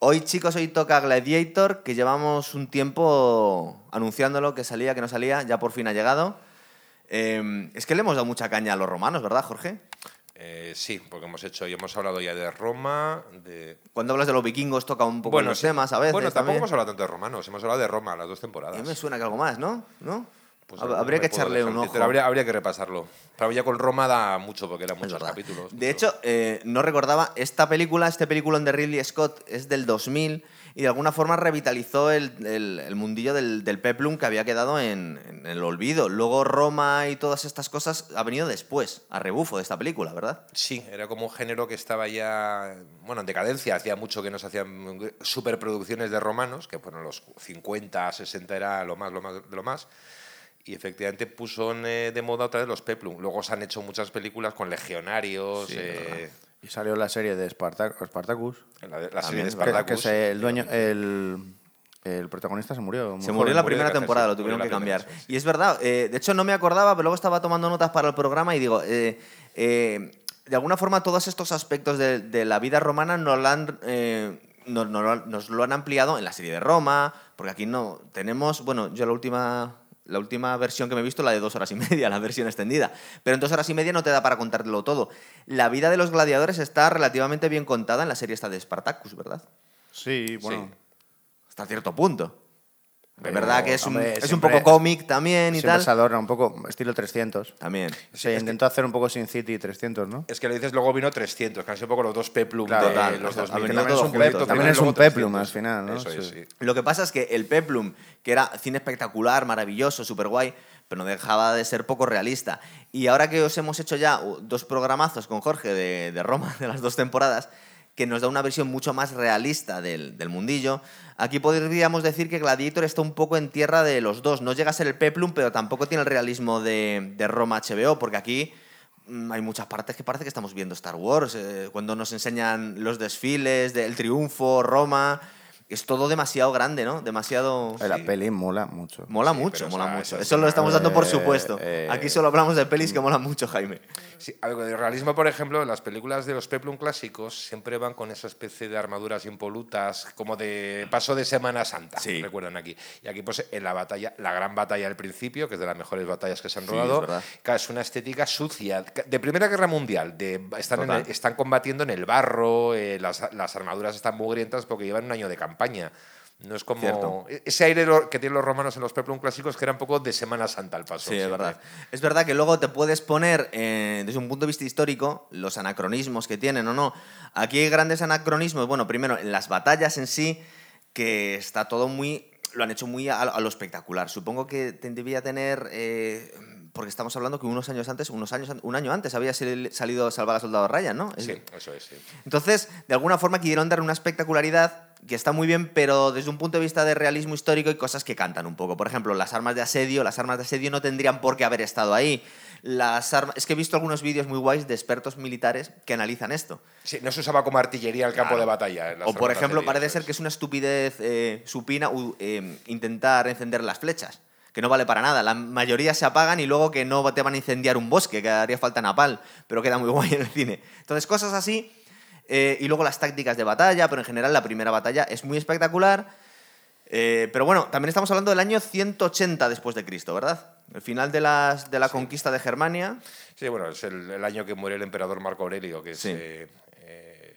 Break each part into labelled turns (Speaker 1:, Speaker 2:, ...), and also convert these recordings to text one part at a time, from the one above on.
Speaker 1: Hoy, chicos, hoy toca Gladiator, que llevamos un tiempo anunciándolo, que salía, que no salía, ya por fin ha llegado. Eh, es que le hemos dado mucha caña a los romanos, ¿verdad, Jorge?
Speaker 2: Eh, sí, porque hemos hecho y hemos hablado ya de Roma, de...
Speaker 1: Cuando hablas de los vikingos toca un poco
Speaker 2: Bueno,
Speaker 1: los
Speaker 2: sí.
Speaker 1: temas a veces.
Speaker 2: Bueno, tampoco
Speaker 1: también.
Speaker 2: hemos hablado tanto de romanos, hemos hablado de Roma las dos temporadas.
Speaker 1: A mí me suena que algo más, ¿no? ¿No?
Speaker 2: Pues
Speaker 1: Hab-
Speaker 2: no
Speaker 1: habría
Speaker 2: me
Speaker 1: que
Speaker 2: puedo
Speaker 1: echarle un
Speaker 2: dejar
Speaker 1: ojo.
Speaker 2: meter, Habría, habría que repasarlo. Pero ya con Roma da mucho, porque eran
Speaker 1: Es
Speaker 2: muchos
Speaker 1: verdad.
Speaker 2: capítulos.
Speaker 1: De
Speaker 2: mucho.
Speaker 1: hecho, eh, no recordaba, esta película, este peliculón de Ridley Scott es del 2000 y de alguna forma revitalizó el, el- el mundillo del, del peplum que había quedado en, en el olvido. Luego Roma y todas estas cosas ha venido después, a rebufo de esta película, ¿verdad?
Speaker 2: Sí, era como un género que estaba ya, bueno, en decadencia. Hacía mucho que nos hacían superproducciones de romanos, que bueno, los 50, 60 era lo más, lo más de lo más. Y efectivamente puso en, eh, de moda otra vez los peplum. Luego se han hecho muchas películas con legionarios,
Speaker 1: Sí,
Speaker 2: eh,
Speaker 3: Y salió la serie de Sparta- Spartacus.
Speaker 2: la, de- la
Speaker 1: También
Speaker 2: serie de
Speaker 1: es verdad
Speaker 2: Spartacus.
Speaker 3: Que, que se- el, dueño, el, el protagonista se murió. muy
Speaker 1: Se murió en la
Speaker 3: joven.
Speaker 1: primera
Speaker 2: cáncer,
Speaker 1: temporada,
Speaker 2: sí,
Speaker 1: lo tuvieron
Speaker 2: murió
Speaker 1: que
Speaker 2: en la primera,
Speaker 1: cambiar. Y es verdad, eh, de hecho no me acordaba, pero luego estaba tomando notas para el programa y digo, eh, eh, de alguna forma todos estos aspectos de, de la vida romana nos lo, han, eh, nos, nos lo- nos lo han ampliado en la serie de Roma, porque aquí no tenemos, bueno, yo la última... La última versión que me he visto, la de dos horas y media, la versión extendida. Pero en dos horas y media no te da para contártelo todo. La vida de los gladiadores está relativamente bien contada en la serie esta de Spartacus, ¿verdad?
Speaker 3: Sí, bueno.
Speaker 1: Hasta cierto punto. Es
Speaker 3: Pero,
Speaker 1: verdad que es un,
Speaker 3: hombre,
Speaker 1: es un
Speaker 3: siempre-
Speaker 1: poco cómic también y
Speaker 3: Siempre
Speaker 1: tal.
Speaker 3: se adorna un poco, estilo 300.
Speaker 1: También.
Speaker 3: Se intentó hacer un poco Sin City 300, ¿no?
Speaker 2: Es que le dices, luego vino 300, que han sido un poco los dos peplum
Speaker 3: Claro,
Speaker 2: de
Speaker 3: total,
Speaker 2: los
Speaker 1: o sea,
Speaker 2: 2000.
Speaker 1: ha
Speaker 2: que
Speaker 1: venido
Speaker 2: también
Speaker 1: todo
Speaker 2: es un
Speaker 1: junto.
Speaker 2: peplum,
Speaker 1: También
Speaker 3: es
Speaker 2: luego
Speaker 3: un peplum
Speaker 2: 300.
Speaker 3: al final, ¿no?
Speaker 2: Eso es,
Speaker 3: Sí.
Speaker 2: sí.
Speaker 1: Lo que pasa es que el Peplum, que era cine espectacular, maravilloso, súper guay, pero no dejaba de ser poco realista. Y ahora que os hemos hecho ya uh, dos programazos con Jorge de, de Roma, de las dos temporadas, que nos da una versión mucho más realista del, del mundillo, aquí podríamos decir que Gladiator está un poco en tierra de los dos. No llega a ser el Peplum, pero tampoco tiene el realismo de, de Roma HBO, porque aquí Mm, Hay muchas partes que parece que estamos viendo Star Wars, eh, cuando nos enseñan los desfiles, de El Triunfo, Roma. Es todo demasiado grande, ¿no? Demasiado...
Speaker 3: La peli mola mucho.
Speaker 1: Mola
Speaker 2: Sí,
Speaker 1: mucho,
Speaker 2: pero
Speaker 1: mola
Speaker 2: esa-
Speaker 1: mucho.
Speaker 2: esa
Speaker 1: Eso lo estamos dando por
Speaker 3: eh,
Speaker 1: supuesto.
Speaker 3: eh,
Speaker 1: Aquí solo hablamos de pelis que mola mucho, Jaime.
Speaker 2: Sí, algo de realismo, por ejemplo, en las películas de los Peplum clásicos siempre van con esa especie de armaduras impolutas, como de paso de Semana Santa,
Speaker 1: Sí.
Speaker 2: recuerdan aquí. Y aquí, pues, en la batalla, la gran batalla del principio, que es de las mejores batallas que se han
Speaker 1: Sí, es
Speaker 2: rodado,
Speaker 1: verdad.
Speaker 2: claro, es una estética sucia, de Primera Guerra Mundial, de, están, en
Speaker 1: Total.
Speaker 2: el- están combatiendo en el barro, eh, las, las armaduras están mugrientas porque llevan un año de campaña. No es como e-,
Speaker 1: Cierto.
Speaker 2: ese aire lo- que tienen los romanos en los peplum clásicos que era un poco de Semana Santa al paso.
Speaker 1: Sí, es
Speaker 2: siempre.
Speaker 1: verdad. Es verdad que luego te puedes poner, eh, desde un punto de vista histórico, los anacronismos que tienen o no. Aquí hay grandes anacronismos, bueno, primero, en las batallas en sí, que está todo muy... Lo han hecho muy a, a lo espectacular. Supongo que te- debía tener... eh, porque estamos hablando que unos años antes, unos años, an- un año antes había sali- salido Salvar al Soldado Ryan, ¿no? Es-
Speaker 2: Sí, eso es. sí.
Speaker 1: entonces, de alguna forma quisieron dar una espectacularidad que está muy bien, pero desde un punto de vista de realismo histórico hay cosas que cantan un poco. Por ejemplo, las armas de asedio, las armas de asedio no tendrían por qué haber estado ahí. Las armas, es que he visto algunos vídeos muy guays de expertos militares que analizan esto.
Speaker 2: Sí, no se usaba como artillería el campo de batalla. en las pues.
Speaker 1: O por
Speaker 2: armas
Speaker 1: ejemplo,
Speaker 2: de
Speaker 1: parece
Speaker 2: ellos,
Speaker 1: ser que es una estupidez eh, supina u- eh, intentar encender las flechas, que no vale para nada. La mayoría se apagan y luego que no te van a incendiar un bosque, que haría falta napal, pero queda muy guay en el cine. Entonces, cosas así. eh, y luego las tácticas de batalla, pero en general la primera batalla es muy espectacular. Eh, pero bueno, también estamos hablando del año 180 después de Cristo, ¿verdad? El final de, las, de la conquista de Germania.
Speaker 2: Sí, bueno, es el, el año que muere el emperador Marco Aurelio, que es,
Speaker 1: Sí.
Speaker 2: eh, eh,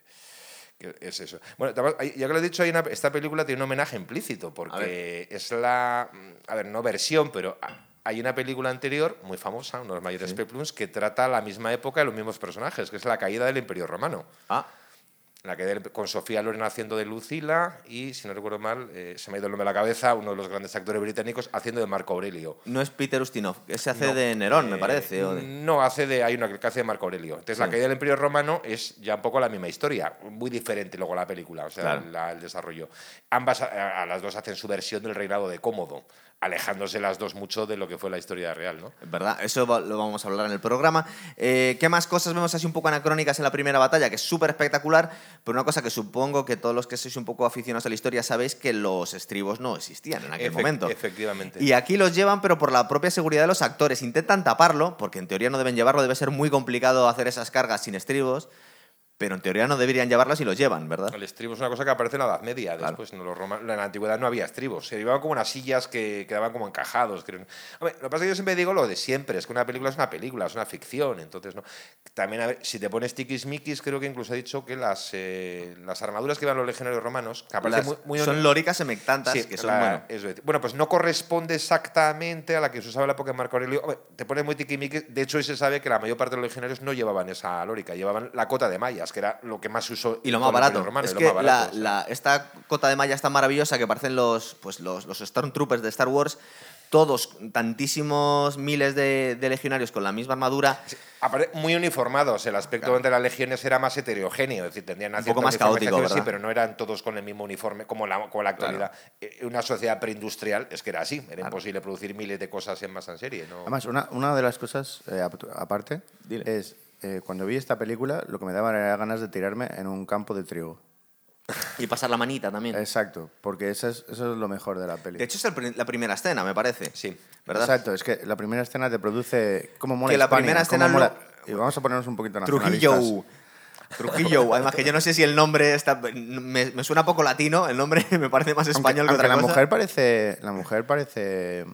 Speaker 2: que es eso. Bueno, además, hay- ya que lo he dicho, hay una- esta película tiene un homenaje implícito, porque es la. A ver, no versión, pero. a- hay una película anterior, muy famosa, uno de los mayores peplums, que trata la misma época y los mismos personajes, que es la caída del Imperio Romano.
Speaker 1: Ah,
Speaker 2: La que del- con Sofía Loren haciendo de Lucila y, si no recuerdo mal, eh, se me ha ido el nombre a la cabeza, uno de los grandes actores británicos haciendo de Marco Aurelio.
Speaker 1: no es Peter Ustinov, que se hace
Speaker 2: No,
Speaker 1: de Nerón, me
Speaker 2: eh,
Speaker 1: parece. o de- Mm.
Speaker 2: No, hace de, hay una que hace de Marco Aurelio. Entonces, la
Speaker 1: Sí.
Speaker 2: caída del Imperio Romano es ya un poco la misma historia, muy diferente luego la película, o sea,
Speaker 1: Claro.
Speaker 2: la- el desarrollo. Ambas, a, a las dos hacen su versión del reinado de Cómodo, alejándose las dos mucho de lo que fue la historia real, ¿no?
Speaker 1: Es ¿Verdad? Eso va- lo vamos a hablar en el programa. Eh, ¿Qué más cosas vemos así un poco anacrónicas en la primera batalla? Que es súper espectacular, pero una cosa que supongo que todos los que sois un poco aficionados a la historia sabéis que los estribos no existían en aquel
Speaker 2: Efec-
Speaker 1: momento.
Speaker 2: Efectivamente.
Speaker 1: Y aquí los llevan, pero por la propia seguridad de los actores. Intentan taparlo, porque en teoría no deben llevarlo, debe ser muy complicado hacer esas cargas sin estribos. Pero en teoría no deberían llevarlas y los llevan, ¿verdad?
Speaker 2: El estribo es una cosa que aparece en la Edad Media.
Speaker 1: Claro.
Speaker 2: Después, no los romanos- en la antigüedad no había estribos. Se llevaban como unas sillas que quedaban como encajados. creo. Hombre, lo que pasa es que yo siempre digo lo de siempre: es que una película es una película, es una ficción. Entonces, no. También, a ver, si te pones tiquismiquis, creo que incluso he dicho que las, eh, las armaduras que iban los legionarios romanos, que aparecen
Speaker 1: Las-
Speaker 2: muy, muy
Speaker 1: son lóricas emectantas
Speaker 2: Sí,
Speaker 1: que son,
Speaker 2: la-
Speaker 1: bueno,
Speaker 2: eso es. Bueno, pues no corresponde exactamente a la que se usaba en la época de Marco Aurelio. Hombre, te pone muy tiquimiqui. De hecho, hoy se sabe que la mayor parte de los legionarios no llevaban esa lórica, llevaban la cota de mallas, que era lo que más se usó.
Speaker 1: Y lo
Speaker 2: con
Speaker 1: más
Speaker 2: el
Speaker 1: barato.
Speaker 2: Imperio Romano,
Speaker 1: es
Speaker 2: y lo
Speaker 1: que
Speaker 2: más barato,
Speaker 1: la-
Speaker 2: sí.
Speaker 1: la- esta cota de malla es tan maravillosa que parecen los, pues los, los Stormtroopers de Star Wars. Todos, tantísimos miles de, de legionarios con la misma armadura.
Speaker 2: Apare- muy uniformados. El aspecto de las legiones era más heterogéneo, es decir, tenían
Speaker 1: Un
Speaker 2: cierta
Speaker 1: poco más
Speaker 2: uniformización,
Speaker 1: caótico,
Speaker 2: sí,
Speaker 1: ¿verdad?
Speaker 2: pero no eran todos con el mismo uniforme como la, como la actualidad. Eh, Una sociedad preindustrial es que era así, era imposible producir miles de cosas en masa en serie. ¿no?
Speaker 3: Además, una, una de las cosas, eh, ap- aparte,
Speaker 1: Dile.
Speaker 3: es eh, cuando vi esta película, lo que me daban era ganas de tirarme en un campo de trigo.
Speaker 1: Y pasar la manita también.
Speaker 3: Exacto, porque eso es, eso es lo mejor de la peli.
Speaker 1: de hecho, es el pri- la primera escena, me parece.
Speaker 2: Sí.
Speaker 1: ¿Verdad?
Speaker 3: Exacto, es que la primera escena te produce cómo mola
Speaker 1: Que la
Speaker 3: Hispania,
Speaker 1: primera
Speaker 3: cómo
Speaker 1: escena
Speaker 3: mola- Y vamos a ponernos un poquito nacionalistas.
Speaker 1: Trujillo. Trujillo. Además, que yo no sé si el nombre está. Me, me suena poco latino. El nombre me parece más español
Speaker 3: aunque,
Speaker 1: que otra
Speaker 3: aunque la
Speaker 1: cosa.
Speaker 3: mujer parece la mujer parece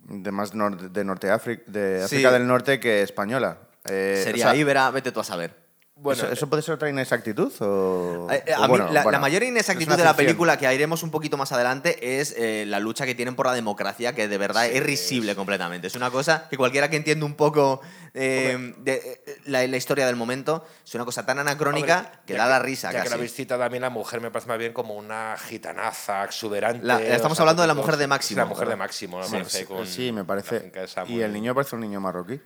Speaker 3: de más nor- de norte África de
Speaker 1: Sí.
Speaker 3: África del Norte que española. Eh,
Speaker 1: Sería
Speaker 3: o sea,
Speaker 1: Ibera, vete tú a saber.
Speaker 2: Bueno,
Speaker 3: ¿eso,
Speaker 2: eh,
Speaker 3: eso puede ser otra inexactitud o,
Speaker 1: Eh, eh,
Speaker 3: o
Speaker 1: a mí
Speaker 3: bueno,
Speaker 1: la, la
Speaker 3: bueno,
Speaker 1: mayor
Speaker 3: es una
Speaker 1: inexactitud de la
Speaker 3: ficción.
Speaker 1: película que iremos un poquito más adelante es eh, la lucha que tienen por la democracia, que de verdad es risible completamente. Es una cosa que cualquiera que entiende un poco eh, de, eh, la, la historia del momento, es una cosa tan anacrónica
Speaker 2: Hombre,
Speaker 1: que
Speaker 2: ya
Speaker 1: da la risa
Speaker 2: Ya que la
Speaker 1: casi.
Speaker 2: habéis citado a mí, la mujer me parece más bien como una gitanaza exuberante.
Speaker 1: La- estamos
Speaker 2: o sea,
Speaker 1: hablando de la
Speaker 2: todo-
Speaker 1: mujer de Máximo,
Speaker 2: La mujer de
Speaker 1: ¿verdad?
Speaker 2: Máximo, me
Speaker 1: Sí,
Speaker 2: parece, con
Speaker 3: sí, me
Speaker 2: la
Speaker 3: parece.
Speaker 2: finca de Samu
Speaker 3: Y el
Speaker 2: en-
Speaker 3: niño parece un niño marroquí.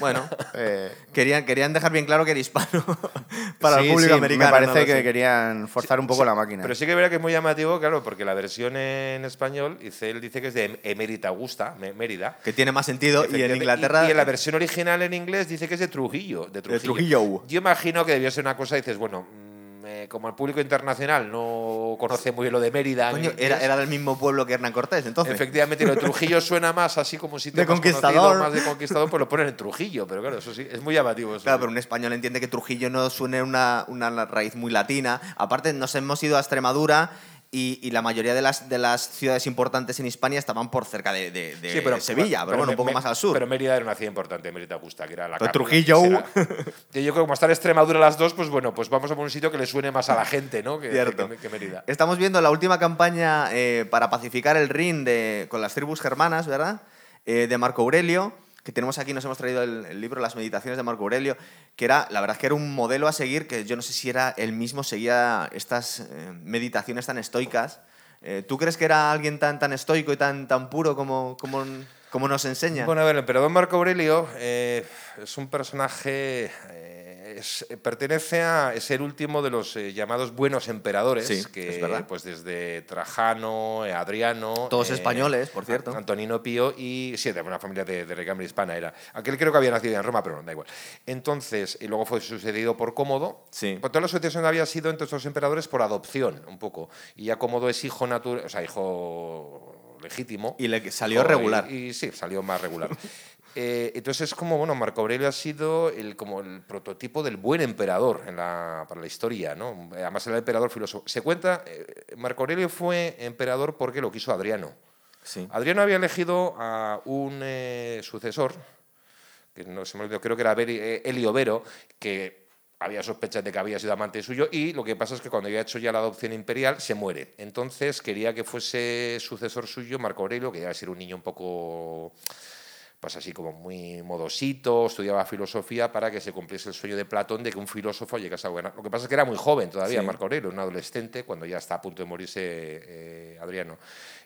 Speaker 1: Bueno,
Speaker 3: Eh,
Speaker 1: querían, querían dejar bien claro que era hispano para
Speaker 3: sí,
Speaker 1: el público
Speaker 3: sí,
Speaker 1: americano.
Speaker 3: Me parece
Speaker 1: no lo
Speaker 3: que
Speaker 1: sé.
Speaker 3: querían forzar un poco la máquina.
Speaker 2: Pero sí que verá que es muy llamativo, claro, porque la versión en español, dice, él dice que es de Em- Emérita Augusta, Me- Mérida.
Speaker 1: Que tiene más sentido y en
Speaker 2: Efectivamente,
Speaker 1: Inglaterra. eh,
Speaker 2: Y, y en la versión original en inglés dice que es de Trujillo. De Trujillo.
Speaker 1: Trujillo.
Speaker 2: Yo imagino que debió ser una cosa, dices, bueno, mm, eh, como el público internacional no conoce muy bien lo de Mérida. en
Speaker 1: coño,
Speaker 2: inglés,
Speaker 1: era, era del mismo pueblo que Hernán Cortés, entonces.
Speaker 2: Efectivamente, y lo de Trujillo suena más así como un sitio
Speaker 1: De
Speaker 2: más
Speaker 1: conquistador.
Speaker 2: conocido, más de conquistador, pues lo ponen en Trujillo, pero claro, eso sí, es muy llamativo. Eso
Speaker 1: Claro,
Speaker 2: sí.
Speaker 1: pero un español entiende que Trujillo no suene una, una raíz muy latina. Aparte, nos hemos ido a Extremadura y, y la mayoría de las, de las ciudades importantes en Hispania estaban por cerca de, de- de
Speaker 2: Sí, pero-
Speaker 1: Sevilla, pero, bueno,
Speaker 2: me-
Speaker 1: un poco
Speaker 2: me-
Speaker 1: más al sur.
Speaker 2: Pero Mérida era una ciudad importante, Mérida Augusta, que era la
Speaker 1: Pero
Speaker 2: capital,
Speaker 1: Trujillo.
Speaker 2: que era- Yo creo que como están Extremadura las dos, pues bueno, pues vamos a poner un sitio que le suene más a la gente, ¿no? Que,
Speaker 1: Cierto.
Speaker 2: que- que Mérida.
Speaker 1: Estamos viendo la última campaña eh, para pacificar el Rin de, con las tribus germanas, ¿verdad? Eh, de Marco Aurelio, que tenemos aquí, nos hemos traído el, el libro Las Meditaciones de Marco Aurelio, que era, la verdad es que era un modelo a seguir, que yo no sé si era él mismo, seguía estas eh, meditaciones tan estoicas. Eh, ¿Tú crees que era alguien tan, tan estoico y tan, tan puro como, como, como nos enseña?
Speaker 2: Bueno, a ver, el emperador Marco Aurelio eh, es un personaje. eh, es- eh, pertenece a. Es el último de los eh, llamados buenos emperadores.
Speaker 1: Sí,
Speaker 2: que,
Speaker 1: es verdad.
Speaker 2: Pues desde Trajano, eh, Adriano. eh,
Speaker 1: Todos españoles, por cierto.
Speaker 2: An- Antonino Pío y. Sí, de una familia de, de recambre hispana era. Aquel creo que había nacido en Roma, pero no, da igual. Entonces, y luego fue sucedido por Cómodo.
Speaker 1: Sí.
Speaker 2: Por toda la sucesión había sido entre estos emperadores por adopción, un poco. Y ya Cómodo es hijo natural. O sea, hijo legítimo.
Speaker 1: Y le salió
Speaker 2: Joder,
Speaker 1: regular.
Speaker 2: Y, sí, salió más regular. Eh, entonces es como, bueno, Marco Aurelio ha sido el, como el prototipo del buen emperador en la, para la historia, ¿no? Eh, Además era el emperador filósofo. Se cuenta, eh, Marco Aurelio fue emperador porque lo quiso Adriano.
Speaker 1: sí.
Speaker 2: Adriano había elegido a un eh, sucesor, que no se me olvidó, creo que era Beri- eh, Elio Vero, que había sospechas de que había sido amante suyo y lo que pasa es que cuando había hecho ya la adopción imperial se muere. Entonces quería que fuese sucesor suyo Marco Aurelio, que ya era un niño un poco pues así como muy modosito, estudiaba filosofía para que se cumpliese el sueño de Platón de que un filósofo llegase a gobernar. Lo que pasa es que era muy joven todavía,
Speaker 1: Sí.
Speaker 2: Marco Aurelio, un adolescente, cuando ya está a punto de morirse eh, Adriano.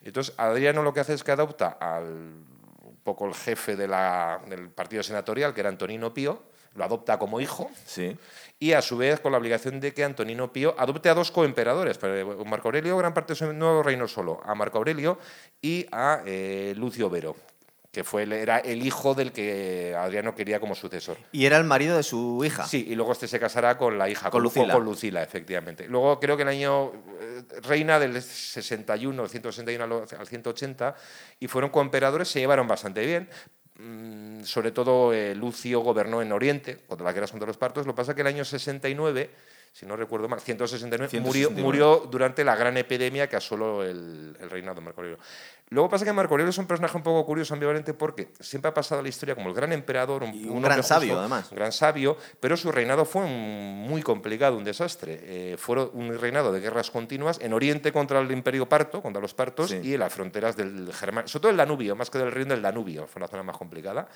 Speaker 2: Entonces, Adriano lo que hace es que adopta al un poco el jefe de la- del partido senatorial, que era Antonino Pío, lo adopta como hijo,
Speaker 1: Sí.
Speaker 2: y a su vez con la obligación de que Antonino Pío adopte a dos coemperadores, pero Marco Aurelio gran parte de su nuevo reino solo, a Marco Aurelio y a eh, Lucio Vero, que fue, el- era el hijo del que Adriano quería como sucesor.
Speaker 1: Y era el marido de su hija.
Speaker 2: Sí, y luego este se casará con la hija,
Speaker 1: Con
Speaker 2: Lu-
Speaker 1: Lucila.
Speaker 2: Con Lucila, efectivamente. Luego creo que el año eh, reina del 61, 161 al al 180, y fueron coemperadores, se llevaron bastante bien. Mm, Sobre todo eh, Lucio gobernó en Oriente, cuando la guerra contra los partos. Lo que pasa es que el año 69 si no recuerdo mal, 169,
Speaker 1: 169.
Speaker 2: Murió, murió durante la gran epidemia que asoló el, el reinado de Marco Aurelio. Luego pasa que Marco Aurelio es un personaje un poco curioso, ambivalente, porque siempre ha pasado a la historia como el gran emperador, un,
Speaker 1: Y un
Speaker 2: hombre
Speaker 1: gran
Speaker 2: justo,
Speaker 1: sabio, además.
Speaker 2: un gran sabio, pero su reinado fue un- muy complicado, un desastre. Eh, fue un reinado de guerras continuas en Oriente contra el Imperio Parto, contra los partos,
Speaker 1: Sí.
Speaker 2: y en las fronteras del Germán, sobre todo el Danubio, más que del río del Danubio, fue la zona más complicada.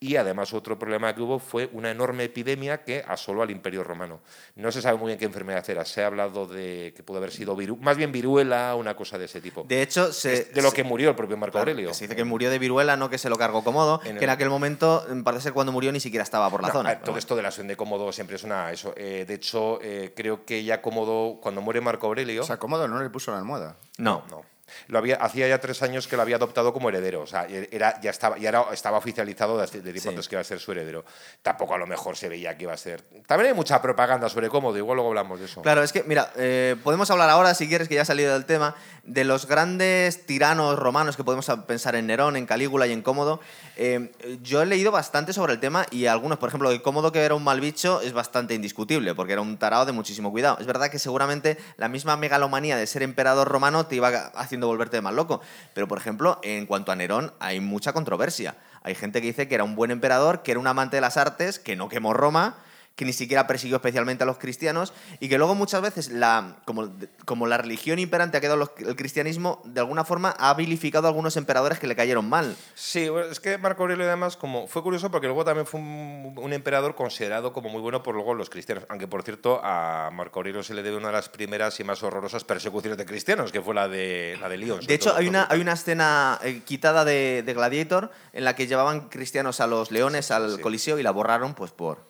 Speaker 2: Y además otro problema que hubo fue una enorme epidemia que asoló al Imperio Romano. No se sabe muy bien qué enfermedad era. Se ha hablado de que pudo haber sido viru más bien viruela, una cosa de ese tipo.
Speaker 1: De hecho, se,
Speaker 2: Es de lo
Speaker 1: se-
Speaker 2: que murió el propio Marco
Speaker 1: claro,
Speaker 2: Aurelio.
Speaker 1: se dice que murió de viruela, no que se lo cargó cómodo,
Speaker 2: En
Speaker 1: que en
Speaker 2: el-
Speaker 1: aquel momento, mm, parece ser cuando murió, ni siquiera estaba por la
Speaker 2: No,
Speaker 1: zona.
Speaker 2: eh, Todo esto de la acción de Cómodo siempre es una... Eso. Eh, de hecho, eh, creo que ya Cómodo, cuando muere Marco Aurelio...
Speaker 3: O sea, cómodo no le puso la almohada.
Speaker 1: no,
Speaker 2: No. Lo había, hacía ya tres años que lo había adoptado como heredero. O sea, e, era, ya, estaba, ya era, estaba oficializado de, hace- de tiempo
Speaker 1: Sí.
Speaker 2: antes que iba a ser su heredero. Tampoco a lo mejor se veía que iba a ser. También hay mucha propaganda sobre cómodo, igual luego hablamos de eso.
Speaker 1: Claro, es que, mira, eh, podemos hablar ahora, si quieres, que ya ha salido del tema, de los grandes tiranos romanos que podemos pensar en Nerón, en Calígula y en Cómodo. Eh, yo he leído bastante sobre el tema y algunos, por ejemplo, el Cómodo, que era un mal bicho, es bastante indiscutible, porque era un tarado de muchísimo cuidado. Es verdad que seguramente la misma megalomanía de ser emperador romano te iba haciendo volverte más loco. Pero, por ejemplo, en cuanto a Nerón, hay mucha controversia. Hay gente que dice que era un buen emperador, que era un amante de las artes, que no quemó Roma que ni siquiera persiguió especialmente a los cristianos y que luego muchas veces la, como, como la religión imperante ha quedado los- el cristianismo, de alguna forma ha vilificado a algunos emperadores que le cayeron mal.
Speaker 2: Sí, bueno, es que Marco Aurelio además como fue curioso porque luego también fue un, un emperador considerado como muy bueno por luego los cristianos, aunque por cierto a Marco Aurelio se le debe una de las primeras y más horrorosas persecuciones de cristianos, que fue la de la de Lyon.
Speaker 1: De
Speaker 2: sobre
Speaker 1: hecho,
Speaker 2: todo,
Speaker 1: hay
Speaker 2: por
Speaker 1: una,
Speaker 2: culpa.
Speaker 1: hay una escena eh, quitada de, de Gladiator en la que llevaban cristianos a los leones al
Speaker 2: sí.
Speaker 1: coliseo y la borraron pues por,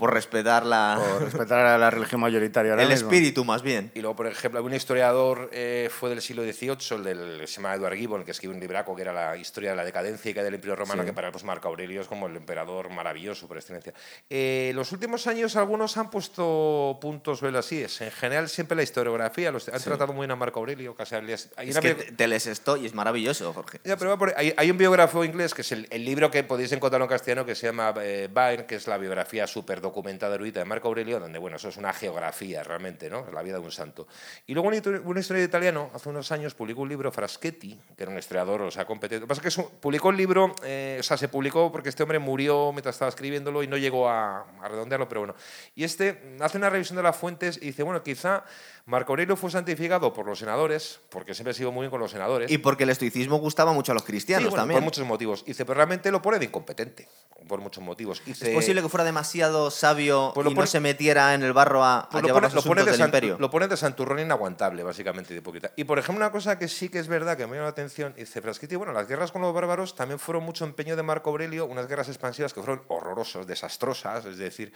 Speaker 1: por respetar la,
Speaker 3: Por respetar a la religión mayoritaria. ahora
Speaker 1: el
Speaker 3: mismo.
Speaker 1: espíritu más bien.
Speaker 2: Y luego, por ejemplo, hay un historiador, eh, fue del siglo XVIII, el del, se llama Edward Gibbon, que escribió un libraco que era la historia de la decadencia y caída del Imperio Romano,
Speaker 1: Sí.
Speaker 2: que para pues, Marco Aurelio es como el emperador maravilloso por excelencia. Eh, los últimos años algunos han puesto puntos sobre las IES. En general, siempre la historiografía, los, han tratado muy bien a Marco Aurelio, casi al- hay
Speaker 1: Es
Speaker 2: una
Speaker 1: que
Speaker 2: bio-
Speaker 1: te, te les estoy y es maravilloso, Jorge.
Speaker 2: ya, pero va por- hay, hay un biógrafo inglés que es el, el libro que podéis encontrar en castellano que se llama eh, Byrne, que es la biografía súper documentada erudita de Marco Aurelio, donde, bueno, eso es una geografía realmente, ¿no? La vida de un santo. Y luego un, hitu- un historiador italiano, hace unos años, publicó un libro, Fraschetti, que era un historiador, o sea, competente. Lo que pasa es que su- publicó el libro, eh, o sea, se publicó porque este hombre murió mientras estaba escribiéndolo y no llegó a, a redondearlo, pero bueno. Y este hace una revisión de las fuentes y dice, bueno, quizá Marco Aurelio fue santificado por los senadores, porque siempre ha sido muy bien con los senadores.
Speaker 1: Y porque el estoicismo gustaba mucho a los cristianos
Speaker 2: Sí, bueno,
Speaker 1: también.
Speaker 2: Por muchos motivos. Y dice, pero realmente lo pone de incompetente. Por muchos motivos. Y
Speaker 1: Es posible que fuera demasiado sabio
Speaker 2: Pues lo
Speaker 1: y no
Speaker 2: pone-
Speaker 1: se metiera en el barro a, a
Speaker 2: pues
Speaker 1: llevar los asuntos
Speaker 2: de
Speaker 1: del
Speaker 2: san-
Speaker 1: imperio.
Speaker 2: lo pone de santurrón inaguantable, básicamente, de hipócrita. Y por ejemplo, una cosa que sí que es verdad que me llama la atención, dice Fraschetti, bueno, las guerras con los bárbaros también fueron mucho empeño de Marco Aurelio, unas guerras expansivas que fueron horrorosas, desastrosas, es decir,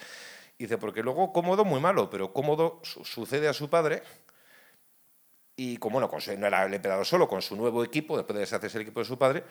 Speaker 2: dice, porque luego Cómodo muy malo, pero Cómodo su- sucede a su padre, y como no, con su- no era el emperador solo, con su nuevo equipo, después de deshacerse el equipo de su padre,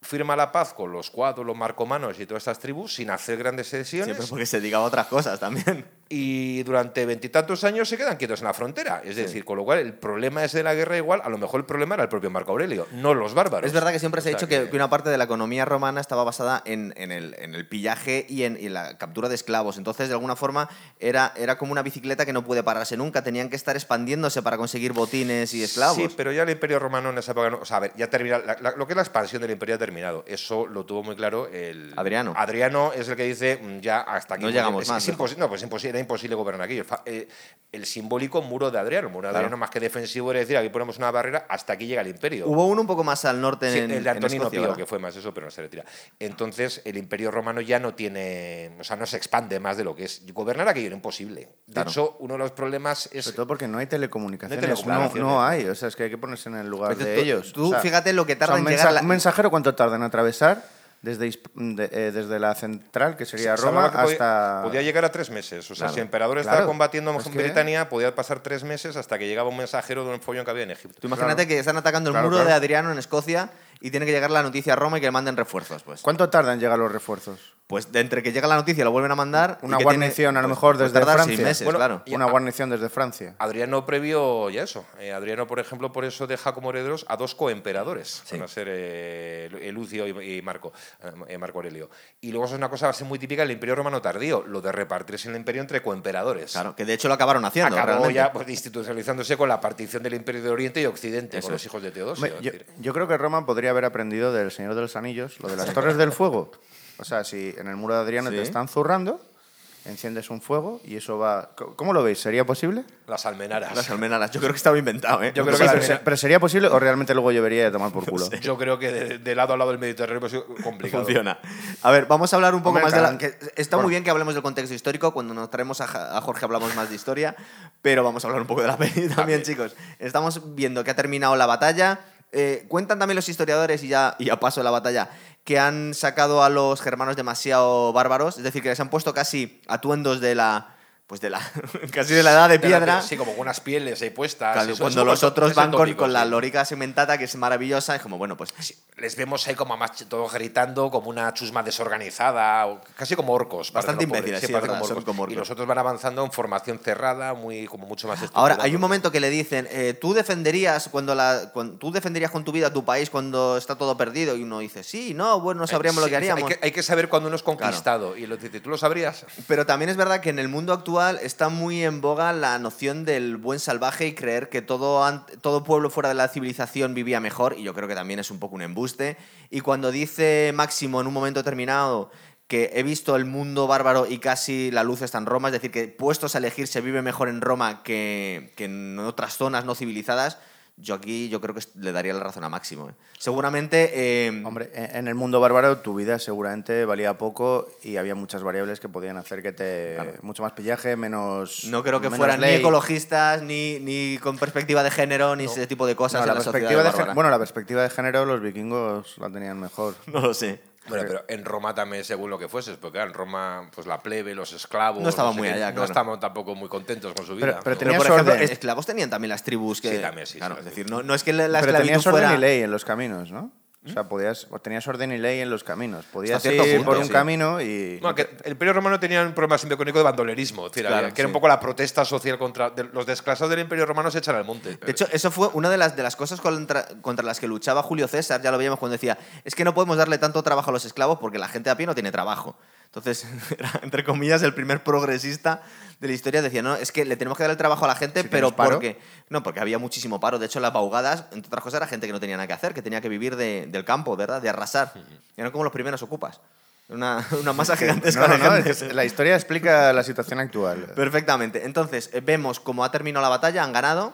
Speaker 2: firma la paz con los cuadros, los marcomanos y todas estas tribus sin hacer grandes sesiones.
Speaker 1: Siempre porque se dedicaba a otras cosas también.
Speaker 2: y durante veintitantos años se quedan quietos en la frontera. Es decir, con lo cual el problema es de la guerra igual, a lo mejor el problema era el propio Marco Aurelio, no los bárbaros.
Speaker 1: Es verdad que siempre
Speaker 2: O
Speaker 1: se ha
Speaker 2: sea
Speaker 1: dicho que, que una parte de la economía romana estaba basada en, en el, en el pillaje y en, y en la captura de esclavos. Entonces, de alguna forma, era, era como una bicicleta que no puede pararse nunca. Tenían que estar expandiéndose para conseguir botines y esclavos.
Speaker 2: Sí, pero ya el Imperio Romano en esa época... no- o sea, a ver, ya termina... la- la- lo que es la expansión del Imperio ha terminado. Eso lo tuvo muy claro el...
Speaker 1: Adriano.
Speaker 2: Adriano es el que dice, "Mm, ya hasta aquí...
Speaker 1: No llegamos
Speaker 2: es,
Speaker 1: más,
Speaker 2: es imposi- no, pues imposi- era imposible gobernar aquello. Fa- eh, el simbólico muro de Adriano. El muro de
Speaker 1: Claro.
Speaker 2: Adriano más que defensivo era decir, aquí ponemos una barrera, hasta aquí llega el Imperio.
Speaker 1: Hubo uno un poco más al norte
Speaker 2: Sí,
Speaker 1: en,
Speaker 2: el de
Speaker 1: en
Speaker 2: Antonino
Speaker 1: Escocia,
Speaker 2: Pío,
Speaker 1: ¿verdad?
Speaker 2: que fue más eso, pero no se retira. Entonces, el imperio romano ya no tiene, o sea, no se expande más de lo que es. Gobernar aquello era imposible. De
Speaker 1: Claro.
Speaker 2: hecho, uno de los problemas es...
Speaker 3: Sobre todo porque no hay telecomunicaciones.
Speaker 2: No hay telecomunicaciones.
Speaker 3: No, no hay. O sea, es que hay que ponerse en el lugar
Speaker 1: Porque
Speaker 3: de
Speaker 1: tú-
Speaker 3: ellos.
Speaker 1: tú
Speaker 3: O sea,
Speaker 1: fíjate lo que tarda
Speaker 3: un
Speaker 1: en llegar
Speaker 3: mensa-
Speaker 1: la-
Speaker 3: ¿Un mensajero cuánto tarda en atravesar? Desde, Hisp- de- eh, desde la central, que
Speaker 2: se
Speaker 3: sería Roma,
Speaker 2: hablaba que podía-
Speaker 3: hasta.
Speaker 2: Podía llegar a tres meses. O sea,
Speaker 1: Claro.
Speaker 2: si el emperador estaba
Speaker 3: Claro.
Speaker 2: combatiendo
Speaker 3: Es
Speaker 2: en
Speaker 3: que-
Speaker 2: Britania, podía pasar tres meses hasta que llegaba un mensajero de un follón que había en Egipto.
Speaker 1: Tú imagínate que están atacando el
Speaker 3: Claro,
Speaker 1: muro de
Speaker 3: claro.
Speaker 1: Adriano en Escocia y tiene que llegar la noticia a Roma y que le manden refuerzos, pues.
Speaker 3: ¿Cuánto tardan en llegar los refuerzos?
Speaker 1: Pues de entre que llega la noticia y lo vuelven a mandar. y
Speaker 3: Una
Speaker 1: que
Speaker 3: guarnición,
Speaker 1: tiene-
Speaker 3: a lo
Speaker 1: pues-
Speaker 3: mejor,
Speaker 1: pues
Speaker 3: desde
Speaker 1: tardar
Speaker 3: Francia.
Speaker 1: seis meses,
Speaker 2: Bueno,
Speaker 1: claro.
Speaker 2: Y
Speaker 3: Una
Speaker 2: a-
Speaker 3: guarnición desde Francia.
Speaker 2: Adriano previo ya eso. Eh, Adriano, por ejemplo, por eso deja como herederos a dos coemperadores,
Speaker 1: Sí.
Speaker 2: van a ser eh, Lu- eh, Lucio y, y Marco, eh, Marco Aurelio. Y luego eso es una cosa así muy típica del Imperio Romano tardío, lo de repartirse el imperio entre coemperadores.
Speaker 1: Claro, que de hecho lo acabaron haciendo.
Speaker 2: Acabó
Speaker 1: realmente.
Speaker 2: ya pues, institucionalizándose con la partición del Imperio de Oriente y Occidente,
Speaker 1: Eso
Speaker 2: con los
Speaker 1: es.
Speaker 2: hijos de
Speaker 1: pues
Speaker 2: Teodosio.
Speaker 3: Hombre,
Speaker 2: es
Speaker 3: Yo,
Speaker 2: decir,
Speaker 3: yo creo que Roma podría haber aprendido del Señor de los Anillos lo de las Torres del Fuego. O sea, si en el muro de Adriano
Speaker 1: Sí.
Speaker 3: te están zurrando, enciendes un fuego y eso va. ¿Cómo- ¿Cómo lo veis? ¿Sería posible?
Speaker 2: Las almenaras.
Speaker 1: Las almenaras, yo creo que estaba inventado, ¿eh?
Speaker 2: Yo creo
Speaker 3: Sí,
Speaker 2: que la
Speaker 3: pero,
Speaker 2: arena-
Speaker 3: se- pero sería posible o realmente luego llevaría a tomar por culo.
Speaker 2: Yo creo que de, de lado a lado del Mediterráneo pues, es complicado.
Speaker 1: Funciona. A ver, vamos a hablar un poco
Speaker 3: Hombre,
Speaker 1: más de la.
Speaker 3: cada-
Speaker 1: que está muy
Speaker 3: bueno.
Speaker 1: bien que hablemos del contexto histórico. Cuando nos traemos a, Ja- a Jorge hablamos más de historia, pero vamos a hablar un poco de la peli también,
Speaker 2: También.
Speaker 1: chicos. Estamos viendo que ha terminado la batalla. Eh, cuentan también los historiadores, y ya, y ya paso a la batalla, que han sacado a los germanos demasiado bárbaros. Es decir, que les han puesto casi atuendos de la. Pues de la. casi de la edad de
Speaker 2: De la-
Speaker 1: piedra.
Speaker 2: Sí, como con unas pieles ahí puestas.
Speaker 1: Claro,
Speaker 2: Eso es
Speaker 1: cuando
Speaker 2: un poco
Speaker 1: los otros
Speaker 2: ese
Speaker 1: van con,
Speaker 2: tópico,
Speaker 1: con la
Speaker 2: sí.
Speaker 1: lorica segmentada, que es maravillosa, es como, bueno, pues
Speaker 2: Sí, Les vemos ahí como a mach- todos gritando, como una chusma desorganizada, o casi como orcos. parecen
Speaker 1: Bastante
Speaker 2: los pobres,
Speaker 1: imbéciles, sí, es
Speaker 2: parecen
Speaker 1: verdad, son como orcos.
Speaker 2: Y los otros van avanzando en formación cerrada, muy, como mucho más
Speaker 1: Ahora,
Speaker 2: estructurada.
Speaker 1: hay un momento que le dicen, eh, ¿tú, defenderías cuando la, cuan- ¿tú defenderías con tu vida tu país cuando está todo perdido? Y uno dice, sí, no, bueno, no sabríamos
Speaker 2: Eh, Sí,
Speaker 1: lo que
Speaker 2: dice,
Speaker 1: haríamos.
Speaker 2: Hay que, hay que saber cuándo uno es conquistado. Y lo dice, ¿tú lo sabrías?
Speaker 1: Pero también es verdad que en el mundo actual está muy en boga la noción del buen salvaje y creer que todo, an- todo pueblo fuera de la civilización vivía mejor, y yo creo que también es un poco un embuste. Y cuando dice Máximo en un momento determinado que he visto el mundo bárbaro y casi la luz está en Roma, es decir, que puestos a elegir se vive mejor en Roma que, que en otras zonas no civilizadas, yo aquí yo creo que le daría la razón a Máximo. ¿eh. Seguramente... eh,
Speaker 3: Hombre, en en el mundo bárbaro tu vida seguramente valía poco y había muchas variables que podían hacer que te... Mucho más pillaje, menos...
Speaker 1: No creo que
Speaker 3: menos
Speaker 1: fueran ni
Speaker 3: ley.
Speaker 1: ecologistas, ni, ni con perspectiva de género, ni ese tipo de
Speaker 3: No,
Speaker 1: cosas en
Speaker 3: la
Speaker 1: la, sociedad
Speaker 3: perspectiva de
Speaker 1: bárbara.
Speaker 3: gen- bueno, la perspectiva de género los vikingos la tenían mejor.
Speaker 1: no lo sé.
Speaker 2: Bueno, pero en Roma también, según lo que fueses, porque claro, en Roma, pues la plebe, los esclavos.
Speaker 1: No estaba
Speaker 2: sé
Speaker 1: muy
Speaker 2: qué,
Speaker 1: allá,
Speaker 2: No
Speaker 1: claro.
Speaker 2: estaban tampoco muy contentos con su vida.
Speaker 3: pero
Speaker 2: ¿no?
Speaker 3: tenía-
Speaker 1: Pero, por
Speaker 3: Tenías
Speaker 1: ejemplo,
Speaker 3: orden.
Speaker 1: esclavos tenían también las tribus que...
Speaker 2: Sí, también, sí,
Speaker 1: claro,
Speaker 2: sí,
Speaker 1: es
Speaker 2: sí.
Speaker 1: decir, no, no es que la, la
Speaker 3: Pero
Speaker 1: esclavitud
Speaker 3: tenías orden
Speaker 1: fuera...
Speaker 3: y ley en los caminos, ¿no? O sea, podías, tenías orden y ley en los caminos. Podías ir
Speaker 1: cierto punto,
Speaker 3: por un
Speaker 1: sí.
Speaker 3: camino y...
Speaker 2: Bueno, que el Imperio Romano tenía un problema simbioconómico de bandolerismo, es decir,
Speaker 1: Claro,
Speaker 2: había- que era
Speaker 1: sí.
Speaker 2: un poco la protesta social contra de- los desclasados del Imperio Romano se echan al monte.
Speaker 1: De hecho, eso fue una de las, de las cosas contra, contra las que luchaba Julio César, ya lo veíamos cuando decía, es que no podemos darle tanto trabajo a los esclavos porque la gente a pie no tiene trabajo. Entonces, era, entre comillas, el primer progresista de la historia decía, no, es que le tenemos que dar el trabajo a la gente,
Speaker 3: Si
Speaker 1: pero
Speaker 3: tienes paro.
Speaker 1: porque... No, porque había muchísimo paro. De hecho, las baugadas, entre otras cosas, era gente que no tenía nada que hacer, que tenía que vivir de- del campo, ¿verdad? De arrasar. Eran como los primeros ocupas. Una, una masa gigantesca
Speaker 3: No, no,
Speaker 1: de
Speaker 3: no,
Speaker 1: gente.
Speaker 3: es que la historia explica la situación actual.
Speaker 1: Perfectamente. Entonces, eh, vemos cómo ha terminado la batalla, han ganado,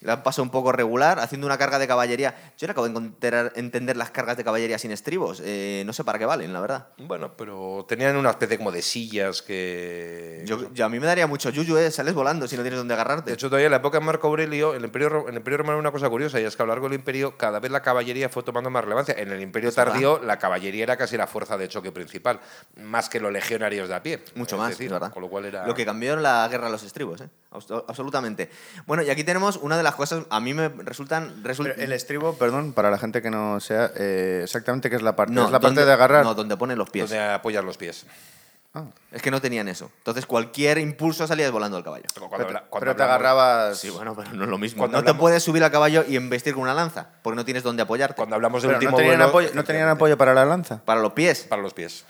Speaker 1: la han pasado un poco regular, haciendo una carga de caballería. Yo no acabo de encontrar- entender las cargas de caballería sin estribos. Eh, no sé para qué valen, la verdad.
Speaker 2: Bueno, pero tenían una especie como de sillas que...
Speaker 1: Yo, yo- a mí me daría mucho yuyu, ¿eh? Sales volando si no tienes dónde agarrarte.
Speaker 2: de hecho, todavía en la época de Marco Aurelio, en el Imperio, Ro- en el Imperio Romano una cosa curiosa, y es que a lo largo del Imperio cada vez la caballería fue tomando más relevancia. En el Imperio
Speaker 1: verdad.
Speaker 2: tardío la caballería era casi la fuerza de choque principal, más que los legionarios de a pie.
Speaker 1: mucho
Speaker 2: Es
Speaker 1: más,
Speaker 2: decir,
Speaker 1: es verdad.
Speaker 2: Con lo cual era...
Speaker 1: Lo que cambió en la guerra de los estribos, ¿eh? Abs- absolutamente. Bueno, y aquí tenemos una de las cosas, a mí me resultan... resul-
Speaker 3: Pero el estribo, perdón, para la gente que no sea eh, exactamente qué es la parte,
Speaker 1: No,
Speaker 3: es la parte
Speaker 1: donde-
Speaker 3: de agarrar.
Speaker 1: No, donde ponen los pies.
Speaker 2: Donde apoyar los pies.
Speaker 1: Es que no tenían eso. Entonces cualquier impulso salía volando del caballo.
Speaker 2: Cuando
Speaker 3: pero,
Speaker 2: habla-
Speaker 3: pero
Speaker 2: cuando
Speaker 3: te
Speaker 2: hablamos-
Speaker 3: agarrabas.
Speaker 1: Sí, bueno, pero no es lo mismo.
Speaker 2: Cuando
Speaker 1: no te
Speaker 2: hablamos-
Speaker 1: puedes subir al caballo y embestir con una lanza, porque no tienes dónde apoyarte.
Speaker 2: Cuando hablamos del
Speaker 3: Pero
Speaker 2: último
Speaker 3: no, tenían
Speaker 2: duelo,
Speaker 3: apoyo, no tenían apoyo para la lanza.
Speaker 1: Para los pies.
Speaker 2: Para los pies.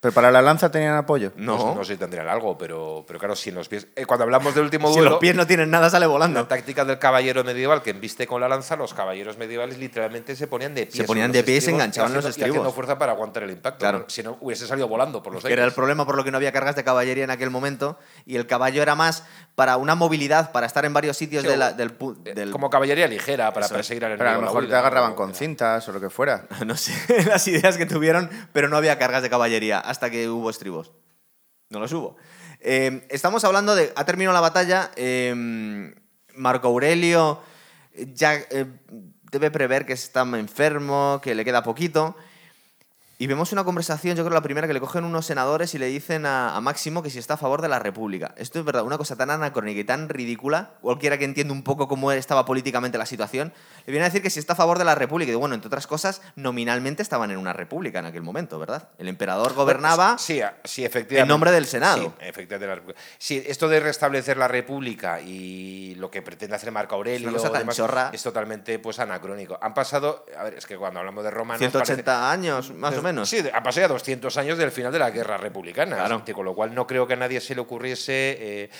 Speaker 3: Pero para la lanza tenían apoyo.
Speaker 1: No.
Speaker 2: No, sé si tendrían algo, pero, pero claro, sin los pies. Eh, cuando hablamos del último
Speaker 1: Si
Speaker 2: duelo,
Speaker 1: los pies no tienen nada, sale volando.
Speaker 2: la táctica del caballero medieval que embiste con la lanza, los caballeros medievales literalmente se ponían de pie.
Speaker 1: Se ponían
Speaker 2: sobre
Speaker 1: de
Speaker 2: los
Speaker 1: pie y se
Speaker 2: estribos
Speaker 1: enganchaban
Speaker 2: haciendo-
Speaker 1: los
Speaker 2: Y haciendo
Speaker 1: estribos.
Speaker 2: fuerza para aguantar el impacto.
Speaker 1: Claro.
Speaker 2: ¿no? Si no, hubiese salido volando por los
Speaker 1: Que era el
Speaker 2: aires.
Speaker 1: problema por lo que no había cargas de caballería en aquel momento. Y el caballo era más para una movilidad, para estar en varios sitios
Speaker 2: Sí,
Speaker 1: de la-
Speaker 2: o-
Speaker 1: del, pu-
Speaker 2: Eh,
Speaker 1: del-
Speaker 2: Como caballería ligera para
Speaker 1: Eso es.
Speaker 2: perseguir al enemigo.
Speaker 3: Pero a lo
Speaker 2: la
Speaker 3: mejor te
Speaker 2: huida,
Speaker 3: agarraban
Speaker 2: o-
Speaker 3: con cintas o lo que fuera.
Speaker 1: No sé, las ideas que tuvieron, pero no había cargas de caballería hasta que hubo estribos. No los hubo. Eh, estamos hablando de. Ha terminado la batalla. eh, Marco Aurelio ya eh, debe prever que está enfermo, que le queda poquito. Y vemos una conversación, yo creo la primera, que le cogen unos senadores y le dicen a, a Máximo que si está a favor de la República. Esto es verdad, una cosa tan anacrónica y tan ridícula, cualquiera que entienda un poco cómo estaba políticamente la situación, le viene a decir que si está a favor de la República. Y bueno, entre otras cosas, nominalmente estaban en una República en aquel momento, ¿verdad? El emperador gobernaba
Speaker 2: Sí, a- sí, efectivamente.
Speaker 1: en nombre del Senado.
Speaker 2: Sí, efectivamente. la República. Sí, esto de restablecer la República y lo que pretende hacer Marco Aurelio
Speaker 1: Es una cosa
Speaker 2: o
Speaker 1: tan
Speaker 2: demás,
Speaker 1: chorra.
Speaker 2: es totalmente pues anacrónico. Han pasado, a ver, es que cuando hablamos de Roma nos
Speaker 1: 180
Speaker 2: Ah, parece-
Speaker 1: años, más o menos.
Speaker 2: Sí, han pasado ya 200 años del final de la guerra republicana.
Speaker 1: Claro.
Speaker 2: Así, Con lo cual no creo que a nadie se le ocurriese. eh,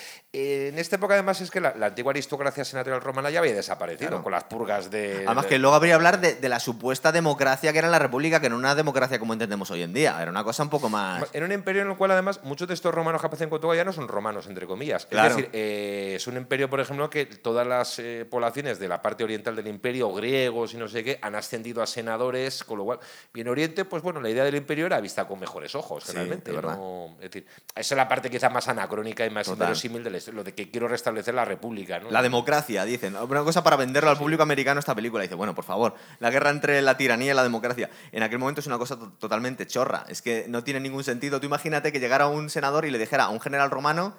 Speaker 2: en esta época, además, es que la, la antigua aristocracia senatorial romana ya había desaparecido
Speaker 1: Claro.
Speaker 2: con las purgas de.
Speaker 1: Además
Speaker 2: de-
Speaker 1: que luego habría que hablar de, de la supuesta democracia que era la República, que no era una democracia como entendemos hoy en día, era una cosa un poco más...
Speaker 2: En un imperio en el cual, además, muchos de estos romanos que aparecen en Córdoba ya no son romanos, entre comillas.
Speaker 1: Claro.
Speaker 2: Es decir, eh, es un imperio, por ejemplo, que todas las eh, poblaciones de la parte oriental del imperio, griegos y no sé qué, han ascendido a senadores, con lo cual, bien Oriente, pues bueno, la idea del imperio era vista con mejores ojos,
Speaker 1: Sí,
Speaker 2: generalmente.
Speaker 1: es verdad.
Speaker 2: ¿no? Es decir, esa es la parte quizás más anacrónica y más
Speaker 1: Total.
Speaker 2: inverosímil de la historia, lo de que quiero restablecer la república. ¿no?
Speaker 1: La democracia, dicen. Una cosa para venderlo al público americano esta película. Dice, bueno, por favor, la guerra entre la tiranía y la democracia. En aquel momento es una cosa to- totalmente chorra. Es que no tiene ningún sentido. Tú imagínate que llegara un senador y le dijera a un general romano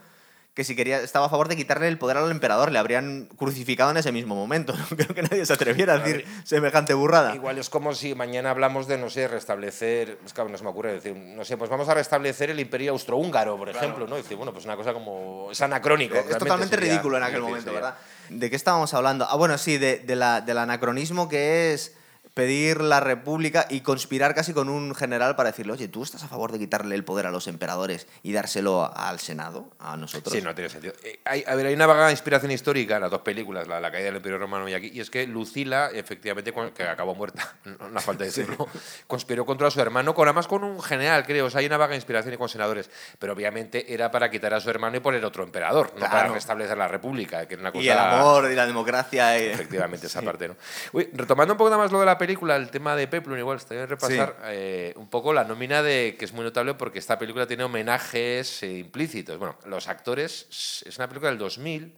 Speaker 1: que si quería estaba a favor de quitarle el poder al emperador, le habrían crucificado en ese mismo momento. No creo que nadie se atreviera a decir semejante burrada.
Speaker 2: Igual es como si mañana hablamos de, no sé, restablecer, es que no se me ocurre decir, no sé, pues vamos a restablecer el imperio austrohúngaro, por ejemplo, ¿no? Y decir, bueno, pues una cosa como, es anacrónico.
Speaker 1: Eh, Es totalmente ridículo en aquel momento, ¿verdad? ¿De qué estábamos hablando? Ah, bueno, sí, de, de la, del anacronismo que es pedir la república y conspirar casi con un general para decirle, oye, ¿tú estás a favor de quitarle el poder a los emperadores y dárselo a- al Senado, a nosotros?
Speaker 2: Sí, no tiene sentido. Eh, hay- a ver, hay una vaga inspiración histórica en las dos películas, la, la caída del Imperio Romano y aquí, y es que Lucila, efectivamente, cuan- que acabó muerta, no, no falta decirlo, conspiró contra su hermano, con, además con un general, creo. O sea, hay una vaga inspiración y con senadores, pero obviamente era para quitar a su hermano y poner otro emperador, no para
Speaker 1: Claro.
Speaker 2: restablecer la república, que era una cosa...
Speaker 1: Y Pues el amor y la democracia. y-
Speaker 2: Efectivamente, esa parte, ¿no? Uy, retomando un poco nada más lo de la película, el tema de Peplum, igual, estaría bien repasar
Speaker 1: Sí.
Speaker 2: eh, un poco la nómina de que es muy notable porque esta película tiene homenajes eh, implícitos. Bueno, los actores, es una película del 2000.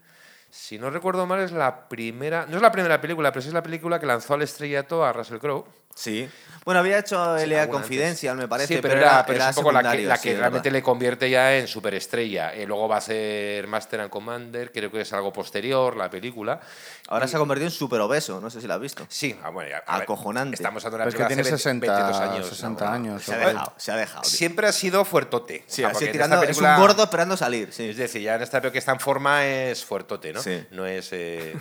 Speaker 2: Si no recuerdo mal, es la primera. No es la primera película, pero sí es la película que lanzó al estrellato a Russell Crowe.
Speaker 1: Sí. Bueno, había hecho
Speaker 2: Sí,
Speaker 1: LA
Speaker 2: alguna antes.
Speaker 1: Confidencial, me parece,
Speaker 2: Sí,
Speaker 1: pero, era,
Speaker 2: pero
Speaker 1: era
Speaker 2: es un poco la que,
Speaker 1: secundario,
Speaker 2: la
Speaker 1: sí,
Speaker 2: que
Speaker 1: es verdad.
Speaker 2: realmente le convierte ya en superestrella. Eh, luego va a hacer Master and Commander, creo que es algo posterior, la película.
Speaker 1: Ahora se ha convertido en súper obeso, no sé si lo has visto.
Speaker 2: Sí, ah, bueno, ya- a ver,
Speaker 1: Acojonante.
Speaker 2: Estamos hablando de una
Speaker 3: Pero es que
Speaker 2: película
Speaker 3: tiene
Speaker 2: hace 20, 22
Speaker 3: 60
Speaker 2: años.
Speaker 3: 60
Speaker 2: ¿no?
Speaker 3: años.
Speaker 1: Se ha
Speaker 3: o-
Speaker 1: dejado, se ha dejado. tío.
Speaker 2: Siempre ha sido fuertote.
Speaker 1: Sí,
Speaker 2: O sea,
Speaker 1: así
Speaker 2: porque en
Speaker 1: tirando-
Speaker 2: esta
Speaker 1: Es
Speaker 2: película-
Speaker 1: un gordo esperando salir. Sí.
Speaker 2: Es decir, ya en esta película que está en forma es fuertote, ¿no?
Speaker 1: Sí.
Speaker 2: No es eh,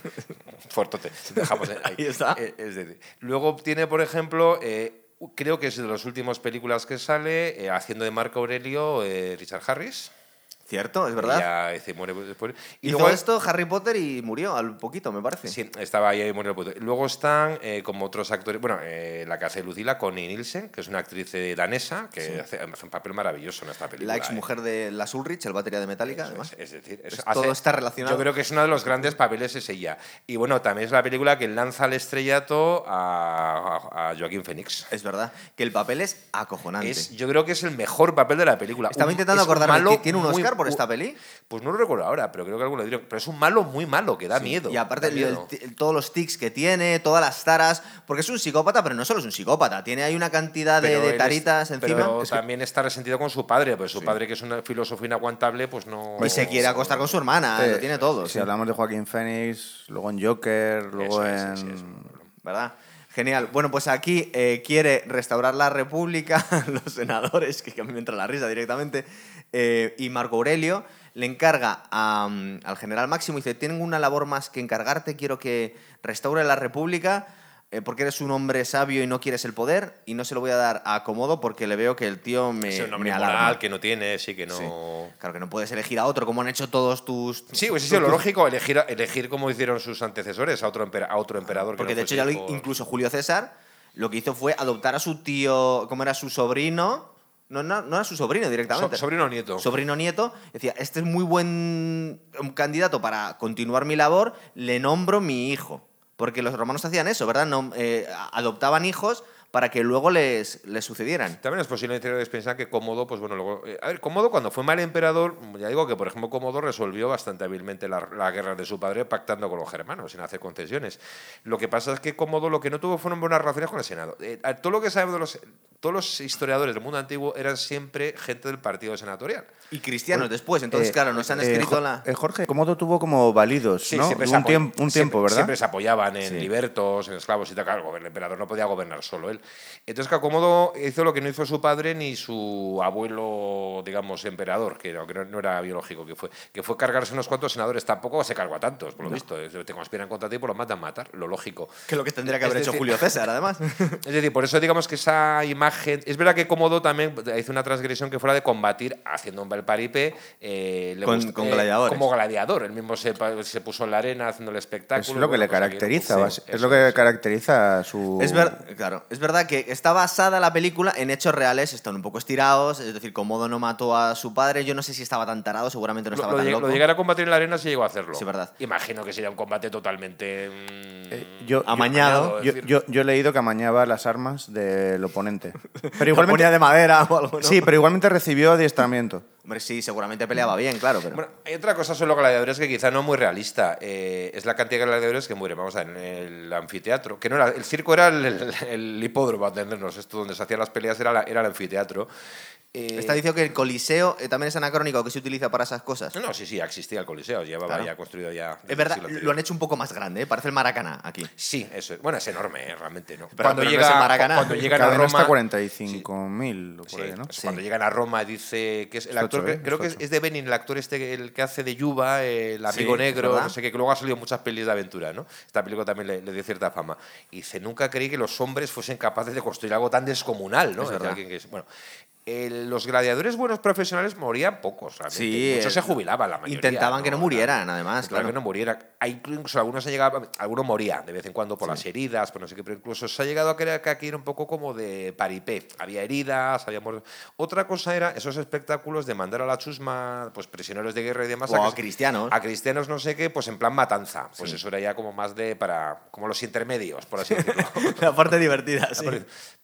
Speaker 2: fuertote. Dejamos ahí.
Speaker 1: Ahí está.
Speaker 2: Eh, es decir, luego tiene, por ejemplo, eh, creo que es de las últimas películas que sale, eh, haciendo de Marco Aurelio eh, Richard Harris.
Speaker 1: Cierto, es
Speaker 2: que
Speaker 1: verdad.
Speaker 2: Ya eh, se muere después. Y
Speaker 1: Hizo
Speaker 2: luego
Speaker 1: esto Harry Potter y murió al poquito, me parece.
Speaker 2: Sí, estaba ahí Muriel Puto. Luego están eh, como otros actores, bueno, eh, la que hace Lucila, Connie Nielsen, que es una actriz eh, danesa que hace, hace un papel maravilloso en esta película.
Speaker 1: la ex mujer de las Ulrich, el batería de
Speaker 2: eh.
Speaker 1: Metallica,
Speaker 2: Eso
Speaker 1: además.
Speaker 2: es, es decir, eso
Speaker 1: Pues todo está relacionado.
Speaker 2: Yo creo que es uno de los grandes papeles ese ya. Y bueno, también es la película que lanza al estrellato a, a- a Joaquín Phoenix.
Speaker 1: Es verdad. Que el papel es acojonante.
Speaker 2: Es, yo creo que es el mejor papel de la película.
Speaker 1: Estaba
Speaker 2: Un-
Speaker 1: intentando
Speaker 2: es un
Speaker 1: acordarme
Speaker 2: malo
Speaker 1: que tiene un
Speaker 2: muy-
Speaker 1: Oscar por
Speaker 2: u-
Speaker 1: esta peli.
Speaker 2: Pues no lo recuerdo ahora, pero creo que alguno lo dieron. Pero es un malo muy malo que da miedo.
Speaker 1: Y aparte,
Speaker 2: da
Speaker 1: el- el-
Speaker 2: miedo.
Speaker 1: t- todos los tics que tiene, todas las taras. Porque es un psicópata, pero no solo es un psicópata. Tiene ahí una cantidad de,
Speaker 2: Pero
Speaker 1: de
Speaker 2: él es-
Speaker 1: taritas encima.
Speaker 2: Pero también está resentido con su padre, pues su padre, que es un filósofo inaguantable, pues no.
Speaker 1: y se quiere acostar con su hermana.
Speaker 3: Eh,
Speaker 1: lo tiene todo.
Speaker 3: Si
Speaker 1: sí.
Speaker 3: hablamos de Joaquín Phoenix, luego en Joker, luego
Speaker 2: Eso es,
Speaker 3: en.
Speaker 2: sí, sí, es un problema.
Speaker 1: ¿Verdad? Genial. Bueno, pues aquí eh, quiere restaurar la República, los senadores, que, que a mí me entra la risa directamente, eh, y Marco Aurelio le encarga a, mm, al general Máximo y dice, tengo una labor más que encargarte, quiero que restaure la República. eh, Porque eres un hombre sabio y no quieres el poder, y no se lo voy a dar a Comodo porque le veo que el tío me,
Speaker 2: Es un
Speaker 1: me
Speaker 2: hombre
Speaker 1: alarma.
Speaker 2: moral que no tiene, sí que no.
Speaker 1: Claro que no puedes elegir a otro, como han hecho todos tus.
Speaker 2: Sí, pues sí, lo lógico, elegir, elegir como hicieron sus antecesores a otro, empera- a otro emperador. que
Speaker 1: Porque
Speaker 2: no
Speaker 1: de hecho
Speaker 2: fuese
Speaker 1: ya lo,
Speaker 2: por-
Speaker 1: incluso Julio César lo que hizo fue adoptar a su tío, ¿cómo era su sobrino? No, no, no era su sobrino directamente.
Speaker 2: So- sobrino o nieto.
Speaker 1: Sobrino nieto. Decía, este es muy buen um, candidato para continuar mi labor, le nombro mi hijo. Porque los romanos hacían eso, ¿verdad? No, eh, a- adoptaban hijos para que luego les, les sucedieran.
Speaker 2: También es posible en teorías pensar que Cómodo, pues bueno, luego. eh, a ver, Cómodo cuando fue mal emperador, ya digo que por ejemplo Cómodo resolvió bastante hábilmente la- las guerras de su padre pactando con los germanos, sin hacer concesiones. Lo que pasa es que Cómodo lo que no tuvo fueron buenas relaciones con el Senado. Eh, a- todo lo que sabemos de los. Todos los historiadores del mundo antiguo eran siempre gente del partido senatorial.
Speaker 1: Y cristianos después, entonces,
Speaker 3: Eh,
Speaker 1: claro, nos han
Speaker 3: eh,
Speaker 1: escrito
Speaker 3: Jo-
Speaker 1: la...
Speaker 3: eh, Jorge, Cómodo tuvo como válidos,
Speaker 2: Sí,
Speaker 3: ¿no?
Speaker 2: siempre
Speaker 3: Un,
Speaker 2: se apo-
Speaker 3: tiemp- un tiempo,
Speaker 2: siempre-
Speaker 3: ¿verdad?
Speaker 2: Siempre se apoyaban en
Speaker 3: Sí.
Speaker 2: libertos, en esclavos y tal. Claro, el gober- el emperador no podía gobernar solo él. Entonces, Cacomodo hizo lo que no hizo su padre ni su abuelo, digamos, emperador, que no, que no- no era biológico, que fue, que fue cargarse unos cuantos senadores. Tampoco se cargó a tantos, por lo visto. Es- Te conspiran contra ti, por lo matan matar, lo lógico.
Speaker 1: Que es lo que tendría que haber
Speaker 2: Es
Speaker 1: hecho
Speaker 2: decir-
Speaker 1: Julio César, además.
Speaker 2: Es decir, por eso digamos que esa imagen. Es verdad que Cómodo también hizo una transgresión que fuera de combatir haciendo un balparipe. eh, le
Speaker 1: Con-
Speaker 2: gust-
Speaker 1: con
Speaker 2: eh,
Speaker 1: gladiadores.
Speaker 2: como gladiador. Él mismo se, pa- se puso en la arena haciendo el espectáculo.
Speaker 3: Es lo que
Speaker 2: bueno,
Speaker 3: le
Speaker 2: pues aquí-
Speaker 3: caracteriza,
Speaker 2: sí,
Speaker 3: vas- es
Speaker 2: eso
Speaker 3: lo que caracteriza a su...
Speaker 1: Es, ver- claro, es verdad que está basada la película en hechos reales, están un poco estirados, es decir, Comodo no mató a su padre, yo no sé si estaba tan tarado, seguramente no
Speaker 2: Lo,
Speaker 1: estaba
Speaker 2: lo
Speaker 1: tan
Speaker 2: lleg- lo
Speaker 1: loco.
Speaker 2: llegar a combatir en la arena si llegó a hacerlo.
Speaker 1: Sí, verdad.
Speaker 2: Imagino que sería un combate totalmente. mm,
Speaker 3: Eh, yo,
Speaker 1: amañado,
Speaker 2: es
Speaker 3: yo,
Speaker 2: decir-
Speaker 3: yo- yo he leído que amañaba las armas del oponente. Pero
Speaker 1: Lo ponía
Speaker 3: igualmente,
Speaker 1: de madera o algo, ¿no?
Speaker 3: sí, pero igualmente recibió adiestramiento.
Speaker 1: Hombre, sí, seguramente peleaba bien, claro, pero...
Speaker 2: Bueno, hay otra cosa sobre los gladiadores que quizá no es muy realista. eh, es la cantidad de gladiadores que mueren. Vamos a ver, en el anfiteatro. Que no era, el circo era el, el- el hipódromo, a entendernos. Esto donde se hacían las peleas era, la- era el anfiteatro. Eh,
Speaker 1: Está diciendo que el coliseo eh, también es anacrónico, que se utiliza para esas cosas.
Speaker 2: No, sí, sí, existía el Coliseo, llevaba
Speaker 1: Claro.
Speaker 2: ya construido ya. desde
Speaker 1: Es
Speaker 2: el
Speaker 1: verdad,
Speaker 2: siglo
Speaker 1: lo
Speaker 2: anterior.
Speaker 1: han hecho un poco más grande, ¿eh? parece el Maracaná aquí.
Speaker 2: Sí, eso es. Bueno, es enorme, eh, realmente, ¿no?
Speaker 1: pero no es el Maracaná.
Speaker 2: cuando llegan a
Speaker 3: Cadena
Speaker 2: Roma.
Speaker 3: está 45.000 o por
Speaker 2: Sí,
Speaker 3: ahí, ¿no?
Speaker 2: o sea, Cuando llegan a Roma dice que es el
Speaker 3: Está
Speaker 2: actor,
Speaker 3: ocho,
Speaker 2: que-
Speaker 3: ¿eh?
Speaker 2: creo
Speaker 3: Está
Speaker 2: que es,
Speaker 3: ocho.
Speaker 2: es de Benin, el actor este el que hace de Yuba, el amigo
Speaker 1: Sí,
Speaker 2: negro,
Speaker 1: ¿verdad?
Speaker 2: no sé qué, que luego ha salido en muchas pelis de aventura, ¿no? Esta película también le, le dio cierta fama. Y dice, nunca creí que los hombres fuesen capaces de construir algo tan descomunal, ¿no?
Speaker 1: Es
Speaker 2: Dice
Speaker 1: verdad.
Speaker 2: alguien que es- bueno, eh, los gladiadores buenos profesionales morían pocos, realmente.
Speaker 1: eh,
Speaker 2: Muchos se jubilaban, la mayoría.
Speaker 1: Intentaban que no
Speaker 2: Era-
Speaker 1: murieran, además,
Speaker 2: Claro
Speaker 1: claro.
Speaker 2: que no muriera. Hay incluso algunos se llegaba, alguno moría de vez en cuando por las heridas, por no sé qué, pero incluso se ha llegado a creer que aquí era un poco como de paripé. Había heridas, había muertos. Otra cosa era esos espectáculos de mandar a la chusma, pues prisioneros de guerra y demás.
Speaker 1: O
Speaker 2: que
Speaker 1: a
Speaker 2: se-
Speaker 1: cristianos.
Speaker 2: A cristianos no sé qué, pues en plan matanza. Pues eso era ya como más de para, como los intermedios, por así decirlo.
Speaker 1: La parte divertida, sí.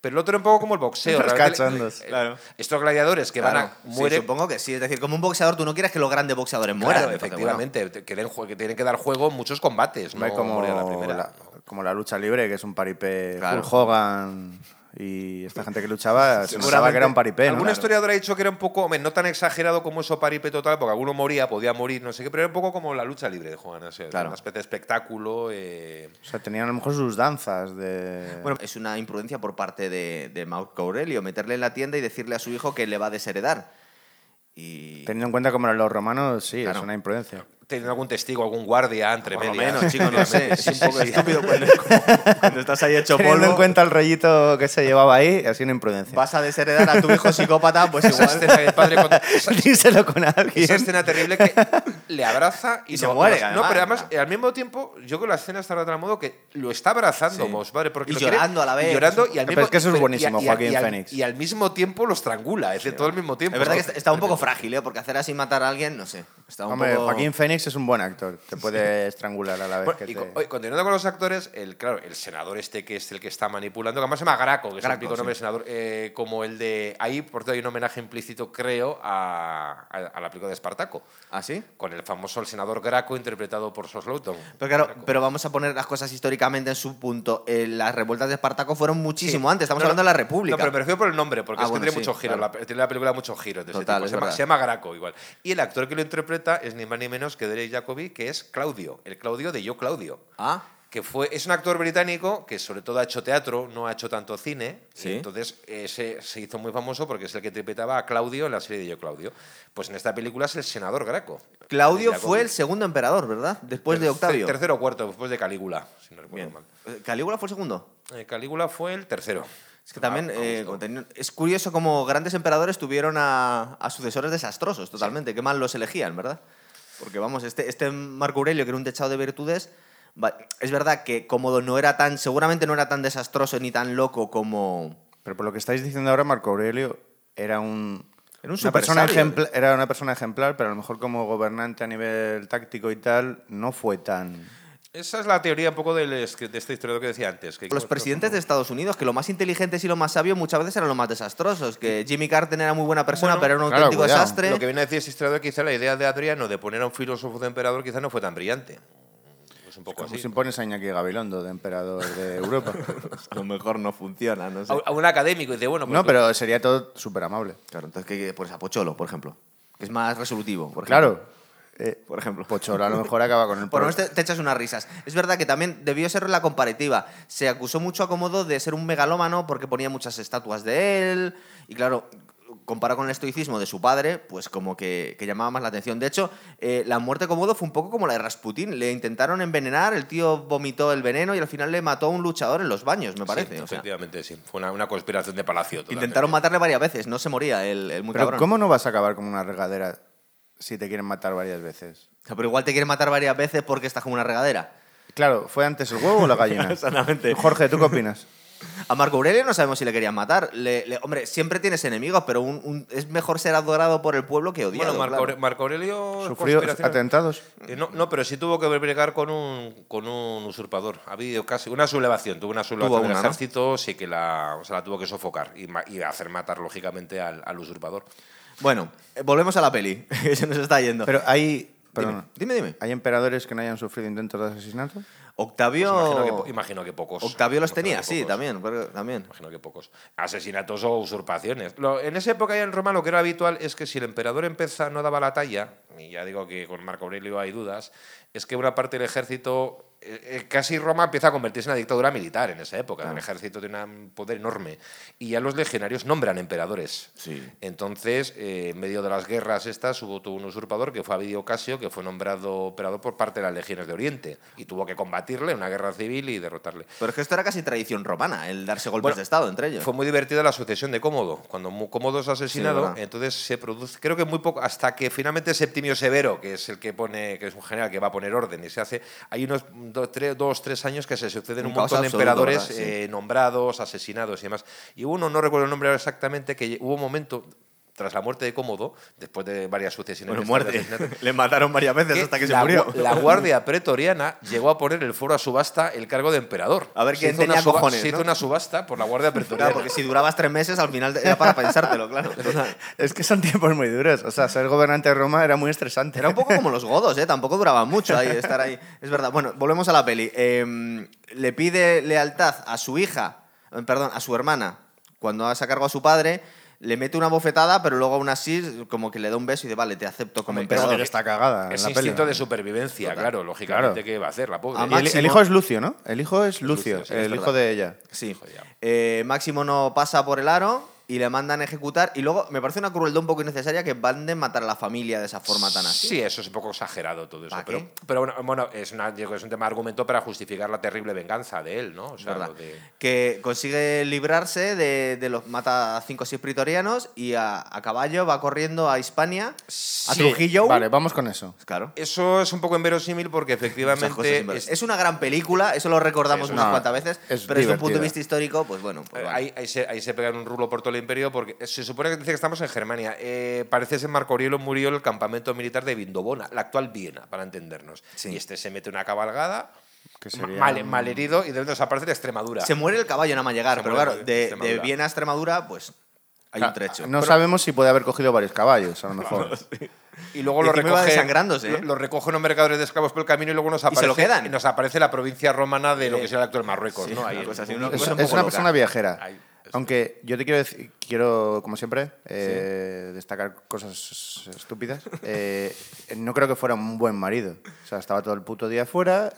Speaker 2: Pero el otro era un poco como el boxeo.
Speaker 3: Los
Speaker 2: realmente-
Speaker 3: cachondos,
Speaker 2: eh,
Speaker 1: claro.
Speaker 2: Estos gladiadores que van
Speaker 1: Claro,
Speaker 2: a
Speaker 1: sí,
Speaker 2: mueren
Speaker 1: supongo que sí. Es decir, como un boxeador, tú no quieres que los grandes boxeadores
Speaker 2: Claro,
Speaker 1: mueran. entonces, bueno.
Speaker 2: efectivamente, te- que, den jue- que tienen que dar juego en muchos combates, no
Speaker 3: Hombre, como,
Speaker 2: morir a la
Speaker 3: la
Speaker 2: primera.
Speaker 3: como la lucha libre, que es un paripé
Speaker 1: Claro.
Speaker 3: Hulk Hogan y esta gente que luchaba, se pensaba
Speaker 1: Seguramente.
Speaker 3: que era un paripé, ¿no?
Speaker 2: Algún historiador ha dicho que era un poco, hombre, no tan exagerado como eso paripe total, porque alguno moría, podía morir, no sé qué, pero era un poco como la lucha libre de Juan, o sea,
Speaker 1: Claro.
Speaker 2: una especie de espectáculo. eh,
Speaker 3: O sea, tenían a lo mejor sus danzas de...
Speaker 1: Bueno, es una imprudencia por parte de, de Marco Aurelio meterle en la tienda y decirle a su hijo que le va a desheredar. Y.
Speaker 3: Teniendo en cuenta cómo eran los romanos, sí,
Speaker 1: Claro.
Speaker 3: es una imprudencia.
Speaker 2: teniendo algún testigo, algún guardia entre
Speaker 1: Por lo
Speaker 2: medias.
Speaker 1: menos, chicos, no sé. Es un poco estúpido cuando, cuando estás ahí hecho
Speaker 3: Teniendo en
Speaker 1: polvo.
Speaker 3: cuenta el rollito que se llevaba ahí, ha sido una imprudencia.
Speaker 1: Vas a desheredar a tu hijo psicópata, pues
Speaker 2: Esa
Speaker 1: igual.
Speaker 2: escena del padre cuando- esa-
Speaker 3: Díselo con alguien.
Speaker 2: Esa escena terrible que le abraza y,
Speaker 1: Y se
Speaker 2: no-
Speaker 1: muere,
Speaker 2: No,
Speaker 1: además.
Speaker 2: pero además, eh, al mismo tiempo, yo creo que la escena está de tal modo que lo está abrazando,
Speaker 1: Sí.
Speaker 2: vos, padre, porque
Speaker 1: Y
Speaker 2: lo quiere-
Speaker 1: llorando a la
Speaker 2: y
Speaker 1: vez.
Speaker 2: llorando y al
Speaker 3: Pero
Speaker 2: mismo
Speaker 3: es que eso es
Speaker 2: pero- y-
Speaker 3: buenísimo,
Speaker 2: y- y-
Speaker 3: Joaquín
Speaker 2: y al-
Speaker 3: Phoenix.
Speaker 2: Y al mismo tiempo lo estrangula, es decir, todo al mismo tiempo.
Speaker 1: Es verdad que
Speaker 2: ¿no?
Speaker 1: está, está un poco frágil, ¿eh? Porque hacer así matar a alguien, no sé. Está un
Speaker 3: Hombre,
Speaker 1: poco...
Speaker 3: Joaquín Fénix es un buen actor. Te puede estrangular a la vez
Speaker 2: Bueno,
Speaker 3: que
Speaker 2: y
Speaker 3: te...
Speaker 2: co- oye, continuando con los actores, el, claro, el senador este que es el que está manipulando, que además se llama Graco, que es el
Speaker 1: Graco,
Speaker 2: típico
Speaker 1: sí.
Speaker 2: nombre de senador, eh, como el de... Ahí, por cierto, hay un homenaje implícito, creo, a, a, a la película de Espartaco,
Speaker 1: ¿Ah, sí?
Speaker 2: con el famoso el senador Graco interpretado por Sos Lowton.
Speaker 1: Pero claro,
Speaker 2: Graco.
Speaker 1: pero vamos a poner las cosas históricamente en su punto. Eh, las revueltas de Espartaco fueron muchísimo
Speaker 2: Sí.
Speaker 1: antes. Estamos
Speaker 2: No, no.
Speaker 1: hablando de la
Speaker 2: No,
Speaker 1: República.
Speaker 2: pero me refiero por el nombre, porque
Speaker 1: Ah,
Speaker 2: es que
Speaker 1: bueno,
Speaker 2: tiene
Speaker 1: sí,
Speaker 2: muchos giros.
Speaker 1: claro.
Speaker 2: la- tiene la película muchos giros. de ese
Speaker 1: Total,
Speaker 2: tipo.
Speaker 1: es
Speaker 2: se, llama,
Speaker 1: verdad.
Speaker 2: se llama Graco igual. Y el actor que lo interpreta es ni más ni menos que Derek Jacobi, que es Claudio, el Claudio de Yo Claudio.
Speaker 1: Ah,
Speaker 2: Que fue, es un actor británico que sobre todo ha hecho teatro, no ha hecho tanto cine.
Speaker 1: Sí.
Speaker 2: Y entonces eh, se, se hizo muy famoso porque es el que interpretaba a Claudio en la serie de Yo Claudio. Pues en esta película es el senador Graco.
Speaker 1: Claudio
Speaker 2: Derek Jacobi.
Speaker 1: fue el segundo emperador, ¿verdad? Después de
Speaker 2: Tercer-
Speaker 1: Octavio.
Speaker 2: Tercero o cuarto, después de Calígula, si no recuerdo
Speaker 1: Bien. Eh, ¿Calígula fue el segundo?
Speaker 2: mal. Eh, Calígula fue el tercero.
Speaker 1: Es que también
Speaker 2: Ah,
Speaker 1: eh,
Speaker 2: Augusto.
Speaker 1: contenido- es curioso como grandes emperadores tuvieron a, a sucesores desastrosos, totalmente. Qué mal los elegían, ¿verdad? Porque vamos, este, este Marco Aurelio, que era un techado de virtudes, va- es verdad que Cómodo no era tan, seguramente no era tan desastroso ni tan loco como...
Speaker 3: Pero por lo que estáis diciendo ahora, Marco Aurelio era un... ¿eh?
Speaker 1: Era un
Speaker 3: una persona
Speaker 1: supersabio.
Speaker 3: ejempla- Era una persona ejemplar, pero a lo mejor como gobernante a nivel táctico y tal, no fue tan...
Speaker 2: Esa es la teoría un poco del, escri- de este historiador que decía antes. Que
Speaker 1: Los presidentes de Estados Unidos, que lo más inteligentes y lo más sabios muchas veces eran los más desastrosos. Que Jimmy Carter era muy buena persona,
Speaker 2: Bueno,
Speaker 1: pero era un
Speaker 3: claro,
Speaker 1: auténtico
Speaker 3: cuidado.
Speaker 1: desastre.
Speaker 2: Lo que viene a decir este historiador quizá la idea de Adriano de poner a un filósofo de emperador quizá no fue tan brillante. Es un poco
Speaker 3: Como
Speaker 2: así.
Speaker 3: si pones a Iñaki Gabilondo de emperador de Europa.
Speaker 1: A lo mejor no funciona, no sé.
Speaker 2: A, a un académico y dice, bueno, pues
Speaker 3: no,
Speaker 2: tú-
Speaker 3: pero sería todo súper amable.
Speaker 1: Claro, entonces, ¿qué- ¿qué? Pues a Pocholo, por ejemplo. Que es más resolutivo. Por ejemplo.
Speaker 3: Claro. Eh,
Speaker 1: Por ejemplo.
Speaker 3: Pocholo a lo mejor acaba con el
Speaker 1: Por lo menos
Speaker 3: pro-
Speaker 1: te, te echas unas risas. Es verdad que también debió ser la comparativa. Se acusó mucho a Comodo de ser un megalómano porque ponía muchas estatuas de él. Y claro, comparado con el estoicismo de su padre, pues como que, que llamaba más la atención. De hecho, eh, la muerte de Comodo fue un poco como la de Rasputín. Le intentaron envenenar, el tío vomitó el veneno y al final le mató a un luchador en los baños, me
Speaker 2: Sí,
Speaker 1: parece. o sea,
Speaker 2: efectivamente, sí. Fue una, una conspiración de palacio. totalmente.
Speaker 1: intentaron matarle varias veces, no se moría el, el muy
Speaker 3: Pero
Speaker 1: cabrón.
Speaker 3: ¿cómo no vas a acabar con una regadera si te quieren matar varias veces?
Speaker 1: O sea, Pero igual te quieren matar varias veces porque estás como una regadera.
Speaker 3: Claro, ¿fue antes el huevo o la gallina?
Speaker 1: Exactamente.
Speaker 3: Jorge, ¿tú qué opinas?
Speaker 1: A Marco Aurelio no sabemos si le querían matar. Le- le- hombre, siempre tienes enemigos, pero un- un- es mejor ser adorado por el pueblo que odiado.
Speaker 2: Bueno, Marco,
Speaker 1: claro.
Speaker 2: Aure- Marco Aurelio.
Speaker 3: ¿Sufrió
Speaker 2: conspiración-
Speaker 3: atentados?
Speaker 2: Eh, no, no, pero sí tuvo que bregar con un, con un usurpador. Ha habido casi una sublevación. Tuvo una sublevación
Speaker 1: Tuvo
Speaker 2: del
Speaker 1: una, ¿no?
Speaker 2: ejército, sí que la, o sea, la tuvo que sofocar y, ma- y hacer matar, lógicamente, al, al usurpador.
Speaker 1: Bueno, eh, volvemos a la peli, que se nos está yendo.
Speaker 3: Pero hay...
Speaker 1: dime,
Speaker 3: Perdona.
Speaker 1: dime, dime.
Speaker 3: ¿Hay emperadores que no hayan sufrido intentos de asesinato?
Speaker 2: Pues
Speaker 1: Octavio.
Speaker 2: imagino, que po- imagino que pocos.
Speaker 1: Octavio los
Speaker 2: Imagino
Speaker 1: tenía,
Speaker 2: que
Speaker 1: sí,
Speaker 2: pocos.
Speaker 1: también, pero- también.
Speaker 2: Imagino que pocos. Asesinatos o usurpaciones. Lo- en esa época ya en Roma lo que era habitual es que si el emperador empieza no daba la talla, y ya digo que con Marco Aurelio hay dudas, es que una parte del ejército, eh, eh, casi Roma empieza a convertirse en una dictadura militar en esa época. El ejército tiene un poder enorme y ya los legionarios nombran emperadores.
Speaker 1: Sí.
Speaker 2: Entonces, eh, en medio de las guerras estas, hubo tuvo un usurpador que fue Abidio Casio, que fue nombrado emperador por parte de las legiones de Oriente y tuvo que combatirle en una guerra civil y derrotarle.
Speaker 1: Pero es que esto era casi tradición romana, el darse golpes
Speaker 2: Bueno,
Speaker 1: de Estado entre ellos.
Speaker 2: Fue muy divertida la sucesión de Cómodo. Cuando Mu- Cómodo es
Speaker 1: Sí,
Speaker 2: asesinado,
Speaker 1: verdad.
Speaker 2: entonces se produce, creo que muy poco, hasta que finalmente Septimio Severo, que es el que pone, que es un general que va a poner orden y se hace, hay unos do- tre- dos, tres años que se suceden
Speaker 1: Un
Speaker 2: un
Speaker 1: caos
Speaker 2: montón de
Speaker 1: absoluto,
Speaker 2: emperadores
Speaker 1: ¿verdad? Sí.
Speaker 2: eh, nombrados, asesinados y demás. Y uno, no recuerdo el nombre ahora exactamente, que hubo un momento tras la muerte de Cómodo, después de varias sucesiones.
Speaker 1: Bueno,
Speaker 2: de
Speaker 1: muerte.
Speaker 2: asesinatos,
Speaker 1: Le mataron varias veces
Speaker 2: que
Speaker 1: hasta que se
Speaker 2: la,
Speaker 1: murió.
Speaker 2: gua- la guardia pretoriana llegó a poner el foro a subasta el cargo de emperador.
Speaker 1: A ver
Speaker 2: Se
Speaker 1: quién
Speaker 2: hizo una
Speaker 1: tenía
Speaker 2: suba-
Speaker 1: cojones,
Speaker 2: Se hizo
Speaker 1: ¿no?
Speaker 2: una subasta por la guardia pretoriana.
Speaker 1: Claro, porque si durabas tres meses, al final era para pensártelo, claro.
Speaker 3: Es que son tiempos muy duros. O sea, ser gobernante de Roma era muy estresante.
Speaker 1: Era un poco como los godos, ¿eh? Tampoco duraban mucho ahí, estar ahí. Es verdad. Bueno, volvemos a la peli. Eh, le pide lealtad a su hija, eh, perdón, a su hermana, cuando se a cargo a su padre. Le mete una bofetada, pero luego aún así como que le da un beso y dice, vale, te acepto como
Speaker 2: Hombre,
Speaker 3: Pero
Speaker 1: emperador.
Speaker 3: que está cagada en
Speaker 2: Es
Speaker 3: la peli.
Speaker 2: instinto de supervivencia, claro, lógicamente
Speaker 3: Claro.
Speaker 2: que va a hacer la pobre.
Speaker 1: A
Speaker 3: Y el,
Speaker 1: Máximo-
Speaker 3: el hijo es Lucio, ¿no? El hijo es Lucio,
Speaker 2: Lucio, sí,
Speaker 1: es
Speaker 3: el hijo
Speaker 1: verdad.
Speaker 3: de ella.
Speaker 1: Sí.
Speaker 2: Joder.
Speaker 1: Eh, Máximo no pasa por el aro y le mandan a ejecutar. Y luego me parece una crueldad un poco innecesaria que manden matar a la familia de esa forma tan así.
Speaker 2: Sí, eso es un poco exagerado todo eso.
Speaker 1: ¿Para
Speaker 2: Pero,
Speaker 1: qué?
Speaker 2: pero bueno, bueno, es, una- digo, es un tema de argumento para justificar la terrible venganza de él, ¿no? O sea,
Speaker 1: ¿verdad?
Speaker 2: lo de-
Speaker 1: Que consigue librarse de, de los mata a cinco o seis pretorianos y a, a caballo va corriendo a Hispania, a
Speaker 2: Sí,
Speaker 1: Trujillo.
Speaker 3: Vale, vamos con eso.
Speaker 1: Claro.
Speaker 2: Eso es un poco inverosímil porque
Speaker 1: Muchas cosas
Speaker 2: efectivamente.
Speaker 1: inver-
Speaker 2: es- eh,
Speaker 1: es una gran película, eso lo recordamos
Speaker 2: Eso
Speaker 1: unas
Speaker 3: no,
Speaker 1: cuantas veces,
Speaker 3: es
Speaker 1: pero desde un punto de
Speaker 3: divertida.
Speaker 1: vista histórico, pues bueno. pues
Speaker 2: eh,
Speaker 1: vale.
Speaker 2: Ahí, ahí se, ahí se pegan un rulo por todo el imperio porque se supone que dice que estamos en Germania. Eh, parece ser Marco Aurelio murió en el campamento militar de Vindobona, la actual Viena, para entendernos.
Speaker 1: Sí.
Speaker 2: Y este se mete una cabalgada,
Speaker 3: Que
Speaker 2: ma-
Speaker 3: sería
Speaker 2: mal,
Speaker 3: un-
Speaker 2: malherido, y de dentro desaparece de Extremadura.
Speaker 1: Se muere el caballo nada más llegar,
Speaker 2: Se
Speaker 1: pero
Speaker 2: muere Ah,
Speaker 1: claro,
Speaker 2: el
Speaker 1: de,
Speaker 2: Extremadura.
Speaker 1: de Viena a Extremadura, pues hay un trecho.
Speaker 3: No sabemos si puede haber cogido varios caballos, a lo mejor.
Speaker 2: Y luego
Speaker 1: Y
Speaker 2: lo
Speaker 1: encima iba
Speaker 2: recoge,
Speaker 1: desangrándose, ¿eh?
Speaker 2: lo, lo recoge unos mercadores de esclavos por el camino y luego nos aparece,
Speaker 1: lo quedan.
Speaker 2: y nos aparece la provincia romana de lo que será el actual Marruecos.
Speaker 1: Sí,
Speaker 2: ¿no?
Speaker 1: una cosa así,
Speaker 2: en-
Speaker 1: una
Speaker 3: es,
Speaker 1: cosa un
Speaker 3: es
Speaker 1: poco
Speaker 3: una
Speaker 1: loca.
Speaker 3: persona viajera.
Speaker 2: Ahí, eso.
Speaker 3: Aunque yo te quiero decir, quiero, como siempre, eh, destacar cosas estúpidas. Eh, no creo que fuera un buen marido. O sea, estaba todo el puto día fuera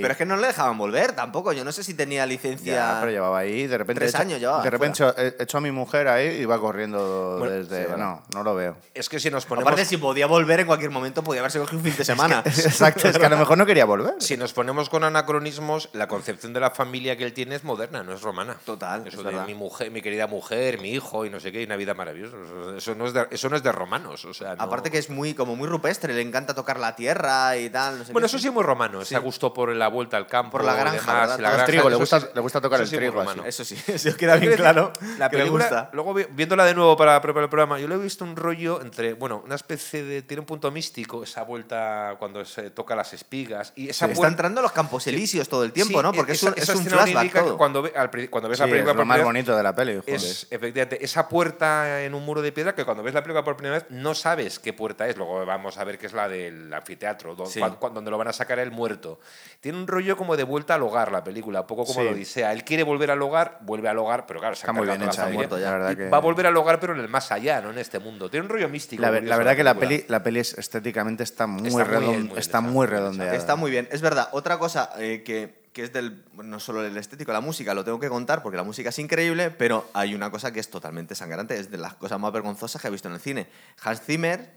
Speaker 1: Pero es que no le dejaban volver tampoco, yo no sé si tenía licencia.
Speaker 3: Ya, pero llevaba ahí, de repente.
Speaker 1: Tres
Speaker 3: echa-
Speaker 1: años llevaba
Speaker 3: De repente echó, echó a mi mujer ahí y va corriendo
Speaker 2: Bueno,
Speaker 3: desde.
Speaker 2: sí, vale.
Speaker 3: No, no lo veo.
Speaker 2: Es que si nos ponemos,
Speaker 1: Aparte, si podía volver en cualquier momento, podía haberse cogido un fin de semana.
Speaker 3: Exacto, es que a lo mejor no quería volver.
Speaker 2: si nos ponemos con anacronismos, la concepción de la familia que él tiene es moderna, no es romana.
Speaker 1: Total,
Speaker 2: Eso
Speaker 1: es
Speaker 2: de
Speaker 1: verdad.
Speaker 2: mi mujer, mi querida mujer, mi hijo y no sé qué, y una vida maravillosa. Eso no es de, eso no es de romanos. O sea, no-
Speaker 1: Aparte que es muy, como muy rupestre, le encanta tocar la tierra y tal. no sé
Speaker 2: Bueno,
Speaker 1: qué.
Speaker 2: eso sí es muy romano, ese gusto por la vuelta al campo.
Speaker 1: Por la
Speaker 2: y
Speaker 1: granja,
Speaker 2: demás,
Speaker 1: ¿verdad?
Speaker 2: y la
Speaker 1: Al
Speaker 2: granja,
Speaker 3: trigo, le
Speaker 2: eso
Speaker 3: gusta-
Speaker 2: sí-
Speaker 3: le gusta tocar
Speaker 2: eso
Speaker 3: el
Speaker 2: sí es muy
Speaker 3: trigo, así.
Speaker 2: romano.
Speaker 1: Eso sí, eso queda bien
Speaker 2: Quiero decir,
Speaker 1: claro.
Speaker 2: La
Speaker 1: que le
Speaker 2: película,
Speaker 1: gusta.
Speaker 2: luego vi- viéndola de nuevo para preparar el programa, yo le he visto un rollo entre, bueno, una especie de, tiene un punto místico, esa vuelta cuando se toca las espigas y esa
Speaker 1: Está
Speaker 2: vuelta-
Speaker 1: entrando a los campos elíseos todo el tiempo,
Speaker 2: Sí, e-
Speaker 1: ¿no? Porque es
Speaker 2: esa-
Speaker 1: un, es
Speaker 2: esa
Speaker 1: un
Speaker 2: escena
Speaker 1: flashback
Speaker 2: onírica que
Speaker 1: todo.
Speaker 2: Cuando, ve- al pri- cuando ves
Speaker 3: Sí,
Speaker 2: la película
Speaker 3: es lo
Speaker 2: por
Speaker 3: más
Speaker 2: primera
Speaker 3: bonito de la peli, joder.
Speaker 2: es efectivamente esa puerta en un muro de piedra que cuando ves la película por primera vez no sabes qué puerta es. Luego vamos a ver que es la del anfiteatro, do-
Speaker 1: Sí.
Speaker 2: cuan- cuan- donde lo van a sacar el muerto. Tiene un rollo como de vuelta al hogar la película, un poco como
Speaker 3: Sí.
Speaker 2: lo Odisea. Él quiere volver al hogar, vuelve al hogar, pero claro, se ha
Speaker 3: Está muy
Speaker 2: cargado
Speaker 3: bien
Speaker 2: toda la
Speaker 3: hecha,
Speaker 2: familia.
Speaker 1: muerto ya,
Speaker 3: la verdad
Speaker 2: Y
Speaker 3: que-
Speaker 2: Va a volver al hogar, pero en el más allá, no en este mundo. Tiene un rollo místico.
Speaker 3: La, ve-
Speaker 2: curioso
Speaker 3: la verdad que la
Speaker 2: película.
Speaker 3: peli, la peli es- estéticamente está muy,
Speaker 2: Está muy
Speaker 3: redon-
Speaker 2: bien, muy bien
Speaker 3: está
Speaker 2: hecha,
Speaker 3: muy
Speaker 2: muy bien hecha.
Speaker 3: redondeada.
Speaker 1: Está muy bien, es verdad. Otra cosa eh, que, que es del, no solo el estético, la música, lo tengo que contar porque la música es increíble, pero hay una cosa que es totalmente sangrante, es de las cosas más vergonzosas que he visto en el cine. Hans Zimmer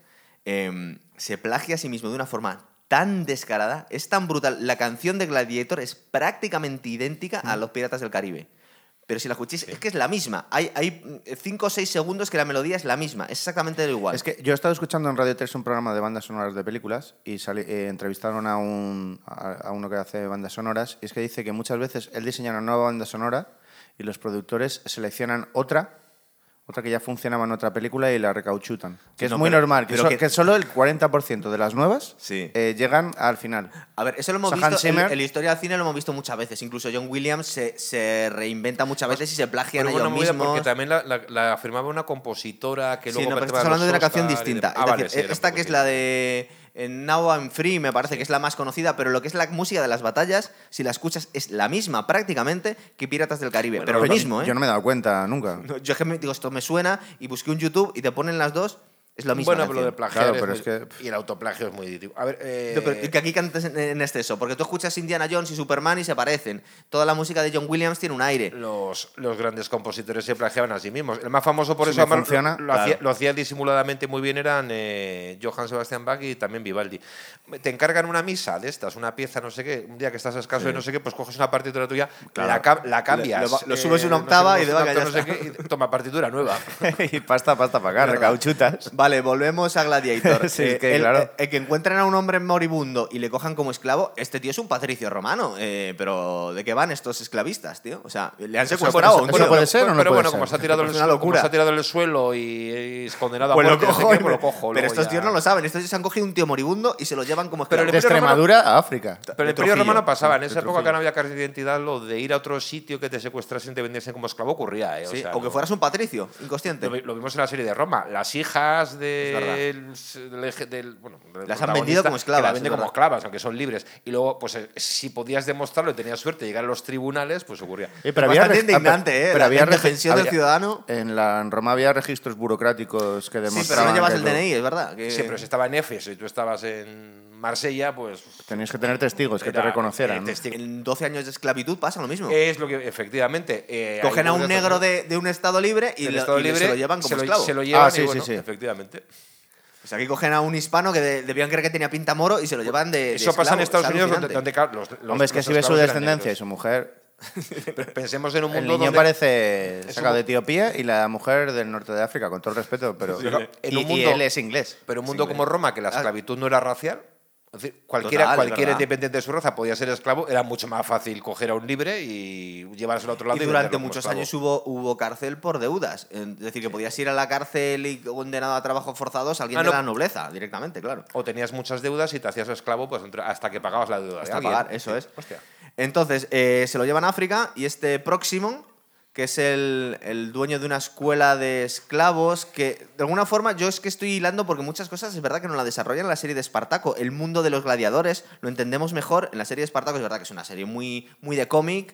Speaker 1: em, se plagia a sí mismo de una forma tan descarada, es tan brutal. La canción de Gladiator es prácticamente idéntica a Los Piratas del Caribe. Pero si la escucháis, es que es la misma. Hay, hay mm, cinco o seis segundos que la melodía es la misma, es exactamente igual.
Speaker 3: Es que yo he estado escuchando en Radio 3 un programa de bandas sonoras de películas y sali- eh, entrevistaron a, un, a, a uno que hace bandas sonoras y es que dice que muchas veces él diseña una nueva banda sonora y los productores seleccionan otra, otra que ya funcionaba en otra película y la recauchutan. Que
Speaker 1: No,
Speaker 3: es muy
Speaker 1: pero-
Speaker 3: normal, que,
Speaker 1: pero
Speaker 3: so-
Speaker 1: que-
Speaker 3: que solo el 40% de las nuevas
Speaker 1: Sí.
Speaker 3: eh, llegan al final.
Speaker 1: A ver, eso lo hemos
Speaker 3: O sea, Hans
Speaker 1: visto. en-
Speaker 3: Zimmer-
Speaker 1: En la historia del cine lo hemos visto muchas veces. Incluso John Williams se, se reinventa muchas
Speaker 2: Pues,
Speaker 1: veces y se plagian
Speaker 2: Pero
Speaker 1: a
Speaker 2: hubo una
Speaker 1: ellos
Speaker 2: movida
Speaker 1: mismos.
Speaker 2: porque también la, la- la firmaba una compositora que
Speaker 1: Sí,
Speaker 2: luego
Speaker 1: no, pero
Speaker 2: participaba
Speaker 1: estás
Speaker 2: en
Speaker 1: hablando de
Speaker 2: los
Speaker 1: una canción
Speaker 2: Oscar y
Speaker 1: distinta.
Speaker 2: demás. Ah,
Speaker 1: Es
Speaker 2: vale,
Speaker 1: decir, e-,
Speaker 2: sí, era un
Speaker 1: esta
Speaker 2: poco
Speaker 1: que es
Speaker 2: así.
Speaker 1: la de eh, Now I'm Free, me parece que es la más conocida, pero lo que es la música de las batallas, si la escuchas, es la misma prácticamente que Piratas del Caribe. pero lo
Speaker 3: Yo-
Speaker 1: mismo, ¿eh?
Speaker 3: Yo no me he dado cuenta nunca.
Speaker 1: No, yo es que me- digo, esto me suena y busqué un YouTube y te ponen las dos, es lo mismo.
Speaker 2: Bueno, pero lo de plagiar
Speaker 3: Claro,
Speaker 2: es
Speaker 3: pero
Speaker 2: muy-
Speaker 3: es que-
Speaker 2: Y el autoplagio es muy adictivo. A ver, eh,
Speaker 1: que aquí cantes en, en exceso, porque tú escuchas Indiana Jones y Superman y se parecen. Toda la música de John Williams tiene un aire.
Speaker 2: los, los grandes compositores se plagiaban a sí mismos. El más famoso por
Speaker 3: Si
Speaker 2: eso,
Speaker 3: no
Speaker 2: además,
Speaker 3: funciona,
Speaker 2: lo, lo hacía,
Speaker 1: claro.
Speaker 2: lo hacía disimuladamente muy bien, eran eh, Johann Sebastian Bach y también Vivaldi. Te encargan una misa de estas, una pieza, no sé qué, un día que estás escaso de no sé qué, pues coges una partitura tuya, la, ca- la cambias. eh,
Speaker 1: lo- lo subes una octava
Speaker 2: no sé,
Speaker 1: y de vaca ya
Speaker 2: no sé qué, y toma partitura nueva.
Speaker 3: y pasta, pasta para acá, recauchutas.
Speaker 1: Vale, volvemos a Gladiator.
Speaker 3: Sí, es
Speaker 1: Eh,
Speaker 3: que,
Speaker 1: el,
Speaker 3: claro.
Speaker 1: el que encuentren a un hombre moribundo y le cojan como esclavo, este tío es un patricio romano. Eh, pero, ¿de qué van estos esclavistas, tío? O sea, le han secuestrado. a un
Speaker 3: eso
Speaker 1: tío.
Speaker 3: puede ser o no
Speaker 2: Pero
Speaker 3: puede
Speaker 2: bueno,
Speaker 3: ser?
Speaker 2: como se ha tirado
Speaker 1: Es
Speaker 2: al
Speaker 1: una
Speaker 2: suelo-
Speaker 1: locura.
Speaker 2: como se ha tirado en el suelo y es condenado a
Speaker 1: Pues lo
Speaker 2: muerte, no sé
Speaker 1: cojo,
Speaker 2: qué, pues lo cojo.
Speaker 1: Pero
Speaker 2: luego
Speaker 1: estos
Speaker 2: ya-
Speaker 1: tíos no lo saben. Estos tíos han cogido un tío moribundo y se lo llevan como
Speaker 2: Pero
Speaker 1: esclavo.
Speaker 3: De
Speaker 2: Pero hermano-
Speaker 3: Extremadura a
Speaker 2: Pero
Speaker 3: África.
Speaker 2: el
Speaker 1: De
Speaker 2: Imperio
Speaker 1: Trujillo.
Speaker 2: Romano pasaba, en
Speaker 3: De
Speaker 2: esa época que
Speaker 3: Trujillo.
Speaker 2: no había carta de identidad, lo de ir a otro sitio que te secuestrasen y te vendiesen como esclavo ocurría. ¿eh? O
Speaker 1: Sí,
Speaker 2: sea,
Speaker 1: aunque
Speaker 2: no-
Speaker 1: fueras un patricio, inconsciente.
Speaker 2: Lo, vi- lo vimos en la serie de Roma. Las hijas de
Speaker 1: Es
Speaker 2: del eje- del- bueno, del
Speaker 1: Las han
Speaker 2: protagonista,
Speaker 1: vendido como esclavas,
Speaker 2: que las
Speaker 1: es
Speaker 2: venden
Speaker 1: verdad.
Speaker 2: como esclavas, aunque son libres. Y luego, pues eh, si podías demostrarlo y tenías suerte de llegar a los tribunales, pues ocurría.
Speaker 3: Eh,
Speaker 1: Bastante
Speaker 3: reg- ah,
Speaker 1: indignante, ¿eh? La indefensión
Speaker 3: había-
Speaker 1: del ciudadano.
Speaker 3: En, la, en Roma había registros burocráticos que
Speaker 1: Sí,
Speaker 3: demostraban.
Speaker 1: pero no llevas
Speaker 3: que
Speaker 1: el
Speaker 3: tú-
Speaker 1: DNI, es verdad. que-
Speaker 2: Sí, Eh, pero si estaba en Efes y tú estabas en Marsella, pues.
Speaker 3: Tenías que tener testigos que
Speaker 2: era-
Speaker 3: te reconocieran.
Speaker 2: eh,
Speaker 3: ¿no?
Speaker 2: testigo.
Speaker 1: En 12 años de esclavitud pasa lo mismo.
Speaker 2: Es lo que, efectivamente. eh,
Speaker 1: Cogen
Speaker 2: hay
Speaker 1: a un
Speaker 2: muchos
Speaker 1: negro de, de un estado libre y,
Speaker 2: del
Speaker 1: lo-
Speaker 2: Estado
Speaker 1: y
Speaker 2: Libre,
Speaker 1: se lo llevan como
Speaker 2: se
Speaker 1: esclavo. Ah,
Speaker 2: Se lo llevan
Speaker 3: sí,
Speaker 2: y
Speaker 3: sí,
Speaker 2: bueno,
Speaker 3: sí.
Speaker 2: efectivamente.
Speaker 1: O sea, aquí cogen a un hispano que de- debían creer que tenía pinta moro y se lo llevan de. de
Speaker 2: Eso pasa
Speaker 1: esclavo,
Speaker 2: en Estados
Speaker 1: Eh, es
Speaker 2: Unidos, donde,
Speaker 1: alucinante.
Speaker 2: donde, claro, los, los-
Speaker 3: Hombre, es que
Speaker 2: los
Speaker 3: si ves su
Speaker 2: esclavos eran
Speaker 3: descendencia y
Speaker 2: negros.
Speaker 3: su mujer.
Speaker 2: Pe- Pensemos en un
Speaker 3: El
Speaker 2: mundo
Speaker 3: niño
Speaker 2: donde-
Speaker 3: parece sacado
Speaker 2: un-
Speaker 3: de Etiopía y la mujer del norte de África, con todo el respeto, pero.
Speaker 2: Sí, claro. En
Speaker 3: y,
Speaker 2: un
Speaker 3: y
Speaker 2: mundo-
Speaker 3: él es inglés.
Speaker 2: Pero un mundo como Roma, que la esclavitud no era racial, es decir, cualquiera,
Speaker 1: Total, es
Speaker 2: cualquiera
Speaker 1: verdad.
Speaker 2: independiente de su raza podía ser esclavo, era mucho más fácil coger a un libre y llevárselo a otro lado.
Speaker 1: Y
Speaker 2: venderlo
Speaker 1: durante
Speaker 2: como
Speaker 1: muchos
Speaker 2: esclavo.
Speaker 1: años hubo, hubo cárcel por deudas. Es decir, que podías ir a la cárcel y condenado a trabajos forzados alguien
Speaker 2: Ah,
Speaker 1: de
Speaker 2: no.
Speaker 1: la nobleza directamente, claro.
Speaker 2: O tenías muchas deudas y te hacías esclavo pues, entre- hasta que pagabas la deuda. de
Speaker 1: Hasta
Speaker 2: alguien.
Speaker 1: pagar, eso es.
Speaker 2: Hostia.
Speaker 1: Entonces, eh, se lo llevan a África y este Próximo, que es el, el dueño de una escuela de esclavos, que de alguna forma yo es que estoy hilando porque muchas cosas es verdad que no la desarrollan en la serie de Espartaco. El mundo de los gladiadores lo entendemos mejor en la serie de Espartaco, es verdad que es una serie muy, muy de cómic.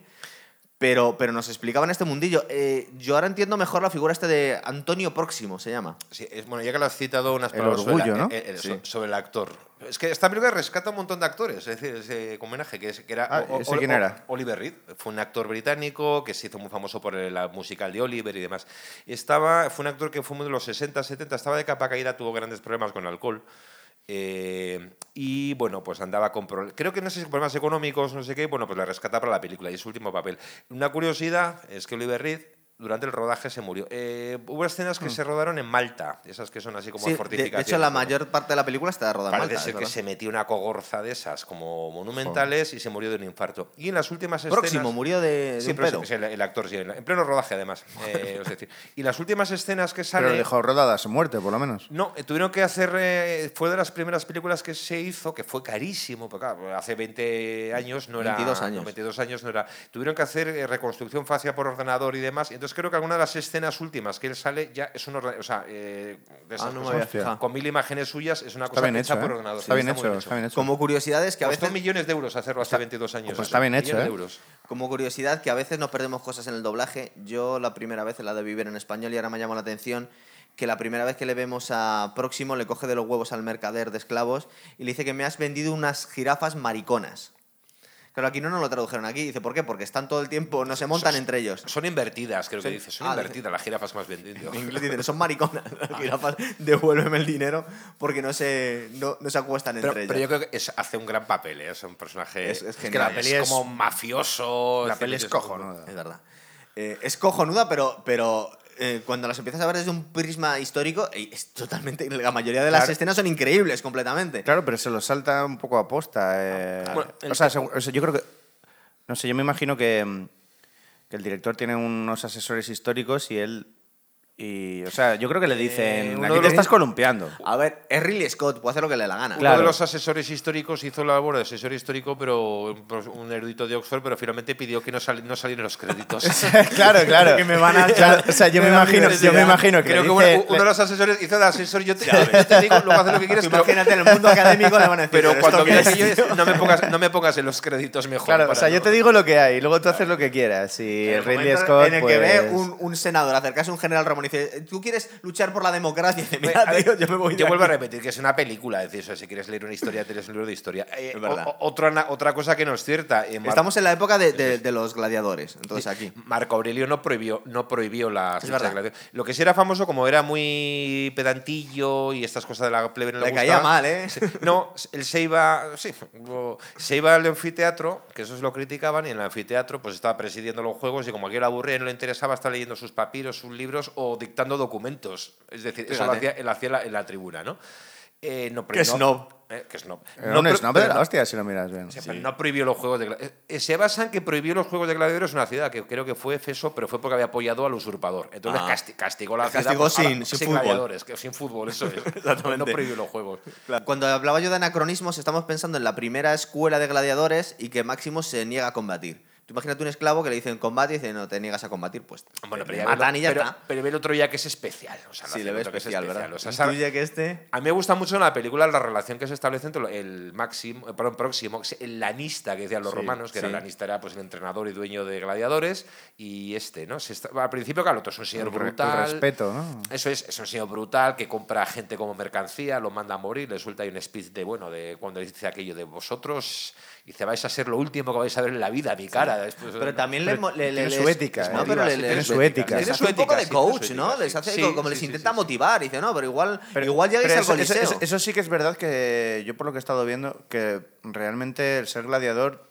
Speaker 1: Pero, pero nos explicaban este mundillo. Eh, yo ahora entiendo mejor la figura este de Antonio Próximo, se llama.
Speaker 2: Sí, es- bueno, ya que lo has citado unas
Speaker 3: El
Speaker 2: palabras sobre,
Speaker 3: orgullo,
Speaker 2: la-
Speaker 3: ¿no?
Speaker 2: eh, eh, so-
Speaker 1: Sí.
Speaker 2: sobre el actor. Es que esta película rescata un montón de actores, es decir, ese homenaje que, es- que era,
Speaker 3: Ah, ¿ese quién era?
Speaker 2: Oliver Reed, fue un actor británico que se hizo muy famoso por el la musical de Oliver y demás. Y Estaba, fue un actor que fue muy de los 60, 70, estaba de capa caída, tuvo grandes problemas con el alcohol. Eh, y bueno, pues andaba con problemas. Creo que no sé si problemas económicos, no sé qué. y Bueno, pues la rescata para la película y es su último papel. Una curiosidad es que Oliver Reed durante el rodaje se murió. Eh, hubo escenas que se rodaron en Malta, esas que son así como
Speaker 1: Hmm. Sí, de- de,
Speaker 2: fortificaciones.
Speaker 1: hecho, la
Speaker 2: ¿no?
Speaker 1: mayor parte de la película está rodada en
Speaker 2: Parece
Speaker 1: Malta,
Speaker 2: ser
Speaker 1: es
Speaker 2: que
Speaker 1: verdad.
Speaker 2: se metió una cogorza de esas como monumentales y se murió de un infarto. Y en las últimas escenas...
Speaker 1: Próximo, murió de, de un
Speaker 2: Siempre es-
Speaker 1: pedo.
Speaker 2: es el, el actor, sí, en, la- en pleno rodaje además. eh, es decir, y las últimas escenas que
Speaker 3: Pero
Speaker 2: salen...
Speaker 3: le dejó rodadas, muerte, por lo menos.
Speaker 2: No, eh, tuvieron que hacer. eh, fue de las primeras películas que se hizo, que fue carísimo, porque claro, hace 20 años no era.
Speaker 1: 22 años.
Speaker 2: no, 22 años no era. Tuvieron que hacer eh, reconstrucción facial por ordenador y demás. Entonces creo que alguna de las escenas últimas que él sale ya es un ordenador. O sea, eh, de esas
Speaker 1: Ah, no me
Speaker 2: cosas,
Speaker 1: había
Speaker 3: Hostia.
Speaker 1: fijado.
Speaker 2: con mil imágenes suyas es una
Speaker 3: Está
Speaker 2: cosa
Speaker 3: bien
Speaker 2: hecha
Speaker 3: hecho,
Speaker 2: por
Speaker 3: ¿eh?
Speaker 2: ordenador.
Speaker 3: Está
Speaker 2: sí,
Speaker 3: bien
Speaker 2: muy
Speaker 3: hecho, está bien hecho.
Speaker 1: Como curiosidad es que a
Speaker 2: Costó
Speaker 1: veces
Speaker 2: millones de euros hacerlo hace 22 años.
Speaker 3: pues
Speaker 2: o
Speaker 3: está
Speaker 2: sea,
Speaker 3: bien hecho,
Speaker 2: millones de
Speaker 3: ¿eh?
Speaker 2: euros.
Speaker 1: Como curiosidad, que a veces nos perdemos cosas en el doblaje. Yo la primera vez la de vivir en español y ahora me llamó la atención que la primera vez que le vemos a Próximo le coge de los huevos al mercader de esclavos y le dice que me has vendido unas jirafas mariconas. Claro, aquí no nos lo tradujeron aquí. Dice, ¿por qué? Porque están todo el tiempo, no se montan entre ellos.
Speaker 2: Son invertidas, creo que
Speaker 1: Sí.
Speaker 2: dices. Son
Speaker 1: Ah,
Speaker 2: invertidas las jirafas más vendidas.
Speaker 1: En inglés dicen, son mariconas. Las jirafas, devuélveme el dinero porque no se, no, no se acuestan
Speaker 2: Pero,
Speaker 1: entre
Speaker 2: pero yo
Speaker 1: ellos.
Speaker 2: creo que es- hace un gran papel, ¿eh? es un personaje.
Speaker 1: Es- es
Speaker 2: que
Speaker 1: genial.
Speaker 2: la peli es como mafioso.
Speaker 3: La
Speaker 1: pues
Speaker 2: etcétera,
Speaker 3: peli es
Speaker 2: como-
Speaker 3: cojonuda.
Speaker 1: Es verdad. Eh, es cojonuda, pero, pero eh, cuando las empiezas a ver desde un prisma histórico, eh, es totalmente. La mayoría de las
Speaker 3: Claro.
Speaker 1: escenas son increíbles completamente.
Speaker 3: Claro, pero se lo salta un poco a posta. eh.
Speaker 2: Ah, Bueno, el-
Speaker 3: o, sea, segu- o sea, yo creo que. No sé, yo me imagino que, mm, que el director tiene unos asesores históricos y él. Y, o sea, yo creo que le
Speaker 2: Eh, uno
Speaker 3: dicen.
Speaker 2: de
Speaker 3: Aquí te
Speaker 2: los-
Speaker 3: estás columpiando.
Speaker 1: A ver, es Ridley Scott, puede hacer lo que le dé la gana.
Speaker 3: Claro.
Speaker 2: Uno de los asesores históricos hizo la labor de asesor histórico, pero un pro- un erudito de Oxford, pero finalmente pidió que no, sali- no salieran los créditos.
Speaker 3: claro, claro.
Speaker 1: Que me van a echar
Speaker 3: Claro, o sea,
Speaker 1: de
Speaker 3: yo me
Speaker 1: la
Speaker 3: imagino, yo me
Speaker 1: universidad.
Speaker 3: imagino que.
Speaker 2: Creo
Speaker 3: le
Speaker 2: que bueno,
Speaker 3: dice-
Speaker 2: uno de los asesores hizo de asesor. Yo te, yo te digo, luego haces lo que quieres, pero,
Speaker 1: Imagínate, en el mundo académico le van a decir.
Speaker 2: pero
Speaker 1: "¿Pero
Speaker 2: cuando
Speaker 1: esto qué
Speaker 2: quieras
Speaker 1: es,
Speaker 2: que yo-
Speaker 1: tío?".
Speaker 2: no me, pongas, no me pongas en los créditos mejor.
Speaker 3: Claro, o
Speaker 2: para
Speaker 3: sea, yo
Speaker 2: no-
Speaker 3: te digo lo que hay, luego tú haces lo que quieras. Y
Speaker 1: En
Speaker 3: el
Speaker 1: el
Speaker 3: Ridley
Speaker 1: momento
Speaker 3: Scott.
Speaker 1: en el que
Speaker 3: pues,
Speaker 1: ve un, un senador acercarse a un general romano y dice, "Eh, ¿tú quieres luchar por la democracia? Y dice,
Speaker 2: Oye,
Speaker 1: mira,
Speaker 2: a ver,
Speaker 1: tío, yo me voy de
Speaker 2: Yo vuelvo a
Speaker 1: aquí".
Speaker 2: repetir que es una película, es decir, o sea, si quieres leer una historia, te lees un libro de historia. Eh,
Speaker 1: Es verdad.
Speaker 2: o- o- otra, na- otra cosa que no es cierta. eh, Mar-
Speaker 1: Estamos en la época de, de- de los gladiadores, entonces aquí.
Speaker 2: Marco Aurelio no prohibió, no prohibió la
Speaker 1: Es verdad.
Speaker 2: la- Lo que sí era famoso, como era muy pedantillo y estas cosas de la plebe no le
Speaker 1: Le caía
Speaker 2: gustaban,
Speaker 1: mal, ¿eh?
Speaker 2: se- No, él se iba, sí, lo- se iba al anfiteatro, que eso lo criticaban, y en el anfiteatro pues estaba presidiendo los juegos y como aquí le aburría y no le interesaba, estaba leyendo sus papiros, sus libros o dictando documentos. Es decir, eso lo
Speaker 1: Fíjate.
Speaker 2: hacía, él hacía en la- en la tribuna, ¿no? Eh, no
Speaker 1: Qué
Speaker 2: no-
Speaker 1: snob.
Speaker 2: eh, qué snob.
Speaker 3: Era
Speaker 2: No
Speaker 3: un
Speaker 2: pro-
Speaker 3: snob
Speaker 2: pero
Speaker 3: de la
Speaker 2: no-
Speaker 3: hostia, si lo miras bien.
Speaker 2: o sea, pero no prohibió los juegos de gladiadores. Se basan que prohibió los juegos de gladiadores una ciudad que creo que fue Feso, pero fue porque había apoyado al usurpador. Entonces
Speaker 1: Ah.
Speaker 2: casti- castigó la
Speaker 1: Les
Speaker 2: ciudad.
Speaker 1: castigó
Speaker 2: pues, a la-
Speaker 1: sin- sin fútbol.
Speaker 2: gladiadores, que- sin fútbol, eso es. No prohibió los juegos.
Speaker 1: Cuando hablaba yo de anacronismos, estamos pensando en la primera escuela de gladiadores y que Máximo se niega a combatir. Tú imagínate un esclavo que le dicen combate y dice, no, te niegas a combatir, pues
Speaker 2: Bueno, pero
Speaker 1: te
Speaker 2: ya
Speaker 1: matan
Speaker 2: ve
Speaker 1: y
Speaker 2: el-
Speaker 1: ya
Speaker 2: pero-
Speaker 1: está.
Speaker 2: pero ve el otro ya que es especial. O sea, lo
Speaker 1: sí,
Speaker 2: hace
Speaker 1: le
Speaker 2: el
Speaker 1: ve
Speaker 2: otro que es
Speaker 1: especial, ¿verdad?
Speaker 2: o sea, esa-
Speaker 1: Intuye que este...
Speaker 2: A mí me gusta mucho en la película la relación que se establece entre el máximo, eh, perdón, próximo, el lanista que decían los
Speaker 3: Sí,
Speaker 2: romanos, que era
Speaker 3: sí.
Speaker 2: el lanista, era pues el entrenador y dueño de gladiadores, y este, ¿no? Se está- al principio, claro, el otro es un señor
Speaker 3: El re- el
Speaker 2: brutal.
Speaker 3: respeto, ¿no?
Speaker 2: Eso es, es un señor brutal que compra gente como mercancía, lo manda a morir, le suelta ahí un speech de, bueno, de cuando dice aquello de vosotros, y dice, vais a ser lo último que vais a ver en la vida, mi cara. Después-
Speaker 1: Pero también le, mo- le, le-
Speaker 3: tiene
Speaker 1: les-
Speaker 3: su ética,
Speaker 1: No,
Speaker 3: ¿eh?
Speaker 1: pero le,
Speaker 2: Sí,
Speaker 1: le-
Speaker 2: tiene
Speaker 3: su
Speaker 1: les-
Speaker 3: ética.
Speaker 1: Les
Speaker 2: Tiene
Speaker 1: hace
Speaker 2: su
Speaker 1: un poco
Speaker 2: ética,
Speaker 1: de
Speaker 2: sí, tiene su
Speaker 1: coach,
Speaker 2: ética,
Speaker 1: ¿no?
Speaker 2: sí.
Speaker 1: Les hace
Speaker 2: Sí,
Speaker 1: como
Speaker 2: sí,
Speaker 1: les
Speaker 2: sí,
Speaker 1: intenta
Speaker 2: sí, sí.
Speaker 1: motivar. Y dice, no, pero igual,
Speaker 3: Pero-
Speaker 1: igual ya
Speaker 3: pero
Speaker 1: al
Speaker 3: eso, eso-
Speaker 1: coliseo.
Speaker 3: eso- eso sí que es verdad que yo por lo que he estado viendo, que realmente el ser gladiador,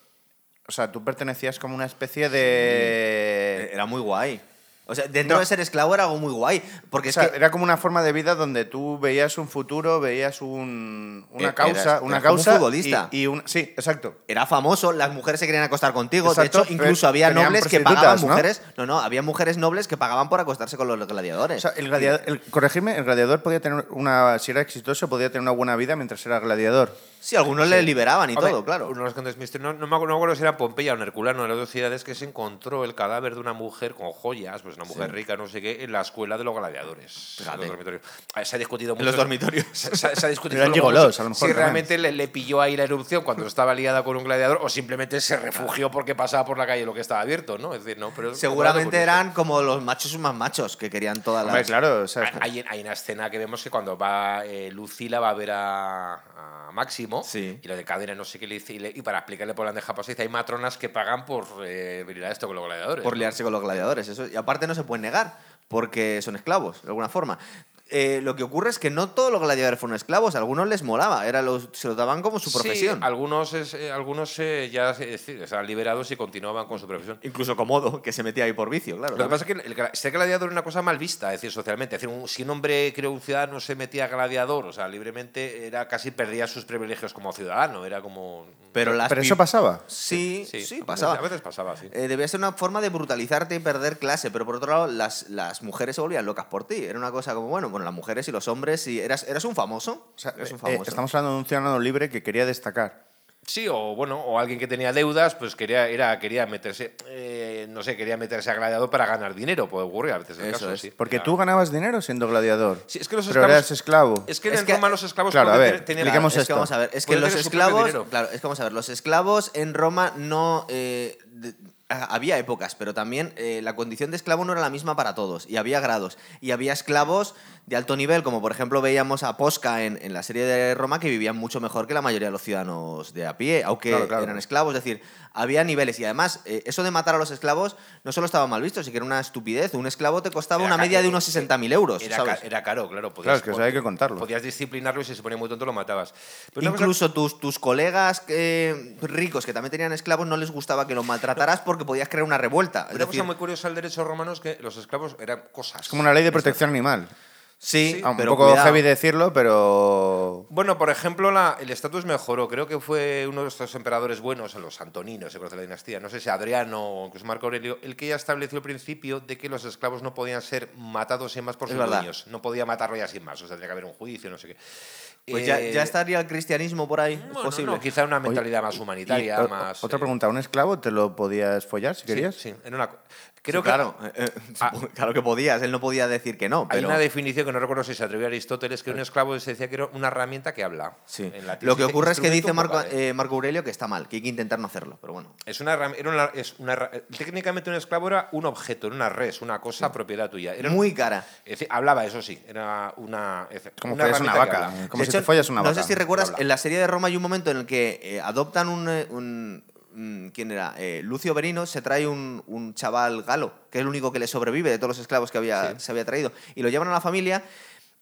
Speaker 3: o sea, tú pertenecías como una especie de...
Speaker 1: Eh, Era muy guay. O sea, dentro
Speaker 3: No.
Speaker 1: de ser esclavo era algo muy guay. Porque
Speaker 3: O
Speaker 1: es
Speaker 3: sea,
Speaker 1: que
Speaker 3: era como una forma de vida donde tú veías un futuro, veías un- una
Speaker 1: Eh,
Speaker 3: causa,
Speaker 1: eras- eras
Speaker 3: una
Speaker 1: como un
Speaker 3: causa
Speaker 1: futbolista.
Speaker 3: y, y un- sí, exacto.
Speaker 1: era famoso, las mujeres se querían acostar contigo.
Speaker 3: Exacto,
Speaker 1: de hecho, incluso
Speaker 3: eh,
Speaker 1: había
Speaker 3: tenían
Speaker 1: nobles que
Speaker 3: prostitutas,
Speaker 1: pagaban
Speaker 3: ¿no?
Speaker 1: mujeres. ¿no? no, había mujeres nobles que pagaban por acostarse con los gladiadores.
Speaker 3: O sea, el gladiador, el- corregirme, el gladiador podía tener una, si era exitoso, podía tener una buena vida mientras era gladiador.
Speaker 1: sí, algunos le liberaban y
Speaker 2: Hombre,
Speaker 1: todo, claro.
Speaker 2: uno de los grandes misterios- no, no me acu- no me acuerdo si era Pompeya o en Herculano, de las dos ciudades que se encontró el cadáver de una mujer con joyas, pues una mujer rica, no sé qué, en la escuela de los gladiadores. en los
Speaker 1: Fíjate.
Speaker 2: dormitorios. Ah, Se ha discutido mucho.
Speaker 1: los dormitorios.
Speaker 2: Se, se- se ha discutido
Speaker 3: Eran
Speaker 2: luego
Speaker 3: gigolos,
Speaker 2: mucho
Speaker 3: a lo mejor,
Speaker 2: Si
Speaker 3: también.
Speaker 2: realmente le, le pilló ahí la erupción cuando estaba liada con un gladiador o simplemente se refugió porque pasaba por la calle lo que estaba abierto, ¿no? Es decir, no, pero.
Speaker 1: Seguramente
Speaker 2: curioso.
Speaker 1: eran como los machos más machos que querían todas
Speaker 3: Hombre,
Speaker 1: las.
Speaker 3: claro, o sea,
Speaker 2: Hay- Hay, hay una escena que vemos que cuando va eh, Lucila va a ver a, a Máximo
Speaker 1: Sí.
Speaker 2: y lo de cadena no sé qué le dice y, le- y para explicarle por la bandeja paisa dice hay matronas que pagan por eh, venir a esto con los gladiadores.
Speaker 1: por
Speaker 2: ¿no?
Speaker 1: liarse con los gladiadores. Eso, y aparte no se pueden negar, porque son esclavos, de alguna forma. eh, lo que ocurre es que no todos los gladiadores fueron esclavos, a algunos les molaba, era los- se lo daban como su profesión.
Speaker 2: Sí, algunos es- eh, algunos eh, ya se se- se han liberados y continuaban con su profesión.
Speaker 1: Incluso Comodo, que se metía ahí por vicio, claro.
Speaker 2: Lo que pasa es que el, gra- ser gladiador era una cosa mal vista, es decir, socialmente. Es decir, un- si un hombre, creo, un ciudadano se metía a gladiador, o sea, libremente, era casi perdía sus privilegios como ciudadano. Era como.
Speaker 1: pero las
Speaker 3: Pero
Speaker 1: pi-
Speaker 3: eso pasaba.
Speaker 1: Sí, sí, pasaba.
Speaker 2: A veces pasaba, sí.
Speaker 1: Eh, debía ser una forma de brutalizarte y perder clase, pero por otro lado, las, las mujeres se volvían locas por ti. Era una cosa como, bueno, bueno, las mujeres y los hombres, y eras, eras un famoso.
Speaker 3: O sea,
Speaker 1: eras un
Speaker 3: eh,
Speaker 1: famoso.
Speaker 3: estamos hablando de un ciudadano libre que quería destacar.
Speaker 2: Sí, o bueno, o alguien que tenía deudas, pues quería, era, quería meterse, eh, no sé, quería meterse a gladiador para ganar dinero, puede ocurrir a veces el
Speaker 1: Eso
Speaker 2: caso,
Speaker 1: es,
Speaker 2: sí.
Speaker 3: Porque
Speaker 2: Era-
Speaker 3: tú ganabas dinero siendo gladiador.
Speaker 2: Sí, es que los
Speaker 3: pero
Speaker 2: esclavos-
Speaker 3: eras esclavo.
Speaker 2: Es que
Speaker 1: Es
Speaker 2: en
Speaker 1: que-
Speaker 2: Roma los esclavos
Speaker 3: Claro, a
Speaker 2: podían
Speaker 3: ver,
Speaker 2: tener-
Speaker 3: expliquemos
Speaker 1: es que
Speaker 3: esto.
Speaker 1: vamos a ver, es que
Speaker 2: Puede
Speaker 1: los
Speaker 2: tener su propio
Speaker 1: esclavos,
Speaker 2: dinero.
Speaker 1: claro, es que vamos a ver, los esclavos en Roma no eh, de- a- había épocas, pero también eh, la condición de esclavo no era la misma para todos y había grados y había esclavos de alto nivel, como por ejemplo veíamos a Posca en, en la serie de Roma que vivían mucho mejor que la mayoría de los ciudadanos de a pie, aunque
Speaker 3: Claro, claro.
Speaker 1: eran esclavos, es decir, había niveles y además eh, eso de matar a los esclavos no solo estaba mal visto, sino que era una estupidez, un esclavo te costaba
Speaker 2: Era
Speaker 1: una
Speaker 2: ca-
Speaker 1: media de
Speaker 2: eh,
Speaker 1: unos 60.000 euros,
Speaker 2: Era,
Speaker 1: ¿sabes?
Speaker 2: ca- era caro, claro. Podías,
Speaker 3: Claro, es que eso hay que contarlo.
Speaker 2: Podías disciplinarlo y si se ponía muy tonto lo matabas. Pero Pues una cosa-
Speaker 1: Incluso tus, tus colegas eh, ricos que también tenían esclavos no les gustaba que los maltrataras porque podías crear una revuelta. Es
Speaker 2: Una
Speaker 1: decir,
Speaker 2: cosa muy curiosa del derecho romano es que los esclavos eran cosas.
Speaker 3: Es como una ley de protección animal.
Speaker 1: sí,
Speaker 3: Ah, un
Speaker 1: pero
Speaker 3: poco
Speaker 1: cuidado.
Speaker 3: heavy decirlo, pero.
Speaker 2: Bueno, por ejemplo, la- el estatus mejoró. Creo que fue uno de estos emperadores buenos, los antoninos, se conoce la dinastía, no sé si Adriano o incluso Marco Aurelio, el que ya estableció el principio de que los esclavos no podían ser matados sin más por
Speaker 1: Es
Speaker 2: sus
Speaker 1: verdad.
Speaker 2: dueños. No podía matarlo ya sin más. O sea, tendría que haber un juicio, no sé qué.
Speaker 1: Pues ya,
Speaker 2: Eh,
Speaker 1: ya estaría el cristianismo por ahí, es
Speaker 2: bueno,
Speaker 1: posible.
Speaker 2: no, quizá una
Speaker 3: Oye,
Speaker 2: mentalidad más
Speaker 3: y-
Speaker 2: humanitaria,
Speaker 3: y o-
Speaker 2: más.
Speaker 3: Otra
Speaker 2: eh,
Speaker 3: pregunta, ¿un esclavo te lo podías follar si
Speaker 2: sí,
Speaker 3: querías?
Speaker 2: sí, era una co- Creo que
Speaker 1: claro, eh, eh,
Speaker 2: Ah.
Speaker 1: claro que podías, él no podía decir que no,
Speaker 2: Hay
Speaker 1: pero
Speaker 2: una definición que no recuerdo si se atribuye a Aristóteles, que un esclavo se decía que era una herramienta que habla.
Speaker 1: sí.
Speaker 2: En latín
Speaker 1: lo que
Speaker 2: se dice
Speaker 1: ocurre es que
Speaker 2: instrumento
Speaker 1: dice Marco,
Speaker 2: vocale.
Speaker 1: eh, Marco Aurelio que está mal, que hay que intentar no hacerlo, pero bueno.
Speaker 2: Es una, herram- era una- es una herra- técnicamente un esclavo era un objeto, era una res, una cosa propiedad tuya. Era
Speaker 1: Muy cara.
Speaker 2: es decir, hablaba, eso sí, era una... es decir,
Speaker 3: Como
Speaker 2: una
Speaker 3: follas una
Speaker 2: herramienta que
Speaker 3: vaca.
Speaker 2: habla.
Speaker 3: Como
Speaker 1: De
Speaker 3: si
Speaker 1: hecho,
Speaker 3: te follas una
Speaker 1: no
Speaker 3: vaca.
Speaker 1: sé si recuerdas,
Speaker 2: Habla.
Speaker 1: en la serie de Roma hay un momento en el que eh, adoptan un... eh, un- mm, ¿Quién era? Eh, Lucio Verino se trae un, un chaval galo, que es el único que le sobrevive de todos los esclavos que había, se había traído. Y lo llevan a la familia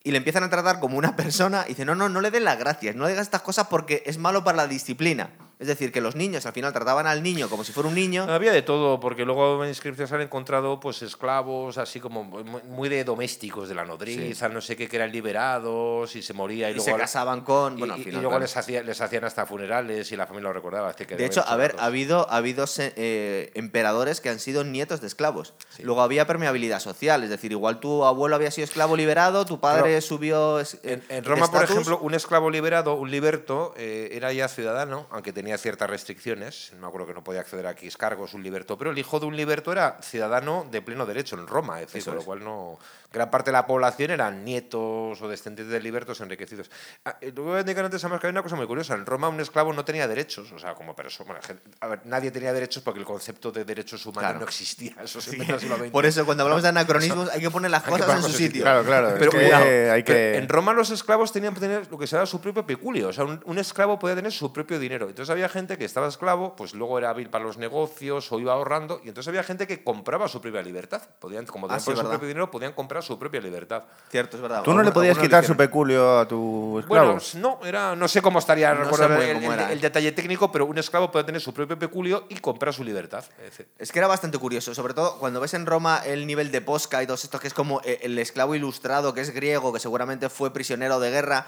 Speaker 1: y le empiezan a tratar como una persona. Y dicen, no, no, no le den las gracias, no le digas estas cosas porque es malo para la disciplina. Es decir, que los niños al final trataban al niño como si fuera un niño.
Speaker 2: Había de todo, porque luego en inscripciones han encontrado pues esclavos así como muy- muy de domésticos de la nodriza, no sé qué, que eran liberados y se moría y,
Speaker 1: Y
Speaker 2: luego...
Speaker 1: se casaban con...
Speaker 2: y-
Speaker 1: bueno,
Speaker 2: y-
Speaker 1: al
Speaker 2: y
Speaker 1: final,
Speaker 2: luego
Speaker 1: claro.
Speaker 2: les, hacía- les hacían hasta funerales y la familia lo recordaba. así que
Speaker 1: De
Speaker 2: había
Speaker 1: hecho,
Speaker 2: muchos
Speaker 1: a ver,
Speaker 2: datos.
Speaker 1: ha habido, ha habido se- eh, emperadores que han sido nietos de esclavos. Luego había permeabilidad social, es decir, igual tu abuelo había sido esclavo liberado, tu padre
Speaker 2: Claro.
Speaker 1: subió... es-
Speaker 2: En,
Speaker 1: eh,
Speaker 2: en Roma,
Speaker 1: de
Speaker 2: por
Speaker 1: estatus.
Speaker 2: ejemplo, un esclavo liberado, un liberto, eh, era ya ciudadano, aunque tenía ciertas restricciones. No me acuerdo que no podía acceder a X cargos, un liberto. Pero el hijo de un liberto era ciudadano de pleno derecho en Roma. Es decir,
Speaker 1: Eso
Speaker 2: con lo
Speaker 1: es.
Speaker 2: cual no. Gran parte de la población eran nietos o descendientes de libertos enriquecidos. Ah, eh, Lo que voy a indicar antes, además, que hay una cosa muy curiosa. En Roma, un esclavo no tenía derechos. O sea, como persona. bueno, gen- a ver, nadie tenía derechos porque el concepto de derechos humanos
Speaker 1: Claro.
Speaker 2: no existía. Eso se inventó en el siglo XX.
Speaker 1: Por eso, cuando hablamos de anacronismos, hay que poner las
Speaker 2: que
Speaker 1: cosas en
Speaker 2: ponerlas
Speaker 1: su
Speaker 2: en su
Speaker 1: sitio.
Speaker 3: Claro, claro. es
Speaker 2: Pero
Speaker 3: que
Speaker 2: cuidado,
Speaker 3: hay
Speaker 2: pero
Speaker 3: que...
Speaker 2: en Roma los esclavos tenían que tener lo que se llama su propio peculio. O sea, un, un esclavo podía tener su propio dinero. Entonces había gente que estaba esclavo, pues luego era hábil para los negocios o iba ahorrando. Y entonces había gente que compraba su propia libertad. Podían, como
Speaker 1: Ah,
Speaker 2: tenían
Speaker 1: sí,
Speaker 2: por su
Speaker 1: verdad.
Speaker 2: propio dinero, podían comprar su propia libertad.
Speaker 1: Cierto, es verdad.
Speaker 3: Tú no le
Speaker 1: Alguna-
Speaker 3: podías
Speaker 1: alguna
Speaker 3: quitar su
Speaker 1: elección.
Speaker 3: peculio a tu esclavo.
Speaker 2: Bueno, s- no, era, no sé cómo estaría
Speaker 1: No sé
Speaker 2: recuerdo
Speaker 1: muy
Speaker 2: el,
Speaker 1: cómo
Speaker 2: el-
Speaker 1: era,
Speaker 2: el
Speaker 1: ¿eh?
Speaker 2: detalle técnico, pero un esclavo puede tener su propio peculio y comprar su libertad. Es decir,
Speaker 1: Es que era bastante curioso, sobre todo cuando ves en Roma el nivel de Posca y todos estos, que es como eh, el esclavo ilustrado, que es griego, que seguramente fue prisionero de guerra,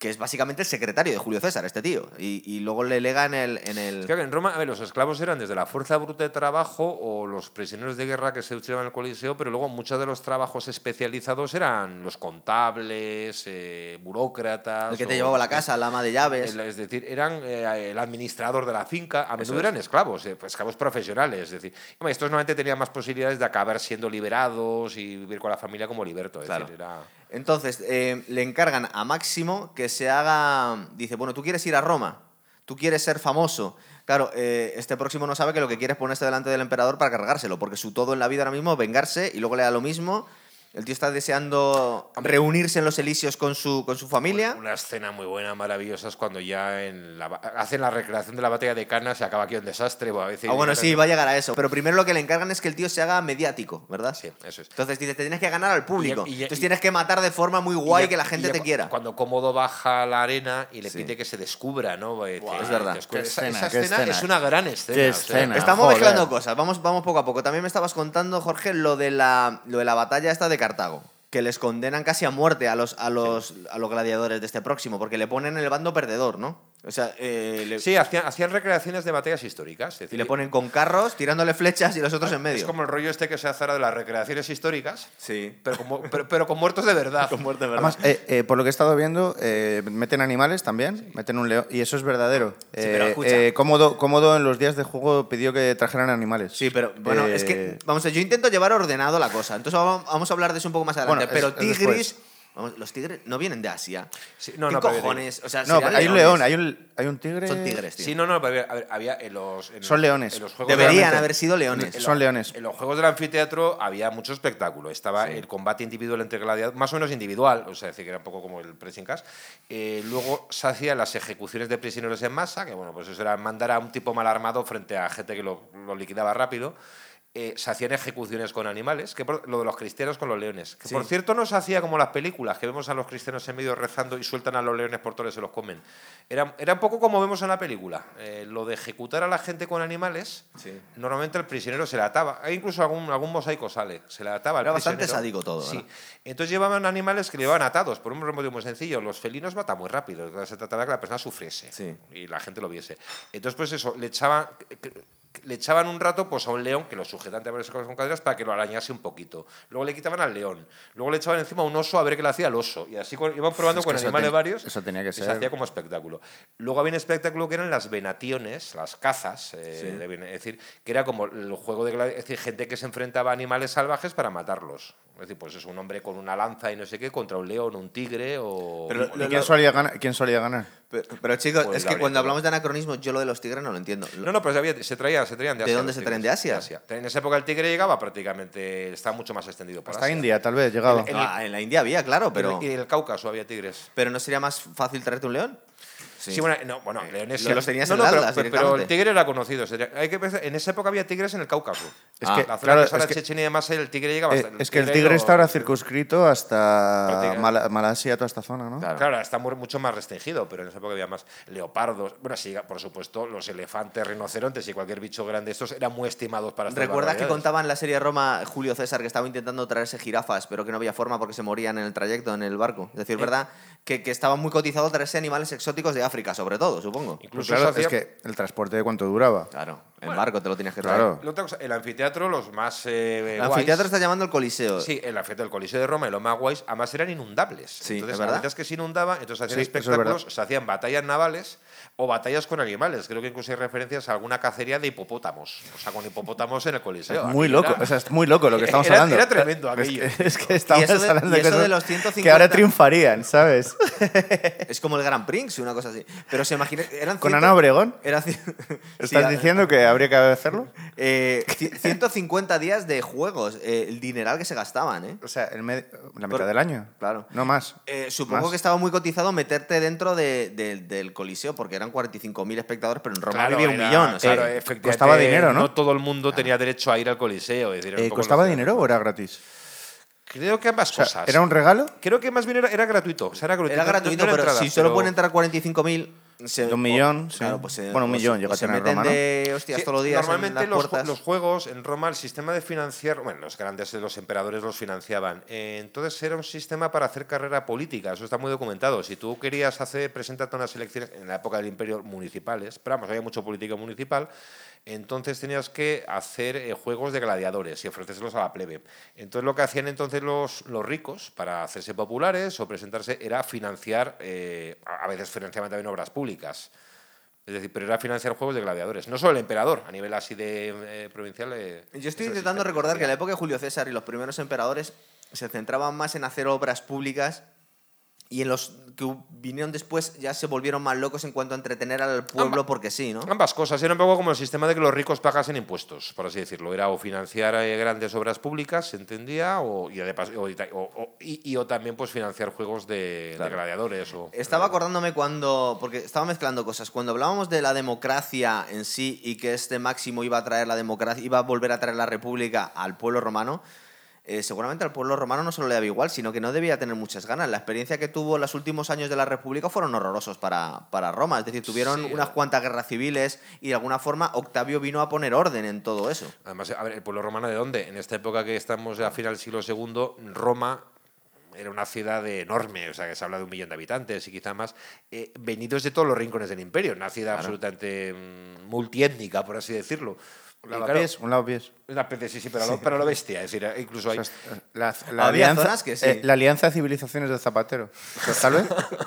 Speaker 1: que es básicamente el secretario de Julio César, este tío. Y, y luego le lega en el... En el...
Speaker 2: Claro, en Roma, a ver, los esclavos eran desde la fuerza bruta de trabajo o los prisioneros de guerra que se utilizaban en el Coliseo, pero luego muchos de los trabajos especializados eran los contables, eh, burócratas.
Speaker 1: El que te
Speaker 2: o-
Speaker 1: llevaba a la casa, la ama de llaves.
Speaker 2: el- es decir, eran eh, el administrador de la finca, a menudo
Speaker 1: es.
Speaker 2: eran esclavos, eh, pues, esclavos profesionales. Es decir, hombre, estos normalmente tenían más posibilidades de acabar siendo liberados y vivir con la familia como liberto. Es
Speaker 1: Claro.
Speaker 2: decir, era-
Speaker 1: Entonces, eh, le encargan a Máximo que se haga. Dice, bueno, tú quieres ir a Roma, tú quieres ser famoso. Claro, eh, este próximo no sabe que lo que quiere es ponerse delante del emperador para cargárselo, porque su todo en la vida ahora mismo es vengarse y luego le da lo mismo. El tío está deseando reunirse en los Elíseos con su, con su familia.
Speaker 2: Una escena muy buena, maravillosa, es cuando ya en la ba- hacen la recreación de la batalla de Cana, se acaba aquí un desastre. o a veces
Speaker 1: Ah, bueno, sí, va a llegar a eso. Pero primero lo que le encargan es que el tío se haga mediático, ¿verdad?
Speaker 2: Sí, eso es.
Speaker 1: Entonces dice, te tienes que ganar al público.
Speaker 2: Y ya- y ya-
Speaker 1: Entonces
Speaker 2: y-
Speaker 1: tienes que matar de forma muy
Speaker 2: Y
Speaker 1: guay
Speaker 2: ya-
Speaker 1: que la
Speaker 2: y
Speaker 1: gente
Speaker 2: ya
Speaker 1: te
Speaker 2: cu-
Speaker 1: quiera.
Speaker 2: Cuando Cómodo baja a la arena y le
Speaker 1: Sí.
Speaker 2: pide que se descubra, ¿no? Eh,
Speaker 1: Guau,
Speaker 2: que-
Speaker 1: es verdad.
Speaker 2: que descubra.
Speaker 3: Qué
Speaker 2: Esa,
Speaker 3: escena,
Speaker 2: esa
Speaker 3: qué
Speaker 2: escena
Speaker 3: escena.
Speaker 2: es una gran escena.
Speaker 3: Qué
Speaker 2: o sea, eh,
Speaker 3: escena.
Speaker 1: Estamos
Speaker 3: joder.
Speaker 1: mezclando cosas, vamos, vamos poco a poco. También me estabas contando, Jorge, lo de la, lo de la batalla esta de Cartago. Que les condenan casi a muerte a los, a, los, a los gladiadores de este próximo, porque le ponen en el bando perdedor, ¿no? O sea, eh, le-
Speaker 2: Sí, hacían, hacían recreaciones de batallas históricas. es
Speaker 1: y
Speaker 2: decir,
Speaker 1: le ponen con carros, tirándole flechas y los
Speaker 3: Ah,
Speaker 1: otros en medio.
Speaker 2: Es como el rollo este que se hace ahora de las recreaciones históricas,
Speaker 1: Sí.
Speaker 2: pero con, mu- pero, pero con muertos de verdad.
Speaker 1: Con muerte, ¿verdad?
Speaker 3: Además, eh, eh, por lo que he estado viendo, eh, meten animales también, meten un león, y eso es verdadero.
Speaker 1: pero
Speaker 3: Eh,
Speaker 1: escucha.
Speaker 3: eh, cómodo, cómodo en los días de juego pidió que trajeran animales.
Speaker 1: Sí, pero bueno,
Speaker 3: Eh,
Speaker 1: es que, vamos, a ver, yo intento llevar ordenado la cosa, entonces vamos, vamos a hablar de eso un poco más adelante,
Speaker 3: Bueno, es-
Speaker 1: pero
Speaker 3: es
Speaker 1: tigris,
Speaker 3: después.
Speaker 1: vamos, los tigres no vienen de Asia.
Speaker 2: Sí, no,
Speaker 1: ¿Qué
Speaker 2: no, pero yo
Speaker 1: cojones? O sea,
Speaker 3: No,
Speaker 1: serán
Speaker 3: pero hay un
Speaker 1: leones.
Speaker 3: león, hay un, hay un tigre.
Speaker 1: Son tigres, tío.
Speaker 2: Sí, no, no, pero a ver, había en los. en
Speaker 3: Son
Speaker 2: los-
Speaker 3: leones.
Speaker 2: en los juegos del
Speaker 1: Deberían
Speaker 3: obviamente.
Speaker 1: haber sido leones.
Speaker 3: El- Son leones.
Speaker 2: En los juegos del anfiteatro había mucho espectáculo. Estaba el combate individual entre gladiadores, más o menos individual, o sea, decir que era un poco como el pressing cash. Eh, luego se hacían las ejecuciones de prisioneros en masa, que bueno, pues eso era mandar a un tipo mal armado frente a gente que lo, lo liquidaba rápido. Eh, se hacían ejecuciones con animales, que por- lo de los cristianos con los leones. Que por
Speaker 1: Sí.
Speaker 2: cierto no se hacía como las películas, que vemos a los cristianos en medio rezando y sueltan a los leones por todos y se los comen. Era, era un poco como vemos en la película, eh, lo de ejecutar a la gente con animales.
Speaker 1: Sí.
Speaker 2: Normalmente el prisionero se le ataba. Hay incluso algún, algún mosaico sale. Se le ataba al
Speaker 1: Era bastante
Speaker 2: prisionero.
Speaker 1: sádico todo,
Speaker 2: Sí.
Speaker 1: ¿verdad?
Speaker 2: Entonces llevaban animales que le llevaban atados por un motivo muy sencillo. Los felinos matan muy rápido. Entonces, Se trataba de que la persona sufriese
Speaker 1: Sí.
Speaker 2: y la gente lo viese. Entonces, pues eso, le echaban, le echaban un rato pues, a un león que lo sujetan de varias cosas con cadenas para que lo arañase un poquito. Luego le quitaban al león. Luego le echaban encima a un oso a ver qué le hacía al oso. Y así con- iban probando
Speaker 3: Es que
Speaker 2: con
Speaker 3: eso
Speaker 2: animales
Speaker 3: ten-
Speaker 2: varios.
Speaker 3: eso tenía que
Speaker 2: y se
Speaker 3: ser.
Speaker 2: hacía como espectáculo. Luego había un espectáculo que eran las venaciones, las cazas, eh,
Speaker 1: Sí.
Speaker 2: de ven- es decir, que era como el juego de gladi- es decir, gente que se enfrentaba a animales salvajes para matarlos. Es decir, pues es un hombre con una lanza y no sé qué contra un león, un tigre o
Speaker 1: Pero
Speaker 2: o-
Speaker 1: lo-
Speaker 3: ¿Y quién solía ganar? ¿Quién solía ganar?
Speaker 1: Pero, pero, chicos,
Speaker 2: Pues
Speaker 1: es
Speaker 2: la
Speaker 1: que
Speaker 2: habría
Speaker 1: cuando
Speaker 2: que
Speaker 1: hablamos de anacronismo, yo lo de los tigres no lo entiendo. Lo-
Speaker 2: No, no, pero se, había- se traían, se traían de
Speaker 1: ¿De
Speaker 2: Asia.
Speaker 1: dónde
Speaker 2: los
Speaker 1: se
Speaker 2: tigres,
Speaker 1: traen de Asia?
Speaker 2: En esa época el tigre llegaba prácticamente, estaba mucho más extendido por
Speaker 3: Hasta
Speaker 2: Asia.
Speaker 3: India, tal vez, llegaba.
Speaker 2: El- el-
Speaker 1: Ah, en la India había, claro, pero,
Speaker 2: Pero... Y en el Cáucaso había tigres.
Speaker 1: pero ¿no sería más fácil traerte un león?
Speaker 2: Sí, bueno, no, bueno, leones
Speaker 1: lo- los tenías en
Speaker 2: no, no, pero-
Speaker 1: Dallas
Speaker 2: pero, pero
Speaker 1: directamente.
Speaker 2: el tigre era conocido. sería- hay que pensar- en esa época había tigres en el Cáucaso. Ah,
Speaker 3: Es
Speaker 1: que,
Speaker 2: la zona
Speaker 3: claro,
Speaker 2: que es ahora
Speaker 3: es que-
Speaker 2: Chechenia y demás, el tigre llegaba
Speaker 3: Eh,
Speaker 2: hasta
Speaker 3: es que el
Speaker 2: lo-
Speaker 3: tigre está ahora circunscrito hasta
Speaker 2: Prácticamente.
Speaker 3: Mala- Malasia, toda esta zona, ¿no?
Speaker 1: Claro.
Speaker 2: Claro. está mu- mucho más restringido, pero en esa época había más leopardos. Bueno, sí, por supuesto, los elefantes, rinocerontes y cualquier bicho grande, estos eran muy estimados para estas
Speaker 1: ¿Recuerdas que
Speaker 2: barbaridades.
Speaker 1: contaban en la serie de Roma Julio César que estaba intentando traerse jirafas, pero que no había forma porque se morían en el trayecto, en el barco? Es decir, ¿verdad? Que, que estaba muy cotizado traerse animales exóticos de África, sobre todo, supongo.
Speaker 3: Pues
Speaker 2: Incluso
Speaker 3: claro,
Speaker 2: se hacía-
Speaker 3: es que el transporte de cuánto duraba.
Speaker 1: Claro, en barco te lo tenías que traer.
Speaker 3: Claro.
Speaker 2: La Eh, otra cosa, el anfiteatro, los más. eh,
Speaker 1: El
Speaker 2: guays-
Speaker 1: anfiteatro está llamando el Coliseo.
Speaker 2: Sí, el anfiteatro del Coliseo de Roma y los más guays, además eran inundables.
Speaker 1: Sí, es
Speaker 2: entonces,
Speaker 1: verdad.
Speaker 2: a veces que se inundaba, entonces hacían
Speaker 3: Sí, eso es
Speaker 2: espectáculos,
Speaker 3: verdad.
Speaker 2: se hacían batallas navales o batallas con animales. Creo que incluso hay referencias a alguna cacería de hipopótamos. O sea, con hipopótamos en el Coliseo.
Speaker 3: Muy
Speaker 2: Aquello
Speaker 3: loco,
Speaker 2: era-
Speaker 3: o sea, es muy loco lo que estamos
Speaker 2: Era-
Speaker 3: hablando.
Speaker 2: era tremendo aquello.
Speaker 3: Es que, es que estamos
Speaker 1: Y eso de-
Speaker 3: hablando
Speaker 1: y eso
Speaker 3: cosas
Speaker 1: de los 150.
Speaker 3: que ahora triunfarían, ¿sabes?
Speaker 1: Es como el Grand Prix, una cosa así. Pero se imagina. Eran
Speaker 3: Con
Speaker 1: ciento-
Speaker 3: Ana Obregón.
Speaker 1: eran cien- Sí,
Speaker 3: ¿Estás
Speaker 1: a-
Speaker 3: diciendo que habría que hacerlo?
Speaker 1: eh, ci- 150 días de juegos, eh, el dineral que se gastaban, ¿eh?
Speaker 3: O sea, el med- la mitad
Speaker 1: Por-
Speaker 3: del año.
Speaker 1: claro.
Speaker 3: No más.
Speaker 1: Eh, supongo
Speaker 3: Más.
Speaker 1: que estaba muy cotizado meterte dentro de- de- del Coliseo, porque eran 45.000 espectadores, pero en Roma
Speaker 2: Claro,
Speaker 1: vivía un
Speaker 2: era-
Speaker 1: millón. o sea,
Speaker 2: claro,
Speaker 3: eh,
Speaker 2: efectivamente,
Speaker 3: costaba dinero, ¿no? Ah.
Speaker 2: No todo el mundo tenía derecho a ir al Coliseo. es decir, era un
Speaker 3: Eh,
Speaker 2: poco
Speaker 3: ¿Costaba
Speaker 2: lo que-
Speaker 3: dinero o era gratis?
Speaker 2: Creo que ambas
Speaker 3: O sea,
Speaker 2: cosas.
Speaker 3: ¿Era un regalo?
Speaker 2: Creo que más bien era, era gratuito. o sea, era gratuito.
Speaker 1: era
Speaker 2: no- no
Speaker 1: gratuito,
Speaker 2: era
Speaker 1: pero
Speaker 2: entrada,
Speaker 1: si solo
Speaker 2: pero-
Speaker 1: pueden entrar 45.000. se-
Speaker 3: De un
Speaker 1: o-
Speaker 3: millón, sí.
Speaker 1: claro, pues se-
Speaker 3: Bueno, un
Speaker 1: o se-
Speaker 3: millón llega
Speaker 1: o
Speaker 3: a
Speaker 1: se
Speaker 3: tener
Speaker 1: meten
Speaker 3: Roma, ¿no?
Speaker 1: de hostias
Speaker 2: Sí,
Speaker 1: todos los días. en
Speaker 2: Normalmente
Speaker 1: las
Speaker 2: los, ju-
Speaker 1: puertas.
Speaker 2: los juegos en Roma, el sistema de financiar, bueno, los grandes, los emperadores los financiaban. Eh, entonces era un sistema para hacer carrera política, eso está muy documentado. Si tú querías hacer, presentarte a unas elecciones en la época del imperio municipales, pero vamos, había mucho política municipal, entonces tenías que hacer eh, juegos de gladiadores y ofrecérselos a la plebe. Entonces lo que hacían entonces los, los ricos para hacerse populares o presentarse era financiar, eh, a a veces financiaban también obras públicas. Es decir, pero era financiar juegos de gladiadores. No solo el emperador, a nivel así de eh, provincial. eh,
Speaker 1: Yo
Speaker 2: ese
Speaker 1: estoy
Speaker 2: es el
Speaker 1: intentando
Speaker 2: sistema
Speaker 1: recordar que en la
Speaker 2: financiero.
Speaker 1: época de Julio César y los primeros emperadores se centraban más en hacer obras públicas Y en los que hu- vinieron después ya se volvieron más locos en cuanto a entretener al pueblo
Speaker 2: Amba-
Speaker 1: porque sí, ¿no?
Speaker 2: Ambas cosas. Era un poco como el sistema de que los ricos pagasen impuestos, por así decirlo. Era o financiar eh, grandes obras públicas, se entendía, o, y, de pas- o- y ta- o- o- y- y- o también pues, financiar juegos de, de gladiadores. O,
Speaker 1: Estaba acordándome cuando, porque estaba mezclando cosas, cuando hablábamos de la democracia en sí y que este máximo iba a traer la democracia, iba a volver a traer la república al pueblo romano, eh, seguramente al pueblo romano no solo le daba igual, sino que no debía tener muchas ganas. La experiencia que tuvo los últimos años de la república fueron horrorosos para, para Roma, es decir, tuvieron
Speaker 2: Sí.
Speaker 1: unas cuantas guerras civiles y de alguna forma Octavio vino a poner orden en todo eso.
Speaker 2: Además, a ver, ¿el pueblo romano de dónde? En esta época que estamos a final del siglo II, Roma era una ciudad de- enorme, o sea, que se habla de un millón de habitantes y quizá más, eh, venidos de todos los rincones del imperio, una ciudad absolutamente mm, multiétnica, por así decirlo. Y claro,
Speaker 3: Lavapiés, un lavapiés.
Speaker 2: una especie, sí, sí, pero, a lo- pero a lo bestia, es decir, eh, incluso
Speaker 3: O
Speaker 2: hay...
Speaker 3: sea, est- la, la
Speaker 1: Había
Speaker 3: alianza,
Speaker 1: zonas que sí.
Speaker 3: eh, la alianza de civilizaciones de Zapatero. ¿Tal vez?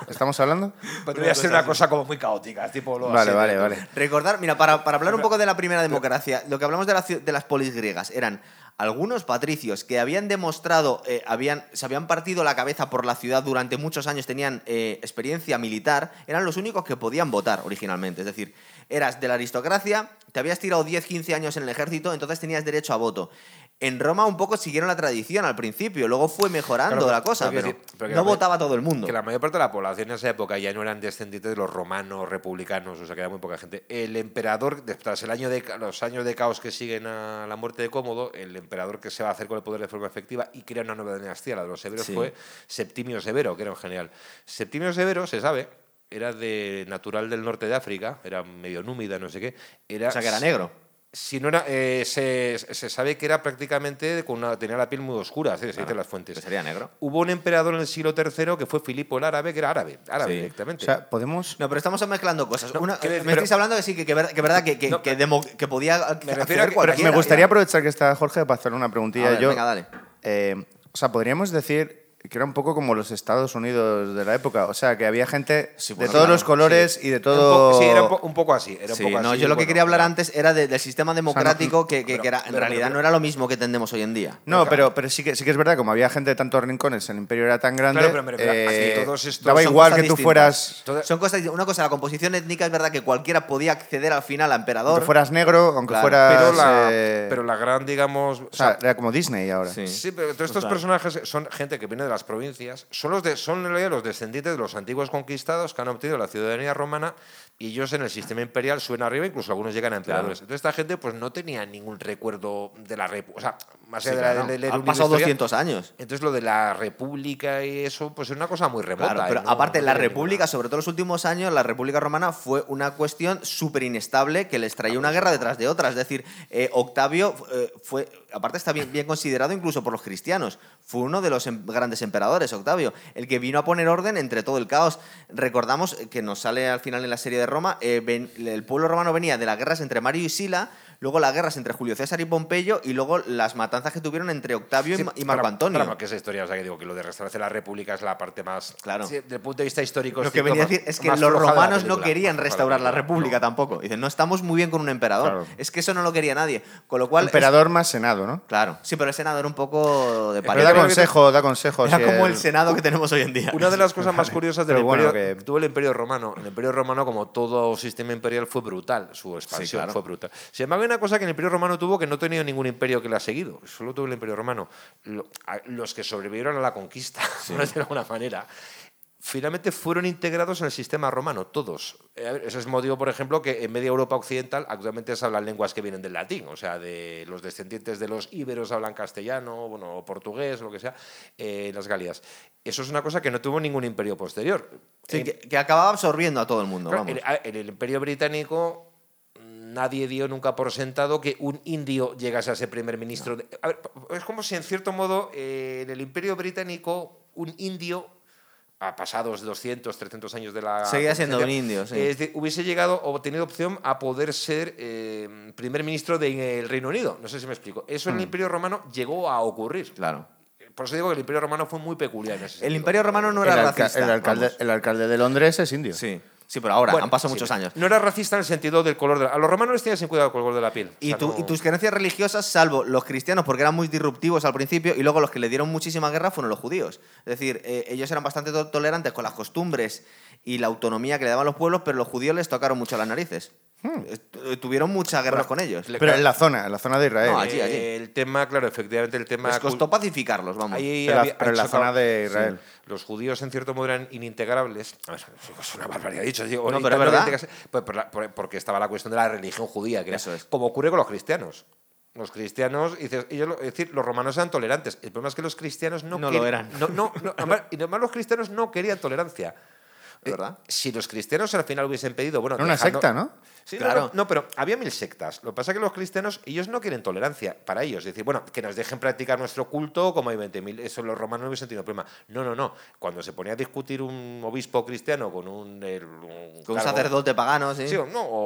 Speaker 3: ¿Estamos hablando?
Speaker 2: Podría ser una cosa como muy caótica, tipo lo así,
Speaker 3: Vale, vale,
Speaker 2: de-
Speaker 3: vale.
Speaker 1: Recordar, mira, para, para hablar un poco de la primera democracia, lo que hablamos de, la ciu- de las polis griegas eran algunos patricios que habían demostrado, eh, habían, se habían partido la cabeza por la ciudad durante muchos años, tenían eh, experiencia militar, eran los únicos que podían votar originalmente. Es decir, eras de la aristocracia, te habías tirado 10, 15 años en el ejército, entonces tenías derecho a voto. En Roma un poco siguieron la tradición al principio, luego fue mejorando
Speaker 2: Claro,
Speaker 1: la cosa,
Speaker 2: pero
Speaker 1: pero,
Speaker 2: que sí, pero que
Speaker 1: no
Speaker 2: la-
Speaker 1: votaba todo el mundo.
Speaker 2: Que la mayor parte de la población en esa época ya no eran descendientes de los romanos, republicanos, o sea, que era muy poca gente. El emperador, de- tras el año de, ca- los años de caos que siguen a la muerte de Cómodo, el emperador que se va a hacer con el poder de forma efectiva y crea una nueva dinastía, la de los severos,
Speaker 1: Sí.
Speaker 2: fue Septimio Severo, que era un general. Septimio Severo, se sabe, era de natural del norte de África, era medio númida, no sé qué. Era
Speaker 1: o sea, que era negro.
Speaker 2: si no era, eh, se, se sabe que era prácticamente con una, tenía la piel muy oscura, así se dicen las fuentes.
Speaker 1: que sería negro.
Speaker 2: Hubo un emperador en el siglo III que fue Filipo el Árabe, que era árabe, árabe
Speaker 1: Sí.
Speaker 3: O
Speaker 2: directamente.
Speaker 3: sea, podemos...
Speaker 1: No, pero estamos mezclando cosas. Una-
Speaker 2: quiero decir,
Speaker 1: me estáis
Speaker 2: pero-
Speaker 1: hablando que sí, que, que ver- que verdad que, que,
Speaker 2: No,
Speaker 1: que
Speaker 2: pero-
Speaker 1: demo- que podía ac-
Speaker 2: Me refiero a
Speaker 1: acceder
Speaker 2: que-
Speaker 1: cualquiera.
Speaker 3: me gustaría aprovechar que está Jorge para hacer una preguntilla.
Speaker 1: A ver,
Speaker 3: yo,
Speaker 1: venga, dale.
Speaker 3: Eh, o sea, podríamos decir que era un poco como los Estados Unidos de la época. O sea, que había gente
Speaker 1: Sí,
Speaker 3: de
Speaker 1: pues,
Speaker 3: todos
Speaker 1: claro,
Speaker 3: los colores y
Speaker 2: Era
Speaker 3: de
Speaker 2: un
Speaker 3: todo...
Speaker 2: poco- sí, era un, po- un poco así. Era un
Speaker 1: Sí,
Speaker 2: poco
Speaker 1: no,
Speaker 2: así,
Speaker 1: yo lo que
Speaker 2: bueno,
Speaker 1: quería hablar
Speaker 2: era-
Speaker 1: antes era de- del sistema democrático que, que-
Speaker 2: pero-
Speaker 1: que era, en
Speaker 2: pero-
Speaker 1: realidad
Speaker 2: pero-
Speaker 1: no era lo mismo que tenemos hoy en día.
Speaker 3: No, pero, pero sí, que, sí que es verdad, como había gente de tantos rincones, el imperio era tan grande,
Speaker 2: Claro, pero me refiero a-
Speaker 3: eh,
Speaker 2: así, todos estos
Speaker 3: daba
Speaker 1: son
Speaker 3: igual que
Speaker 1: cosas
Speaker 3: tú
Speaker 1: distintas.
Speaker 3: fueras,
Speaker 2: Toda-
Speaker 1: Son cosas, una cosa, la composición étnica es verdad que cualquiera podía acceder al final a emperador.
Speaker 3: aunque fueras negro, aunque
Speaker 1: Claro,
Speaker 3: fueras...
Speaker 2: Pero la,
Speaker 3: eh,
Speaker 2: pero la gran, digamos...
Speaker 3: o sea, era como Disney ahora.
Speaker 1: Sí.
Speaker 2: Sí, pero todos estos
Speaker 1: Total.
Speaker 2: personajes son gente que viene de las provincias, son, los de, son en realidad los descendientes de los antiguos conquistados que han obtenido la ciudadanía romana y ellos en el sistema imperial suben arriba, incluso algunos llegan a emperadores. Entonces esta gente pues no tenía ningún recuerdo de la república, o sea, más allá
Speaker 1: Sí,
Speaker 2: de, la,
Speaker 1: claro.
Speaker 2: de leer
Speaker 1: Han
Speaker 2: un
Speaker 1: pasado
Speaker 2: libro de historia.
Speaker 1: 200 años.
Speaker 2: Entonces lo de la república y eso pues es una cosa muy remota.
Speaker 1: Claro,
Speaker 2: y
Speaker 1: pero
Speaker 2: no-
Speaker 1: aparte
Speaker 2: no
Speaker 1: la
Speaker 2: tenía
Speaker 1: República, sobre todo los últimos años, la República Romana fue una cuestión súper inestable que les traía una guerra detrás de otra. Es decir, eh, Octavio eh, fue, aparte está bien, bien considerado incluso por los cristianos, fue uno de los em- grandes emperadores, Octavio, el que vino a poner orden entre todo el caos. Recordamos eh, que nos sale al final en la serie de Roma, eh, ven- el pueblo romano venía de las guerras entre Mario y Sila, luego las guerras entre Julio César y Pompeyo y luego las matanzas que tuvieron entre Octavio y
Speaker 2: Sí,
Speaker 1: Ma- y,
Speaker 2: para-
Speaker 1: Marco Antonio.
Speaker 2: Para, que esa historia, o sea, que digo que lo de restaurar la república es la parte más.
Speaker 1: Claro.
Speaker 2: Sí, desde el punto de vista histórico.
Speaker 1: Lo que
Speaker 2: estricto,
Speaker 1: venía a
Speaker 2: más-
Speaker 1: decir es que
Speaker 2: más
Speaker 1: los
Speaker 2: floja de la
Speaker 1: romanos no
Speaker 2: película,
Speaker 1: querían
Speaker 2: más floja de
Speaker 1: restaurar la
Speaker 2: película.
Speaker 1: república tampoco. Dicen, no estamos muy bien con un emperador.
Speaker 3: Claro.
Speaker 1: Es que eso no lo quería nadie. Con lo cual. es-
Speaker 3: Emperador más senado, ¿no?
Speaker 1: claro. Sí, pero el Senado era un poco de
Speaker 3: Pero
Speaker 1: pared.
Speaker 3: da
Speaker 2: creo que-
Speaker 3: consejo, da consejos.
Speaker 1: Era
Speaker 3: y
Speaker 1: como
Speaker 3: el-
Speaker 1: el Senado que tenemos hoy en día.
Speaker 2: Una de las cosas más curiosas del
Speaker 3: Pero bueno,
Speaker 2: imperio
Speaker 3: que-
Speaker 2: que tuvo el imperio romano. El imperio romano, como todo sistema imperial, fue brutal. Su expansión
Speaker 1: Sí, claro.
Speaker 2: fue brutal. Sin embargo, hay una cosa que el imperio romano tuvo que no ha tenido ningún imperio que le ha seguido. Solo tuvo el imperio romano. Lo- a- los que sobrevivieron a la conquista, por decirlo de alguna manera. Finalmente fueron integrados en el sistema romano, todos. Eh, a ver, Ese es motivo, por ejemplo, que en media Europa occidental actualmente se hablan lenguas que vienen del latín, o sea, de los descendientes de los íberos hablan castellano, bueno, o portugués, lo que sea, eh, en las Galias. Eso es una cosa que no tuvo ningún imperio posterior.
Speaker 1: Sí,
Speaker 2: En-
Speaker 1: que, que acababa absorbiendo a todo el mundo.
Speaker 2: Claro,
Speaker 1: vamos.
Speaker 2: el- a- en el Imperio Británico nadie dio nunca por sentado que un indio llegase a ser primer ministro. de- a ver, p- es como si en cierto modo eh, en el Imperio Británico un indio a pasados 200, 300 años de la...
Speaker 1: Seguía siendo un
Speaker 2: independencia,
Speaker 1: indio, sí.
Speaker 2: eh, es de- hubiese llegado o tenido opción a poder ser eh, primer ministro del Reino Unido. No sé si me explico. Eso en el Imperio Romano llegó a ocurrir.
Speaker 1: Mm. Claro.
Speaker 2: Por eso digo que el Imperio Romano fue muy peculiar. en ese
Speaker 1: El
Speaker 2: sentido.
Speaker 1: Imperio Romano no
Speaker 3: el
Speaker 1: era
Speaker 3: alca-
Speaker 1: racista.
Speaker 3: el alcalde,
Speaker 1: vamos.
Speaker 3: el alcalde de Londres es indio.
Speaker 1: Sí. Sí, pero ahora,
Speaker 2: Bueno,
Speaker 1: han pasado
Speaker 2: sí,
Speaker 1: muchos
Speaker 2: pero
Speaker 1: años.
Speaker 2: No era racista en el sentido del color de la... A los romanos les tenías en cuidado con el color de la piel. O
Speaker 1: Y,
Speaker 2: sea,
Speaker 1: tú-
Speaker 2: no-
Speaker 1: y tus creencias religiosas, salvo los cristianos, porque eran muy disruptivos al principio, y luego los que le dieron muchísima guerra fueron los judíos. Es decir, eh, ellos eran bastante to- tolerantes con las costumbres y la autonomía que le daban los pueblos, pero los judíos les tocaron mucho las narices. Eh, tu- eh, Tuvieron muchas guerras con ellos.
Speaker 2: Hmm. le-
Speaker 3: Pero en la zona, en la zona de Israel.
Speaker 1: No, allí,
Speaker 2: Eh,
Speaker 1: allí.
Speaker 2: El tema, claro, efectivamente el tema...
Speaker 1: Les
Speaker 2: cul-
Speaker 1: costó pacificarlos, vamos.
Speaker 2: Ahí
Speaker 3: Pero-
Speaker 2: había-
Speaker 3: pero en
Speaker 2: han
Speaker 3: la
Speaker 2: chocado-
Speaker 3: zona de
Speaker 2: sí.
Speaker 3: Israel.
Speaker 2: Los judíos, en cierto modo, eran inintegrables. A ver, es una barbaridad dicho. digo,
Speaker 1: No, pero es verdad.
Speaker 2: inintegrables, pues, por la- por- porque estaba la cuestión de la religión judía, que era-
Speaker 1: Eso es.
Speaker 2: como ocurre con los cristianos. Los cristianos, y dices, ellos, lo- es decir, los romanos eran tolerantes. El problema es que los cristianos no,
Speaker 1: No lo
Speaker 2: quer-
Speaker 1: eran.
Speaker 2: No, no, no, además- y además los cristianos no querían tolerancia. Eh,
Speaker 1: Es verdad.
Speaker 2: Si los cristianos al final hubiesen pedido, bueno,
Speaker 3: Era una
Speaker 2: dejando-
Speaker 3: secta, ¿no?
Speaker 2: Sí,
Speaker 1: Claro.
Speaker 2: claro. No, pero había mil sectas. Lo que pasa es que los cristianos, ellos no quieren tolerancia para ellos. Es decir, bueno, que nos dejen practicar nuestro culto como hay 20.000. Eso los romanos no hubiesen tenido problema. No, no, no. Cuando se ponía a discutir un obispo cristiano con un. el- un
Speaker 1: Con un
Speaker 2: cargo-
Speaker 1: sacerdote pagano, sí.
Speaker 2: Sí, o no, o,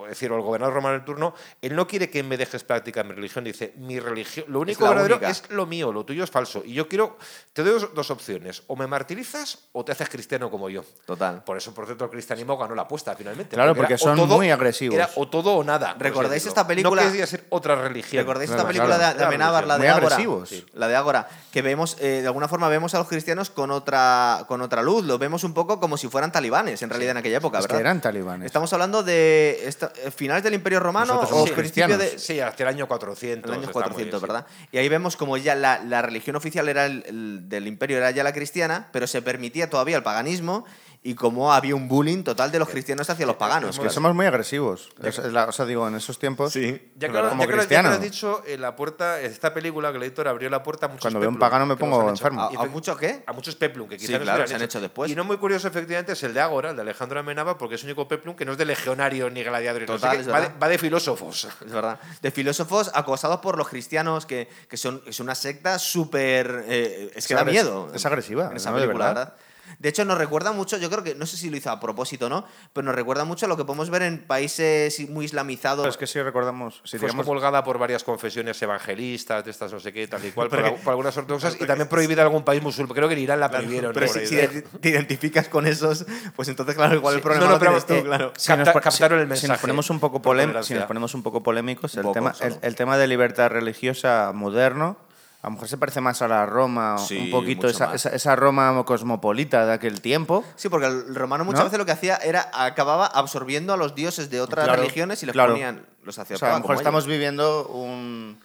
Speaker 2: o- es decir, o el gobernador romano en turno, él no quiere que me dejes practicar mi religión. Dice, mi religión, lo único
Speaker 1: la
Speaker 2: verdadero
Speaker 1: única.
Speaker 2: es lo mío, lo tuyo es falso. Y yo quiero, te doy dos, dos opciones. O me martirizas o te haces cristiano como yo.
Speaker 1: Total.
Speaker 2: Por eso, por cierto, el cristianismo ganó la apuesta finalmente.
Speaker 3: Claro, porque
Speaker 2: era o
Speaker 3: son muy agresivos.
Speaker 2: Era o todo o nada. por
Speaker 1: ¿Recordáis
Speaker 2: así
Speaker 1: esta
Speaker 2: decirlo.
Speaker 1: película?
Speaker 2: No quería ser otra religión.
Speaker 1: ¿Recordáis
Speaker 3: Claro,
Speaker 1: esta película
Speaker 3: claro.
Speaker 1: de, de Amenábar, la de
Speaker 3: Muy
Speaker 1: Ágora?
Speaker 3: agresivos.
Speaker 1: Sí. La de Ágora, que vemos, eh, de alguna forma vemos a los cristianos con otra, con otra luz, los vemos un poco como si fueran talibanes, en realidad en aquella época,
Speaker 3: Es que
Speaker 1: ¿verdad?
Speaker 3: eran talibanes.
Speaker 1: Estamos hablando de esta- eh, finales del Imperio Romano
Speaker 3: Nosotros
Speaker 1: o
Speaker 3: somos
Speaker 1: principio de...
Speaker 3: cristianos.
Speaker 2: Sí, hasta el año 400.
Speaker 1: El año
Speaker 2: está muy
Speaker 1: 400,
Speaker 2: bien, sí.
Speaker 1: ¿verdad? Y ahí vemos como ya la, la religión oficial era el, el- del imperio era ya la cristiana, pero se permitía todavía el paganismo y como había un bullying total de los cristianos hacia los paganos.
Speaker 2: Muy
Speaker 3: Que
Speaker 1: claro.
Speaker 3: somos muy agresivos. Es- es la- o sea, digo, en esos tiempos,
Speaker 1: Sí.
Speaker 2: Ya que,
Speaker 3: Pero
Speaker 2: lo-
Speaker 3: como
Speaker 2: ya que lo- ya que
Speaker 3: cristiano.
Speaker 2: lo has dicho, eh, la puerta, esta película que el editor abrió la puerta a muchos
Speaker 3: Cuando veo un
Speaker 2: peplum
Speaker 3: pagano me
Speaker 2: que nos
Speaker 3: pongo
Speaker 2: han hecho.
Speaker 3: enfermo.
Speaker 1: ¿A,
Speaker 2: Y
Speaker 1: a
Speaker 2: efe-
Speaker 1: mucho qué?
Speaker 2: a muchos peplum que
Speaker 1: Sí,
Speaker 2: quizás no
Speaker 1: claro,
Speaker 2: hubieran
Speaker 1: se han hecho después.
Speaker 2: Y no muy curioso, efectivamente, es el de Ágora, el de Alejandro Amenábar, porque es el único peplum que no es de legionario ni gladiador. y no sé
Speaker 1: Total,
Speaker 2: qué,
Speaker 1: es
Speaker 2: va, de,
Speaker 1: verdad.
Speaker 2: va de filósofos.
Speaker 1: Es verdad. De filósofos acosados por los cristianos, que, que son, es una secta súper... eh, es que
Speaker 3: Es
Speaker 1: da
Speaker 3: agres-
Speaker 1: miedo.
Speaker 3: es agresiva,
Speaker 1: En esa
Speaker 3: ¿no? De
Speaker 1: película, la
Speaker 3: verdad.
Speaker 1: ¿verdad? De hecho, nos recuerda mucho, yo creo que, no sé si lo hizo a propósito o no, pero nos recuerda mucho a lo que podemos ver en países muy islamizados.
Speaker 3: Pero es que si recordamos, si
Speaker 2: fue
Speaker 3: digamos,
Speaker 2: comulgada Pues por varias confesiones evangelistas, de estas no sé qué, tal y cual, por,
Speaker 1: Porque-
Speaker 2: algu- por algunas ortodoxas, y también prohibida en algún país musulmán. Creo que en Irán la prohibieron.
Speaker 1: Pero
Speaker 2: ¿no?
Speaker 1: si,
Speaker 2: Por
Speaker 1: si
Speaker 2: ahí,
Speaker 1: te, te identificas con esos, pues entonces, claro, igual el
Speaker 2: Sí.
Speaker 1: problema
Speaker 2: No, no,
Speaker 1: lo tienes
Speaker 2: pero,
Speaker 1: tú,
Speaker 2: eh,
Speaker 1: claro.
Speaker 3: si nos,
Speaker 2: capta-
Speaker 3: pon- si-
Speaker 2: captaron el
Speaker 3: si
Speaker 2: mensaje
Speaker 3: nos ponemos un poco
Speaker 2: por
Speaker 3: polem- si
Speaker 2: tolerancia.
Speaker 3: nos ponemos un poco polémicos, el,
Speaker 1: poco,
Speaker 3: tema, el,
Speaker 1: solo.
Speaker 3: el tema de libertad religiosa moderno, a lo mejor se parece más a la Roma, o
Speaker 1: Sí,
Speaker 3: un poquito
Speaker 1: mucho
Speaker 3: esa,
Speaker 1: más.
Speaker 3: esa- esa Roma cosmopolita de aquel tiempo.
Speaker 1: Sí, porque el romano muchas
Speaker 3: ¿No?
Speaker 1: veces lo que hacía era acababa absorbiendo a los dioses de otras
Speaker 3: Claro,
Speaker 1: religiones y les
Speaker 3: claro.
Speaker 1: ponían los hacia
Speaker 3: O sea, a lo
Speaker 1: arriba,
Speaker 3: mejor
Speaker 1: como
Speaker 3: estamos
Speaker 1: ellos.
Speaker 3: viviendo un,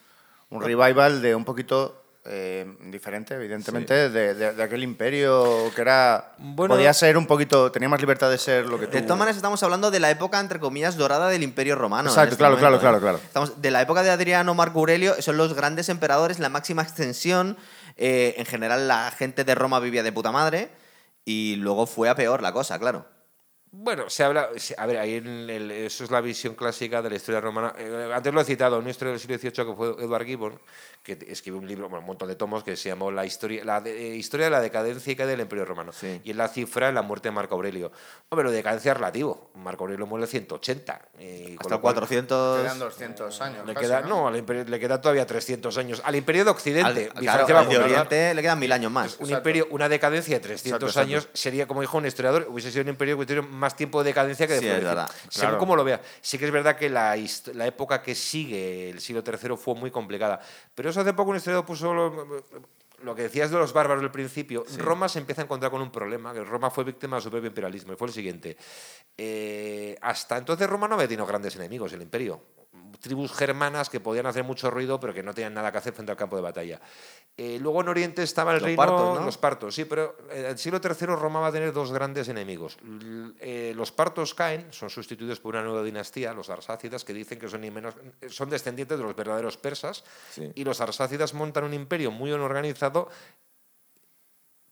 Speaker 3: un revival de un poquito eh, diferente, evidentemente, de, de- de aquel imperio que era.
Speaker 2: Bueno-
Speaker 3: podía ser un poquito. tenía más libertad de ser lo que tú.
Speaker 1: De todas maneras, estamos hablando de la época, entre comillas, dorada del Imperio Romano. en
Speaker 3: Exacto,
Speaker 1: este
Speaker 3: claro,
Speaker 1: momento,
Speaker 3: claro,
Speaker 1: ¿eh?
Speaker 3: claro, claro.
Speaker 1: Estamos de la época de Adriano, Marco Aurelio, son los grandes emperadores, la máxima extensión. eh, en general, la gente de Roma vivía de puta madre y luego fue a peor la cosa, claro.
Speaker 2: Bueno, se habla. se- A ver, ahí en el- eso es la visión clásica de la historia romana. Eh, antes lo he citado, en una historia del siglo XVIII que fue Edward Gibbon, que t- escribió un libro, bueno, un montón de tomos, que se llamó La historia, la de- eh, historia de la decadencia y caída del Imperio Romano.
Speaker 1: Sí.
Speaker 2: Y en la cifra, en la muerte de Marco Aurelio. Hombre, lo de decadencia es relativo. Marco Aurelio muere en el 180. eh, y con
Speaker 1: Hasta
Speaker 2: lo cual-
Speaker 1: 400.
Speaker 3: Quedan 200 años.
Speaker 2: Le
Speaker 3: casi,
Speaker 2: queda, no, al imperio- le queda todavía 300 años. Al imperio de
Speaker 1: al-
Speaker 2: Occidente.
Speaker 1: claro,
Speaker 2: Bizancio va
Speaker 1: al de
Speaker 2: a gobernar.
Speaker 1: Oriente le quedan mil años más.
Speaker 2: Un imperio, una decadencia de 300
Speaker 3: Exacto,
Speaker 2: años sería, como dijo un historiador, hubiese sido un imperio que tuviera más tiempo de decadencia que de
Speaker 1: Sí, es
Speaker 2: florecimiento.
Speaker 1: verdad.
Speaker 2: Según
Speaker 3: Claro.
Speaker 2: cómo lo veas. Sí que es verdad que la, hist- la época que sigue, el siglo III, fue muy complicada. Pero eso hace poco un historiador puso lo, lo que decías de los bárbaros del principio. Roma se empieza a encontrar con un problema, que Roma fue víctima de su propio imperialismo, y fue el siguiente. Eh, hasta entonces Roma no había tenido grandes enemigos, el imperio. Tribus germanas que podían hacer mucho ruido, pero que no tenían nada que hacer frente al campo de batalla. Eh, luego en Oriente estaba el
Speaker 1: Los
Speaker 2: reino,
Speaker 1: partos, ¿no?
Speaker 2: los partos, sí, pero en el siglo III Roma va a tener dos grandes enemigos. L- eh, los partos caen, son sustituidos por una nueva dinastía, los arsácidas, que dicen que son, ni menos, son descendientes de los verdaderos persas,
Speaker 1: Sí.
Speaker 2: y los arsácidas montan un imperio muy bien organizado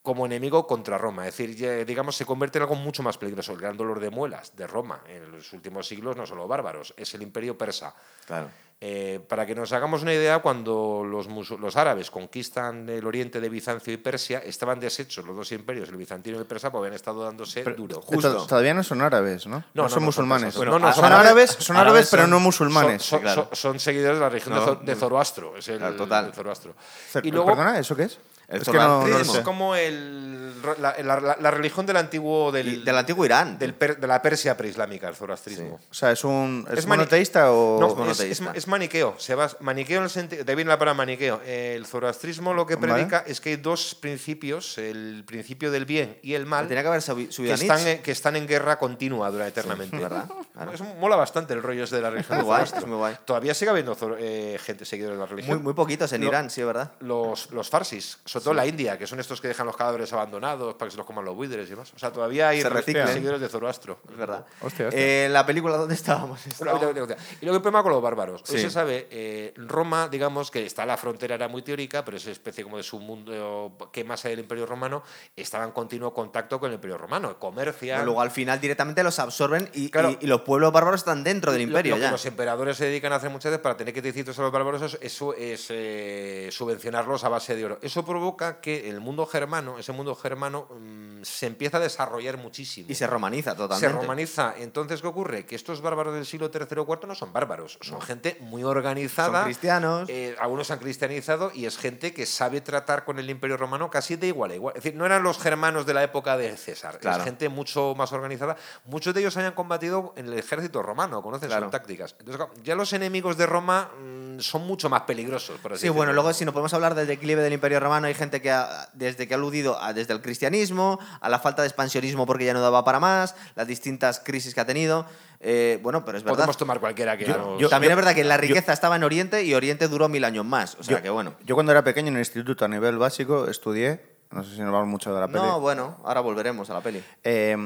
Speaker 2: como enemigo contra Roma. Es decir, ya, digamos, se convierte en algo mucho más peligroso. El gran dolor de muelas de Roma en los últimos siglos no son los bárbaros, es el imperio persa.
Speaker 1: Claro.
Speaker 2: Eh, para que nos hagamos una idea, cuando los, musu- los árabes conquistan el oriente de Bizancio y Persia, estaban deshechos los dos imperios, el bizantino y el persa, porque habían estado dándose duro.
Speaker 3: Esto- todavía no son árabes, ¿no? No, son musulmanes. Ah,
Speaker 2: persas,
Speaker 1: Bueno,
Speaker 2: no, no,
Speaker 1: a-
Speaker 2: son
Speaker 3: son
Speaker 1: árabe-
Speaker 3: árabes, son árabes,
Speaker 1: árabes
Speaker 3: pero
Speaker 1: son-
Speaker 3: no musulmanes.
Speaker 2: Son, son-
Speaker 1: claro.
Speaker 2: son- son seguidores de la religión de
Speaker 1: No,
Speaker 2: Zo- de
Speaker 1: no.
Speaker 2: Zoroastro. Es el,
Speaker 1: Claro, total.
Speaker 2: el Zoroastro.
Speaker 3: Cer-
Speaker 2: Y luego,
Speaker 3: Perdona, ¿eso qué es?
Speaker 1: El
Speaker 3: Es que no- no lo
Speaker 1: zoroastrismo.
Speaker 2: Es como el, la, la- la- la religión del antiguo. Del,
Speaker 1: Del antiguo Irán.
Speaker 2: del per- de la Persia preislámica, el zoroastrismo.
Speaker 3: O sea, ¿es un es,
Speaker 2: ¿Es mani-
Speaker 3: monoteísta o...?
Speaker 2: No, es,
Speaker 1: monoteísta.
Speaker 2: es ma- es maniqueo. Se basa- maniqueo en el sentido. De ahí viene la palabra maniqueo. Eh, El zoroastrismo lo que
Speaker 3: Vale.
Speaker 2: predica es que hay dos principios, el principio del bien y el mal,
Speaker 1: Tenía que haber subi-
Speaker 2: que
Speaker 1: subido a
Speaker 2: están,
Speaker 1: Nietzsche.
Speaker 2: en, que están en guerra continua durante eternamente.
Speaker 1: ¿verdad? Claro.
Speaker 2: Eso mola bastante el rollo ese de la religión.
Speaker 1: Muy guay,
Speaker 2: zoroastro.
Speaker 1: es muy guay.
Speaker 2: Todavía sigue habiendo zoro- eh, gente seguidora de la religión.
Speaker 1: Muy, muy poquitos en
Speaker 2: Lo-
Speaker 1: Irán, sí, es verdad.
Speaker 2: los, los farsis, sobre todo la India, que son estos que dejan los cadáveres abandonados para que se los coman los buitres y demás. O sea, todavía hay
Speaker 1: Se
Speaker 2: re-
Speaker 1: reciclan.
Speaker 2: seguidores de Zoroastro.
Speaker 1: Es verdad.
Speaker 3: Hostia, hostia.
Speaker 1: Eh, la película donde estábamos.
Speaker 2: Una- una- una- una- Y luego el problema con los bárbaros. Hoy
Speaker 1: Sí.
Speaker 2: se sabe, eh, Roma, digamos que está la frontera, era muy teórica, pero es una especie como de submundo que más hay del Imperio Romano, estaba en continuo contacto con el Imperio Romano. Comercia.
Speaker 1: Bueno, Luego al final directamente los absorben y,
Speaker 2: Claro.
Speaker 1: y- y los pueblos bárbaros están dentro del
Speaker 2: Lo-
Speaker 1: imperio
Speaker 2: lo que
Speaker 1: ya.
Speaker 2: los emperadores se dedican a hacer muchas veces para tener que decirles a los bárbaros es, eso es eh, subvencionarlos a base de oro. Eso provoca que el mundo germano, ese mundo germano, mm, se empieza a desarrollar muchísimo.
Speaker 1: Y se romaniza
Speaker 2: Se
Speaker 1: totalmente.
Speaker 2: romaniza. Entonces, ¿qué ocurre? Que estos bárbaros del siglo III o IV no son bárbaros, son gente muy organizada.
Speaker 1: Son cristianos.
Speaker 2: eh, algunos se han cristianizado y es gente que sabe tratar con el imperio romano casi de igual a igual. Es decir, no eran los germanos de la época de César,
Speaker 1: Claro.
Speaker 2: es gente mucho más organizada. Muchos de ellos hayan combatido en el ejército romano, conocen
Speaker 1: Claro.
Speaker 2: sus tácticas. Entonces, claro, ya los enemigos de Roma mm, son mucho más peligrosos, por así
Speaker 1: Sí, bueno,
Speaker 2: decirlo.
Speaker 1: luego si nos podemos hablar del declive del Imperio Romano, hay gente que ha- desde que ha aludido a, desde el cristianismo, a la falta de expansionismo porque ya no daba para más, las distintas crisis que ha tenido. Eh, bueno, pero es verdad.
Speaker 2: Podemos tomar cualquiera que nos-
Speaker 1: También es verdad que la riqueza estaba en Oriente y Oriente duró mil años más. O sea que bueno.
Speaker 3: Yo cuando era pequeño en el instituto a nivel básico estudié, no sé si nos vamos mucho de la peli,
Speaker 1: No, bueno, ahora volveremos a la peli.
Speaker 3: eh,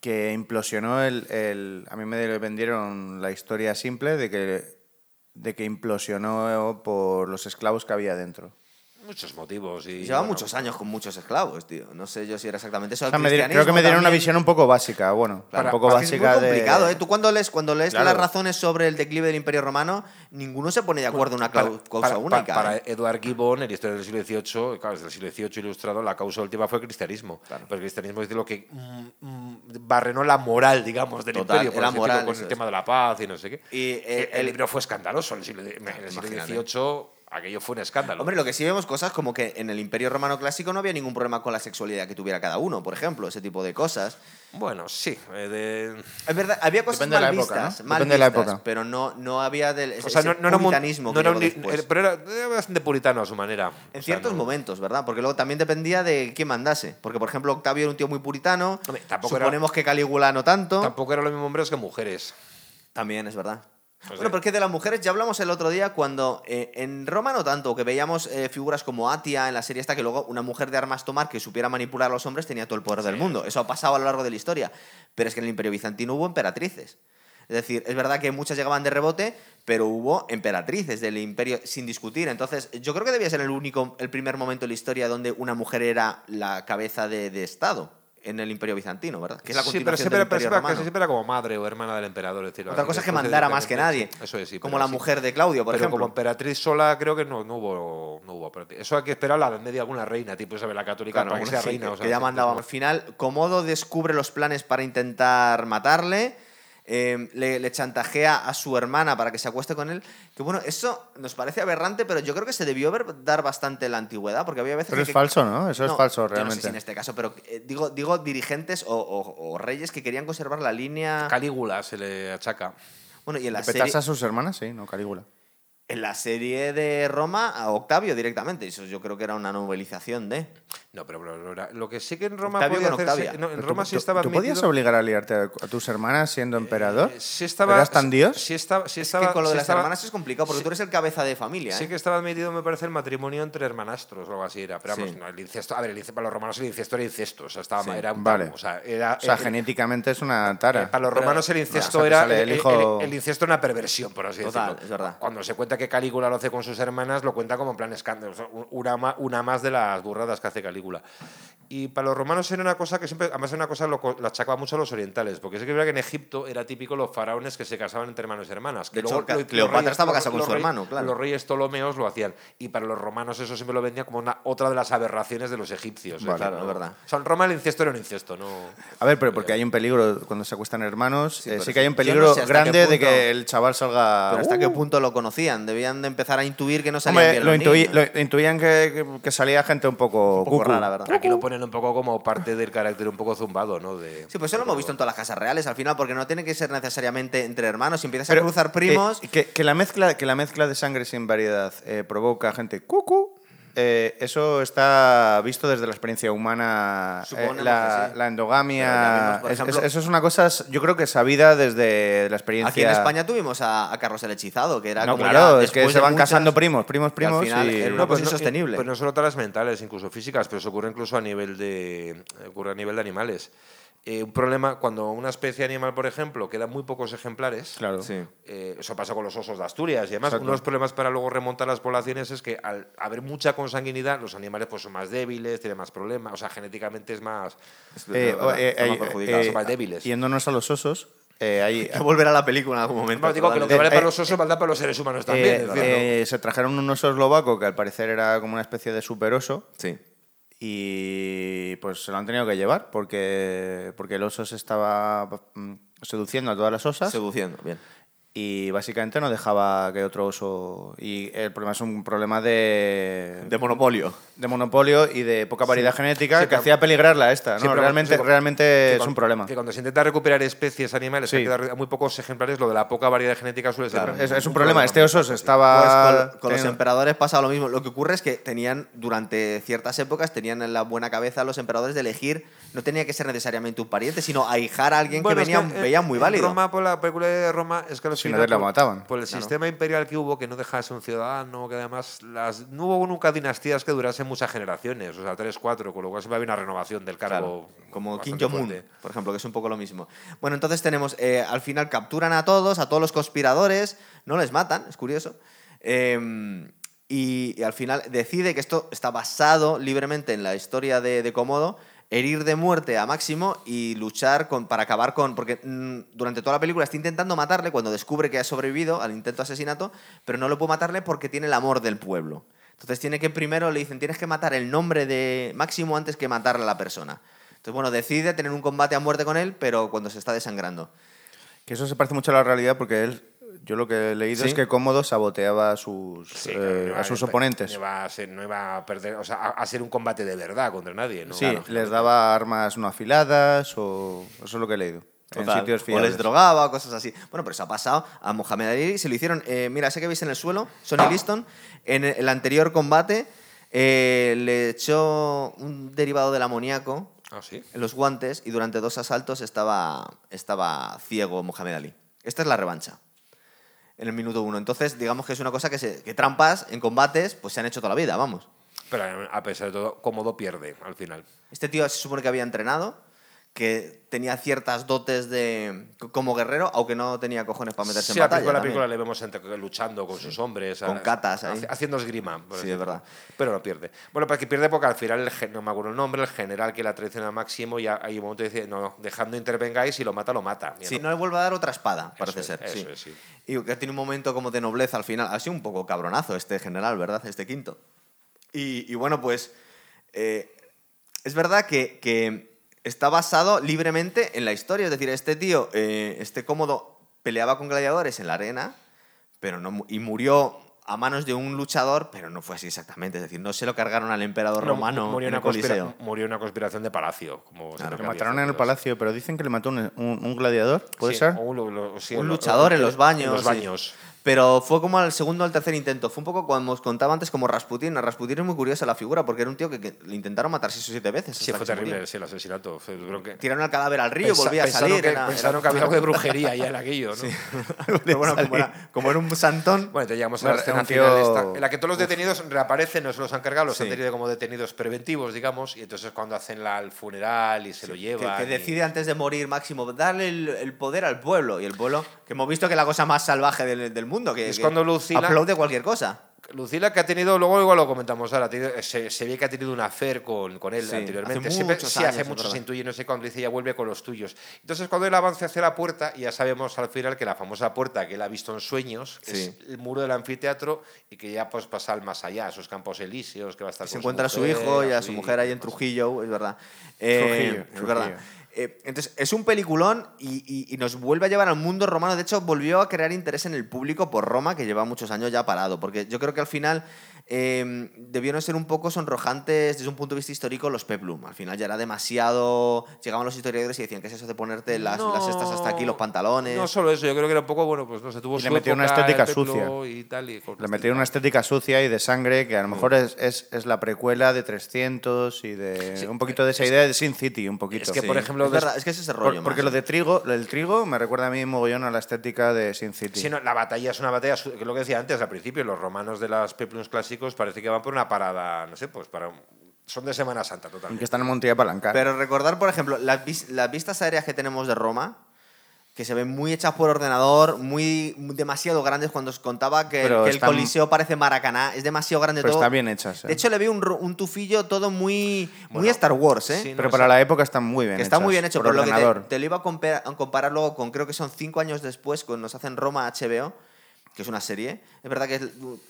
Speaker 3: que implosionó el, el- A mí me vendieron la historia simple de que, de que implosionó por los esclavos que había dentro.
Speaker 2: muchos motivos. Y,
Speaker 1: Lleva
Speaker 2: bueno,
Speaker 1: muchos años con muchos esclavos, tío. No sé yo si era exactamente eso.
Speaker 3: O
Speaker 1: El
Speaker 3: sea, me dieron- creo que
Speaker 1: cristianismo
Speaker 3: me dieron una
Speaker 1: también-
Speaker 3: visión un poco básica, bueno,
Speaker 1: Claro,
Speaker 3: un poco
Speaker 1: es que es muy
Speaker 3: básica de...
Speaker 1: complicado, ¿eh? Tú cuando lees, cuando lees
Speaker 3: Claro.
Speaker 1: las razones sobre el declive del Imperio Romano, ninguno se pone de acuerdo en una
Speaker 2: Para-
Speaker 1: clau- causa
Speaker 2: para-
Speaker 1: única.
Speaker 2: Para, para
Speaker 1: ¿eh?
Speaker 2: Edward Gibbon, el historiador del siglo XVIII, claro, desde el siglo XVIII ilustrado, la causa última fue el cristianismo. Pero el cristianismo es de lo que mm, mm, barrenó la moral, digamos, del
Speaker 1: Total,
Speaker 2: imperio, por
Speaker 1: era
Speaker 2: así decirlo,
Speaker 1: moral,
Speaker 2: con
Speaker 1: eso
Speaker 2: el
Speaker 1: es.
Speaker 2: tema de la paz y no sé qué.
Speaker 1: Y,
Speaker 2: el,
Speaker 1: eh,
Speaker 2: el
Speaker 1: el-
Speaker 2: libro fue escandaloso, en el siglo, en el siglo
Speaker 1: imagínate.
Speaker 2: XVIII aquello fue un escándalo.
Speaker 1: Hombre, lo que sí vemos cosas como que en el Imperio Romano clásico no había ningún problema con la sexualidad que tuviera cada uno, por ejemplo, ese tipo de cosas.
Speaker 2: Bueno, sí. eh, de-
Speaker 1: Es verdad, había cosas
Speaker 3: Depende de
Speaker 1: mal
Speaker 3: la época,
Speaker 1: vistas,
Speaker 3: ¿no?
Speaker 1: mal
Speaker 3: Depende de la
Speaker 1: vistas,
Speaker 3: época.
Speaker 1: pero no, no había del ese,
Speaker 2: O sea, no, no era un-
Speaker 1: puritanismo
Speaker 2: no
Speaker 1: que
Speaker 2: era
Speaker 1: llegó
Speaker 2: un-
Speaker 1: después.
Speaker 2: eh, Pero era, era bastante puritano a su manera. O sea,
Speaker 1: En ciertos
Speaker 2: no-
Speaker 1: momentos, ¿verdad? Porque luego también dependía de quién mandase. Porque, por ejemplo, Octavio era un tío muy puritano.
Speaker 2: Hombre, tampoco era-
Speaker 1: Suponemos que Calígula no tanto.
Speaker 2: Tampoco eran los mismos hombres que mujeres.
Speaker 1: También es verdad.
Speaker 2: sea-
Speaker 1: bueno, porque de las mujeres ya hablamos el otro día cuando eh, en Roma no tanto, que veíamos eh, figuras como Atia en la serie esta, que luego una mujer de armas tomar que supiera manipular a los hombres tenía todo el poder del mundo. Eso ha pasado a lo largo de la historia. Pero es que en el Imperio Bizantino hubo emperatrices. Es decir, es verdad que muchas llegaban de rebote, pero hubo emperatrices del imperio sin discutir. Entonces, yo creo que debía ser el único, el primer momento en la historia donde una mujer era la cabeza de, de Estado en el Imperio Bizantino, ¿verdad? Que es la
Speaker 2: Sí,
Speaker 1: continuación
Speaker 2: pero siempre,
Speaker 1: del
Speaker 2: era-
Speaker 1: Imperio
Speaker 2: siempre era-
Speaker 1: Romano.
Speaker 2: siempre era como madre o hermana del emperador. es decir,
Speaker 1: Otra
Speaker 2: la-
Speaker 1: cosa es que
Speaker 2: después
Speaker 1: mandara más que nadie.
Speaker 2: directamente, sí, Eso es, sí,
Speaker 1: como
Speaker 2: pero
Speaker 1: la
Speaker 2: sí.
Speaker 1: mujer de Claudio, por
Speaker 2: pero
Speaker 1: ejemplo.
Speaker 2: como emperatriz sola creo que no, no hubo no hubo emperatriz. Eso hay que esperar a la media de alguna reina, tipo Isabel la Católica,
Speaker 1: Claro,
Speaker 2: para que
Speaker 1: bueno,
Speaker 2: sea
Speaker 1: sí,
Speaker 2: reina.
Speaker 1: que-
Speaker 2: o sea,
Speaker 1: que ya mandaba. Al final, Comodo descubre los planes para intentar matarle. eh, le, le chantajea a su hermana para que se acueste con él. Que bueno, eso nos parece aberrante, pero yo creo que se debió ver, dar bastante en la antigüedad, porque había veces.
Speaker 3: Pero
Speaker 1: en
Speaker 3: es
Speaker 1: que-
Speaker 3: falso, ¿no? Eso es
Speaker 1: No,
Speaker 3: falso,
Speaker 1: yo No sé si
Speaker 3: realmente.
Speaker 1: en este caso, pero eh, digo, digo dirigentes o, o- o reyes que querían conservar la línea.
Speaker 2: Calígula se le achaca.
Speaker 1: Bueno, y en la
Speaker 3: ¿Le
Speaker 1: serie.
Speaker 3: petas a sus hermanas? Sí, no, Calígula.
Speaker 1: En la serie de Roma, a Octavio directamente. Eso yo creo que era una novelización de.
Speaker 2: No, pero, pero- pero era- lo que sí que en Roma
Speaker 1: Octavio
Speaker 2: podía
Speaker 1: con
Speaker 2: hacerse-
Speaker 1: Octavia.
Speaker 2: no, en
Speaker 3: Pero
Speaker 2: Roma
Speaker 3: tú,
Speaker 2: sí
Speaker 3: tú-
Speaker 2: estaba
Speaker 3: ¿Tú podías
Speaker 2: admitido-
Speaker 3: obligar a liarte a, a tus hermanas siendo emperador?
Speaker 2: eh, sí estaba,
Speaker 3: ¿Eras tan
Speaker 2: sí-
Speaker 3: dios?
Speaker 2: Sí estaba, sí
Speaker 1: Es que
Speaker 2: estaba,
Speaker 1: con lo de
Speaker 2: sí
Speaker 1: las
Speaker 2: estaba-
Speaker 1: hermanas es complicado, porque
Speaker 2: sí-
Speaker 1: tú eres el cabeza de familia.
Speaker 2: Sí
Speaker 1: ¿eh?
Speaker 2: que estaba admitido, me parece, el matrimonio entre hermanastros o algo así era. Pero vamos,
Speaker 1: Sí.
Speaker 2: no, el incesto. A ver, el incesto, para los romanos el incesto era incesto. O sea, estaba,
Speaker 1: Sí,
Speaker 2: era un
Speaker 3: vale.
Speaker 2: tabú, O sea, era,
Speaker 1: eh,
Speaker 3: O sea,
Speaker 2: era-
Speaker 3: genéticamente es una tara.
Speaker 2: Para los romanos el incesto
Speaker 3: o sea, te
Speaker 2: era
Speaker 3: sale el
Speaker 2: el,
Speaker 3: hijo-
Speaker 2: el- el incesto era una perversión, por así
Speaker 1: Total,
Speaker 2: decirlo.
Speaker 1: es verdad.
Speaker 2: Cuando se cuenta que Calígula lo hace con sus hermanas, lo cuenta como en plan escándalo, o sea, un- una, ma- una más de las burradas que hace Calígula. Y para los romanos era una cosa que siempre, además era una cosa lo, co- la achacaba mucho a los orientales, porque es que es verdad que en Egipto era típico los faraones que se casaban entre hermanos y hermanas. que
Speaker 1: De hecho,
Speaker 2: luego
Speaker 1: Ca-
Speaker 2: los
Speaker 1: Cleopatra
Speaker 2: reyes-
Speaker 1: estaba casada con
Speaker 2: los
Speaker 1: su
Speaker 2: rey-
Speaker 1: hermano, claro.
Speaker 2: Los reyes Ptolomeos lo hacían. Y para los romanos eso siempre lo vendía como una, otra de las aberraciones de los egipcios. ¿eh?
Speaker 3: Vale,
Speaker 2: claro,
Speaker 1: es verdad.
Speaker 2: O sea, en Roma el incesto era un incesto, no...
Speaker 3: A ver, pero porque hay un peligro cuando se acuestan hermanos. eh, Sí,
Speaker 1: pero
Speaker 3: que hay
Speaker 1: eh, sí.
Speaker 3: un
Speaker 1: Yo no
Speaker 3: peligro
Speaker 1: sé hasta qué
Speaker 3: grande de
Speaker 1: punto-
Speaker 3: que el chaval salga.
Speaker 1: Pero hasta qué
Speaker 3: "Uh".
Speaker 1: punto lo conocían debían de empezar a intuir que no salían
Speaker 3: Hombre,
Speaker 1: bien
Speaker 3: lo,
Speaker 1: los
Speaker 3: intuí-
Speaker 1: niños.
Speaker 3: lo intuían que, que- que salía gente un poco,
Speaker 1: Un poco
Speaker 3: cucu.
Speaker 1: rara, ¿verdad?
Speaker 2: Aquí lo ponen un poco como parte del carácter un poco zumbado, ¿no? De,
Speaker 1: Sí, pues eso lo hemos visto en todas las casas reales al final, porque no tiene que ser necesariamente entre hermanos. Si empiezas a
Speaker 3: eh,
Speaker 1: cruzar primos,
Speaker 3: Que, que- que la mezcla, que la mezcla de sangre sin variedad eh, provoca gente cucu. eh, eso está visto desde la experiencia humana, eh,
Speaker 1: Suponemos
Speaker 3: la,
Speaker 1: que sí.
Speaker 3: la
Speaker 1: Pero ya vimos,
Speaker 3: endogamia.
Speaker 1: por
Speaker 3: es- es-
Speaker 1: ejemplo-
Speaker 3: eso es una cosa, s- yo creo que sabida desde la experiencia.
Speaker 1: aquí en España tuvimos a, a Carlos el Hechizado, que era
Speaker 3: No,
Speaker 1: como
Speaker 3: claro,
Speaker 1: ya
Speaker 3: es que
Speaker 1: después
Speaker 3: se
Speaker 1: de
Speaker 3: van
Speaker 1: muchas-
Speaker 3: casando primos, primos,
Speaker 1: y al
Speaker 3: primos.
Speaker 1: final
Speaker 3: y-
Speaker 1: era una cosa
Speaker 3: No, pues
Speaker 2: Eh, no-
Speaker 1: insostenible.
Speaker 2: pero no solo todas las mentales, incluso físicas, pero se ocurre incluso a nivel de, eh, ocurre a nivel de animales. Eh, un problema cuando una especie animal, por ejemplo, quedan muy pocos ejemplares.
Speaker 3: Claro.
Speaker 1: Sí.
Speaker 2: eh, eso pasa con los osos de Asturias y además
Speaker 3: Exacto.
Speaker 2: uno de los problemas para luego remontar las poblaciones es que al haber mucha consanguinidad los animales pues son más débiles, tienen más problemas, o sea, genéticamente es más...
Speaker 3: Eh,
Speaker 1: Pero,
Speaker 3: eh,
Speaker 1: ¿verdad? Son
Speaker 3: eh,
Speaker 1: más perjudicados,
Speaker 3: eh,
Speaker 1: son
Speaker 2: más débiles.
Speaker 3: Yéndonos a los osos, eh, hay,
Speaker 1: Hay que volver a la película en algún momento.
Speaker 2: Bueno, digo que lo que
Speaker 1: totalmente.
Speaker 2: vale
Speaker 3: eh,
Speaker 2: para los osos valdrá para los seres humanos también.
Speaker 3: eh,
Speaker 2: es decir, ¿no?
Speaker 3: eh, se trajeron un oso eslovaco que al parecer era como una especie de superoso
Speaker 1: Sí.
Speaker 3: y pues se lo han tenido que llevar porque, porque el oso se estaba mm, seduciendo a todas las osas
Speaker 1: Seduciendo, bien.
Speaker 3: y básicamente no dejaba que otro oso... Y el problema es un problema de...
Speaker 1: De monopolio.
Speaker 3: de monopolio y de poca variedad genética
Speaker 2: Sí,
Speaker 3: que
Speaker 2: pero-
Speaker 3: hacía peligrarla a esta.
Speaker 2: Sí,
Speaker 3: ¿no?
Speaker 2: pero
Speaker 3: realmente
Speaker 2: cuando-
Speaker 3: realmente
Speaker 2: que
Speaker 3: es
Speaker 2: cuando-
Speaker 3: un problema.
Speaker 2: Que cuando se intenta recuperar especies animales,
Speaker 3: Sí.
Speaker 2: se quedan muy pocos ejemplares, lo de la poca variedad genética suele ser.
Speaker 1: Claro,
Speaker 3: Es, es un problema. Este oso se
Speaker 1: Pues
Speaker 3: estaba...
Speaker 1: con, con los
Speaker 3: teniendo-
Speaker 1: emperadores pasa lo mismo. Lo que ocurre es que tenían, durante ciertas épocas, tenían en la buena cabeza los emperadores de elegir, no tenía que ser necesariamente un pariente, sino ahijar a alguien
Speaker 2: Bueno,
Speaker 1: que
Speaker 2: es
Speaker 1: venía,
Speaker 2: en-
Speaker 1: veían muy
Speaker 2: en
Speaker 1: válido.
Speaker 2: Roma, por la película de Roma, es que al
Speaker 3: Sin
Speaker 2: final,
Speaker 3: haberla
Speaker 2: por-
Speaker 3: mataban.
Speaker 2: Por el sistema imperial que hubo, que no dejase un ciudadano, que además las, no hubo nunca dinastías que durasen muchas generaciones, o sea, tres, cuatro, con lo cual siempre había una renovación del cargo.
Speaker 1: Claro, como Kim
Speaker 2: bastante
Speaker 1: Jong-un,
Speaker 2: fuerte.
Speaker 1: por ejemplo, que es un poco lo mismo. Bueno, entonces tenemos, eh, al final capturan a todos, a todos los conspiradores, no les matan, es curioso. Eh, y, y al final decide que esto está basado libremente en la historia de, de Comodo, herir de muerte a Máximo y luchar con, para acabar con... Porque mm, durante toda la película está intentando matarle cuando descubre que ha sobrevivido al intento de asesinato, pero no lo puede matarle porque tiene el amor del pueblo. Entonces tiene que primero, le dicen, tienes que matar el nombre de Máximo antes que matarle a la persona. Entonces, bueno, decide tener un combate a muerte con él, pero cuando se está desangrando.
Speaker 3: Que eso se parece mucho a la realidad porque él, yo lo que he leído
Speaker 1: Sí.
Speaker 3: es que Cómodo saboteaba a sus,
Speaker 2: Sí,
Speaker 3: eh,
Speaker 2: claro, no iba
Speaker 3: a sus
Speaker 2: no-
Speaker 3: oponentes.
Speaker 2: No iba a, ser- no iba a perder, o sea, a, a ser un combate de verdad contra nadie, ¿no?
Speaker 3: sí,
Speaker 2: Claro.
Speaker 3: les daba armas no afiladas o eso es lo que he leído.
Speaker 1: Total,
Speaker 3: En sitios
Speaker 1: o
Speaker 3: fiables.
Speaker 1: les drogaba, o cosas así. Bueno, pero eso ha pasado a Mohamed Ali. Se lo hicieron, eh, mira, sé que veis en el suelo, Sonny Liston, en el anterior combate eh, le echó un derivado del amoníaco
Speaker 2: Ah, sí.
Speaker 1: en los guantes y durante dos asaltos estaba, estaba ciego Mohamed Ali. Esta es la revancha. En el minuto uno. Entonces, digamos que es una cosa que, se- que trampas en combates pues se han hecho toda la vida, vamos.
Speaker 2: Pero eh, a pesar de todo, cómodo pierde al final.
Speaker 1: Este tío se supone que había entrenado, que tenía ciertas dotes de como guerrero, aunque no tenía cojones para meterse
Speaker 2: Sí,
Speaker 1: en
Speaker 2: la
Speaker 1: batalla.
Speaker 2: película, la
Speaker 1: también.
Speaker 2: película le vemos entre- luchando con sus hombres.
Speaker 1: Con
Speaker 2: a-
Speaker 1: catas ahí.
Speaker 2: haci- Haciendo esgrima. por
Speaker 1: Sí,
Speaker 2: así
Speaker 1: es
Speaker 2: decirlo.
Speaker 1: verdad.
Speaker 2: Pero no pierde. Bueno, para que pierde porque al final, el gen- no me acuerdo el nombre, el general que la traiciona a Máximo, ya hay un momento que dice, no, no, dejando intervengáis, si lo mata, lo mata. Mira,
Speaker 1: Sí, no le vuelve a dar otra espada, parece
Speaker 2: es,
Speaker 1: ser.
Speaker 2: eso
Speaker 1: sí.
Speaker 2: es, sí.
Speaker 1: Y que tiene un momento como de nobleza al final. Ha sido un poco cabronazo este general, ¿verdad? Este quinto. Y, y bueno, pues eh, es verdad que, que está basado libremente en la historia. Es decir, este tío, eh, este cómodo, peleaba con gladiadores en la arena pero no, mu- y murió a manos de un luchador, pero no fue así exactamente. Es decir, no se lo cargaron al emperador
Speaker 2: No,
Speaker 1: romano
Speaker 2: murió
Speaker 1: en el
Speaker 2: una, conspira-
Speaker 1: Coliseo.
Speaker 2: murió una conspiración de palacio. Como se
Speaker 1: Claro.
Speaker 3: Lo
Speaker 2: había
Speaker 3: mataron en el
Speaker 2: otras.
Speaker 3: palacio, pero dicen que le mató un, un- un gladiador, ¿puede
Speaker 2: Sí,
Speaker 3: ser?
Speaker 2: o un lo- lo- sí,
Speaker 1: un
Speaker 2: lo-
Speaker 1: luchador en los baños.
Speaker 2: En los
Speaker 1: sí.
Speaker 2: baños.
Speaker 1: Pero fue como al segundo o al tercer intento. Fue un poco como os contaba antes, como Rasputin. A Rasputin es muy curiosa la figura porque era un tío que, que le intentaron matar seis o siete veces.
Speaker 2: Sí,
Speaker 1: hasta
Speaker 2: fue
Speaker 1: que se
Speaker 2: terrible
Speaker 1: murió.
Speaker 2: sí, el asesinato. Fue- tuvieron que-
Speaker 1: Tiraron el cadáver al río,
Speaker 2: Pensa-
Speaker 1: volvía a
Speaker 2: pensaron
Speaker 1: salir.
Speaker 2: que-
Speaker 1: era-
Speaker 2: pensaron
Speaker 1: era-
Speaker 2: que había algo de brujería ya en aquello, ¿no?
Speaker 1: Pero bueno, como era, como era un santón.
Speaker 2: Bueno, entonces llegamos a
Speaker 3: Bueno,
Speaker 2: la escena
Speaker 3: un tío-
Speaker 2: final esta, en la que todos los detenidos reaparecen, nos los han cargado, los
Speaker 1: Sí.
Speaker 2: han tenido como detenidos preventivos, digamos, y entonces cuando hacen la, el funeral y se lo
Speaker 1: que,
Speaker 2: llevan.
Speaker 1: que
Speaker 2: y-
Speaker 1: decide antes de morir Máximo darle el, el poder al pueblo. Y el pueblo, que hemos visto que es la cosa más salvaje del, del mundo. Que,
Speaker 2: Es
Speaker 1: que
Speaker 2: cuando Lucila-
Speaker 1: Aplaude cualquier cosa.
Speaker 2: Lucila que ha tenido, luego igual lo comentamos ahora, ha tenido- se, se ve que ha tenido un affair con, con él
Speaker 1: Sí,
Speaker 2: anteriormente.
Speaker 1: hace
Speaker 2: Siempre-
Speaker 1: muchos
Speaker 2: sí, hace
Speaker 1: años,
Speaker 2: mucho
Speaker 1: es
Speaker 2: se
Speaker 1: verdad.
Speaker 2: intuye, no sé cuándo dice, ya vuelve con los tuyos. Entonces cuando él avanza hacia la puerta, y ya sabemos al final que la famosa puerta que él ha visto en sueños
Speaker 1: Sí.
Speaker 2: es el muro del anfiteatro y que ya pues pasa al más allá, a esos campos elíseos que va a estar
Speaker 1: se
Speaker 2: con
Speaker 1: encuentra a su
Speaker 2: mujer,
Speaker 1: hijo y a su mujer ahí en
Speaker 2: hijo,
Speaker 1: Trujillo, es verdad. Eh,
Speaker 3: Trujillo,
Speaker 1: es verdad.
Speaker 3: Trujillo.
Speaker 1: Eh, entonces, es un peliculón y, y- y nos vuelve a llevar al mundo romano. De hecho, volvió a crear interés en el público por Roma, que lleva muchos años ya parado. Porque yo creo que al final eh, debieron ser un poco sonrojantes desde un punto de vista histórico los peplum. Al final ya era demasiado... Llegaban los historiadores y decían, ¿qué es eso de ponerte las, las cestas hasta aquí, los pantalones?
Speaker 2: No solo eso, yo creo que era un poco, bueno, pues no sé, tuvo
Speaker 3: Y
Speaker 2: su
Speaker 3: le metieron una
Speaker 2: época,
Speaker 3: estética
Speaker 2: el peplo
Speaker 3: sucia.
Speaker 2: Y tal, y con este
Speaker 3: Le metieron una estética sucia y de sangre que a lo mejor es, es, es la precuela de 300 y de un poquito de esa idea de Sin City, un poquito.
Speaker 2: es que, por
Speaker 1: Sí.
Speaker 2: ejemplo,
Speaker 1: Es
Speaker 2: des-
Speaker 1: verdad, es que es ese
Speaker 3: Por-
Speaker 1: rollo
Speaker 3: porque
Speaker 1: más.
Speaker 3: lo de trigo, el trigo me recuerda a mí mogollón a la estética de Sin City.
Speaker 2: Sí, no, la batalla es una batalla, su- que es lo que decía antes al principio, los romanos de las peplums clásicos parece que van por una parada, no sé, pues para un- son de Semana Santa
Speaker 3: Y Que
Speaker 2: totalmente.
Speaker 3: están en Montilla Palanca.
Speaker 1: Pero recordar, por ejemplo, las, vis- las vistas aéreas que tenemos de Roma, que se ven muy hechas por ordenador, muy demasiado grandes. Cuando os contaba que,
Speaker 3: Pero
Speaker 1: que el
Speaker 3: están-
Speaker 1: Coliseo parece Maracaná, es demasiado grande
Speaker 3: Pero
Speaker 1: todo.
Speaker 3: están bien hechas, ¿eh?
Speaker 1: De hecho, le veo un, ro- un tufillo todo muy, muy
Speaker 2: Bueno,
Speaker 1: Star Wars, ¿eh?
Speaker 2: sí, no,
Speaker 3: Pero
Speaker 2: o
Speaker 3: para
Speaker 2: sea,
Speaker 3: la época están muy bien
Speaker 1: que está
Speaker 3: hechas,
Speaker 1: muy bien hecho,
Speaker 3: por
Speaker 1: por, lo que te,
Speaker 3: ordenador.
Speaker 1: te lo iba a compar- a comparar, luego con, creo que son cinco años después, cuando nos hacen Roma HBO, que es una serie. Es verdad que es-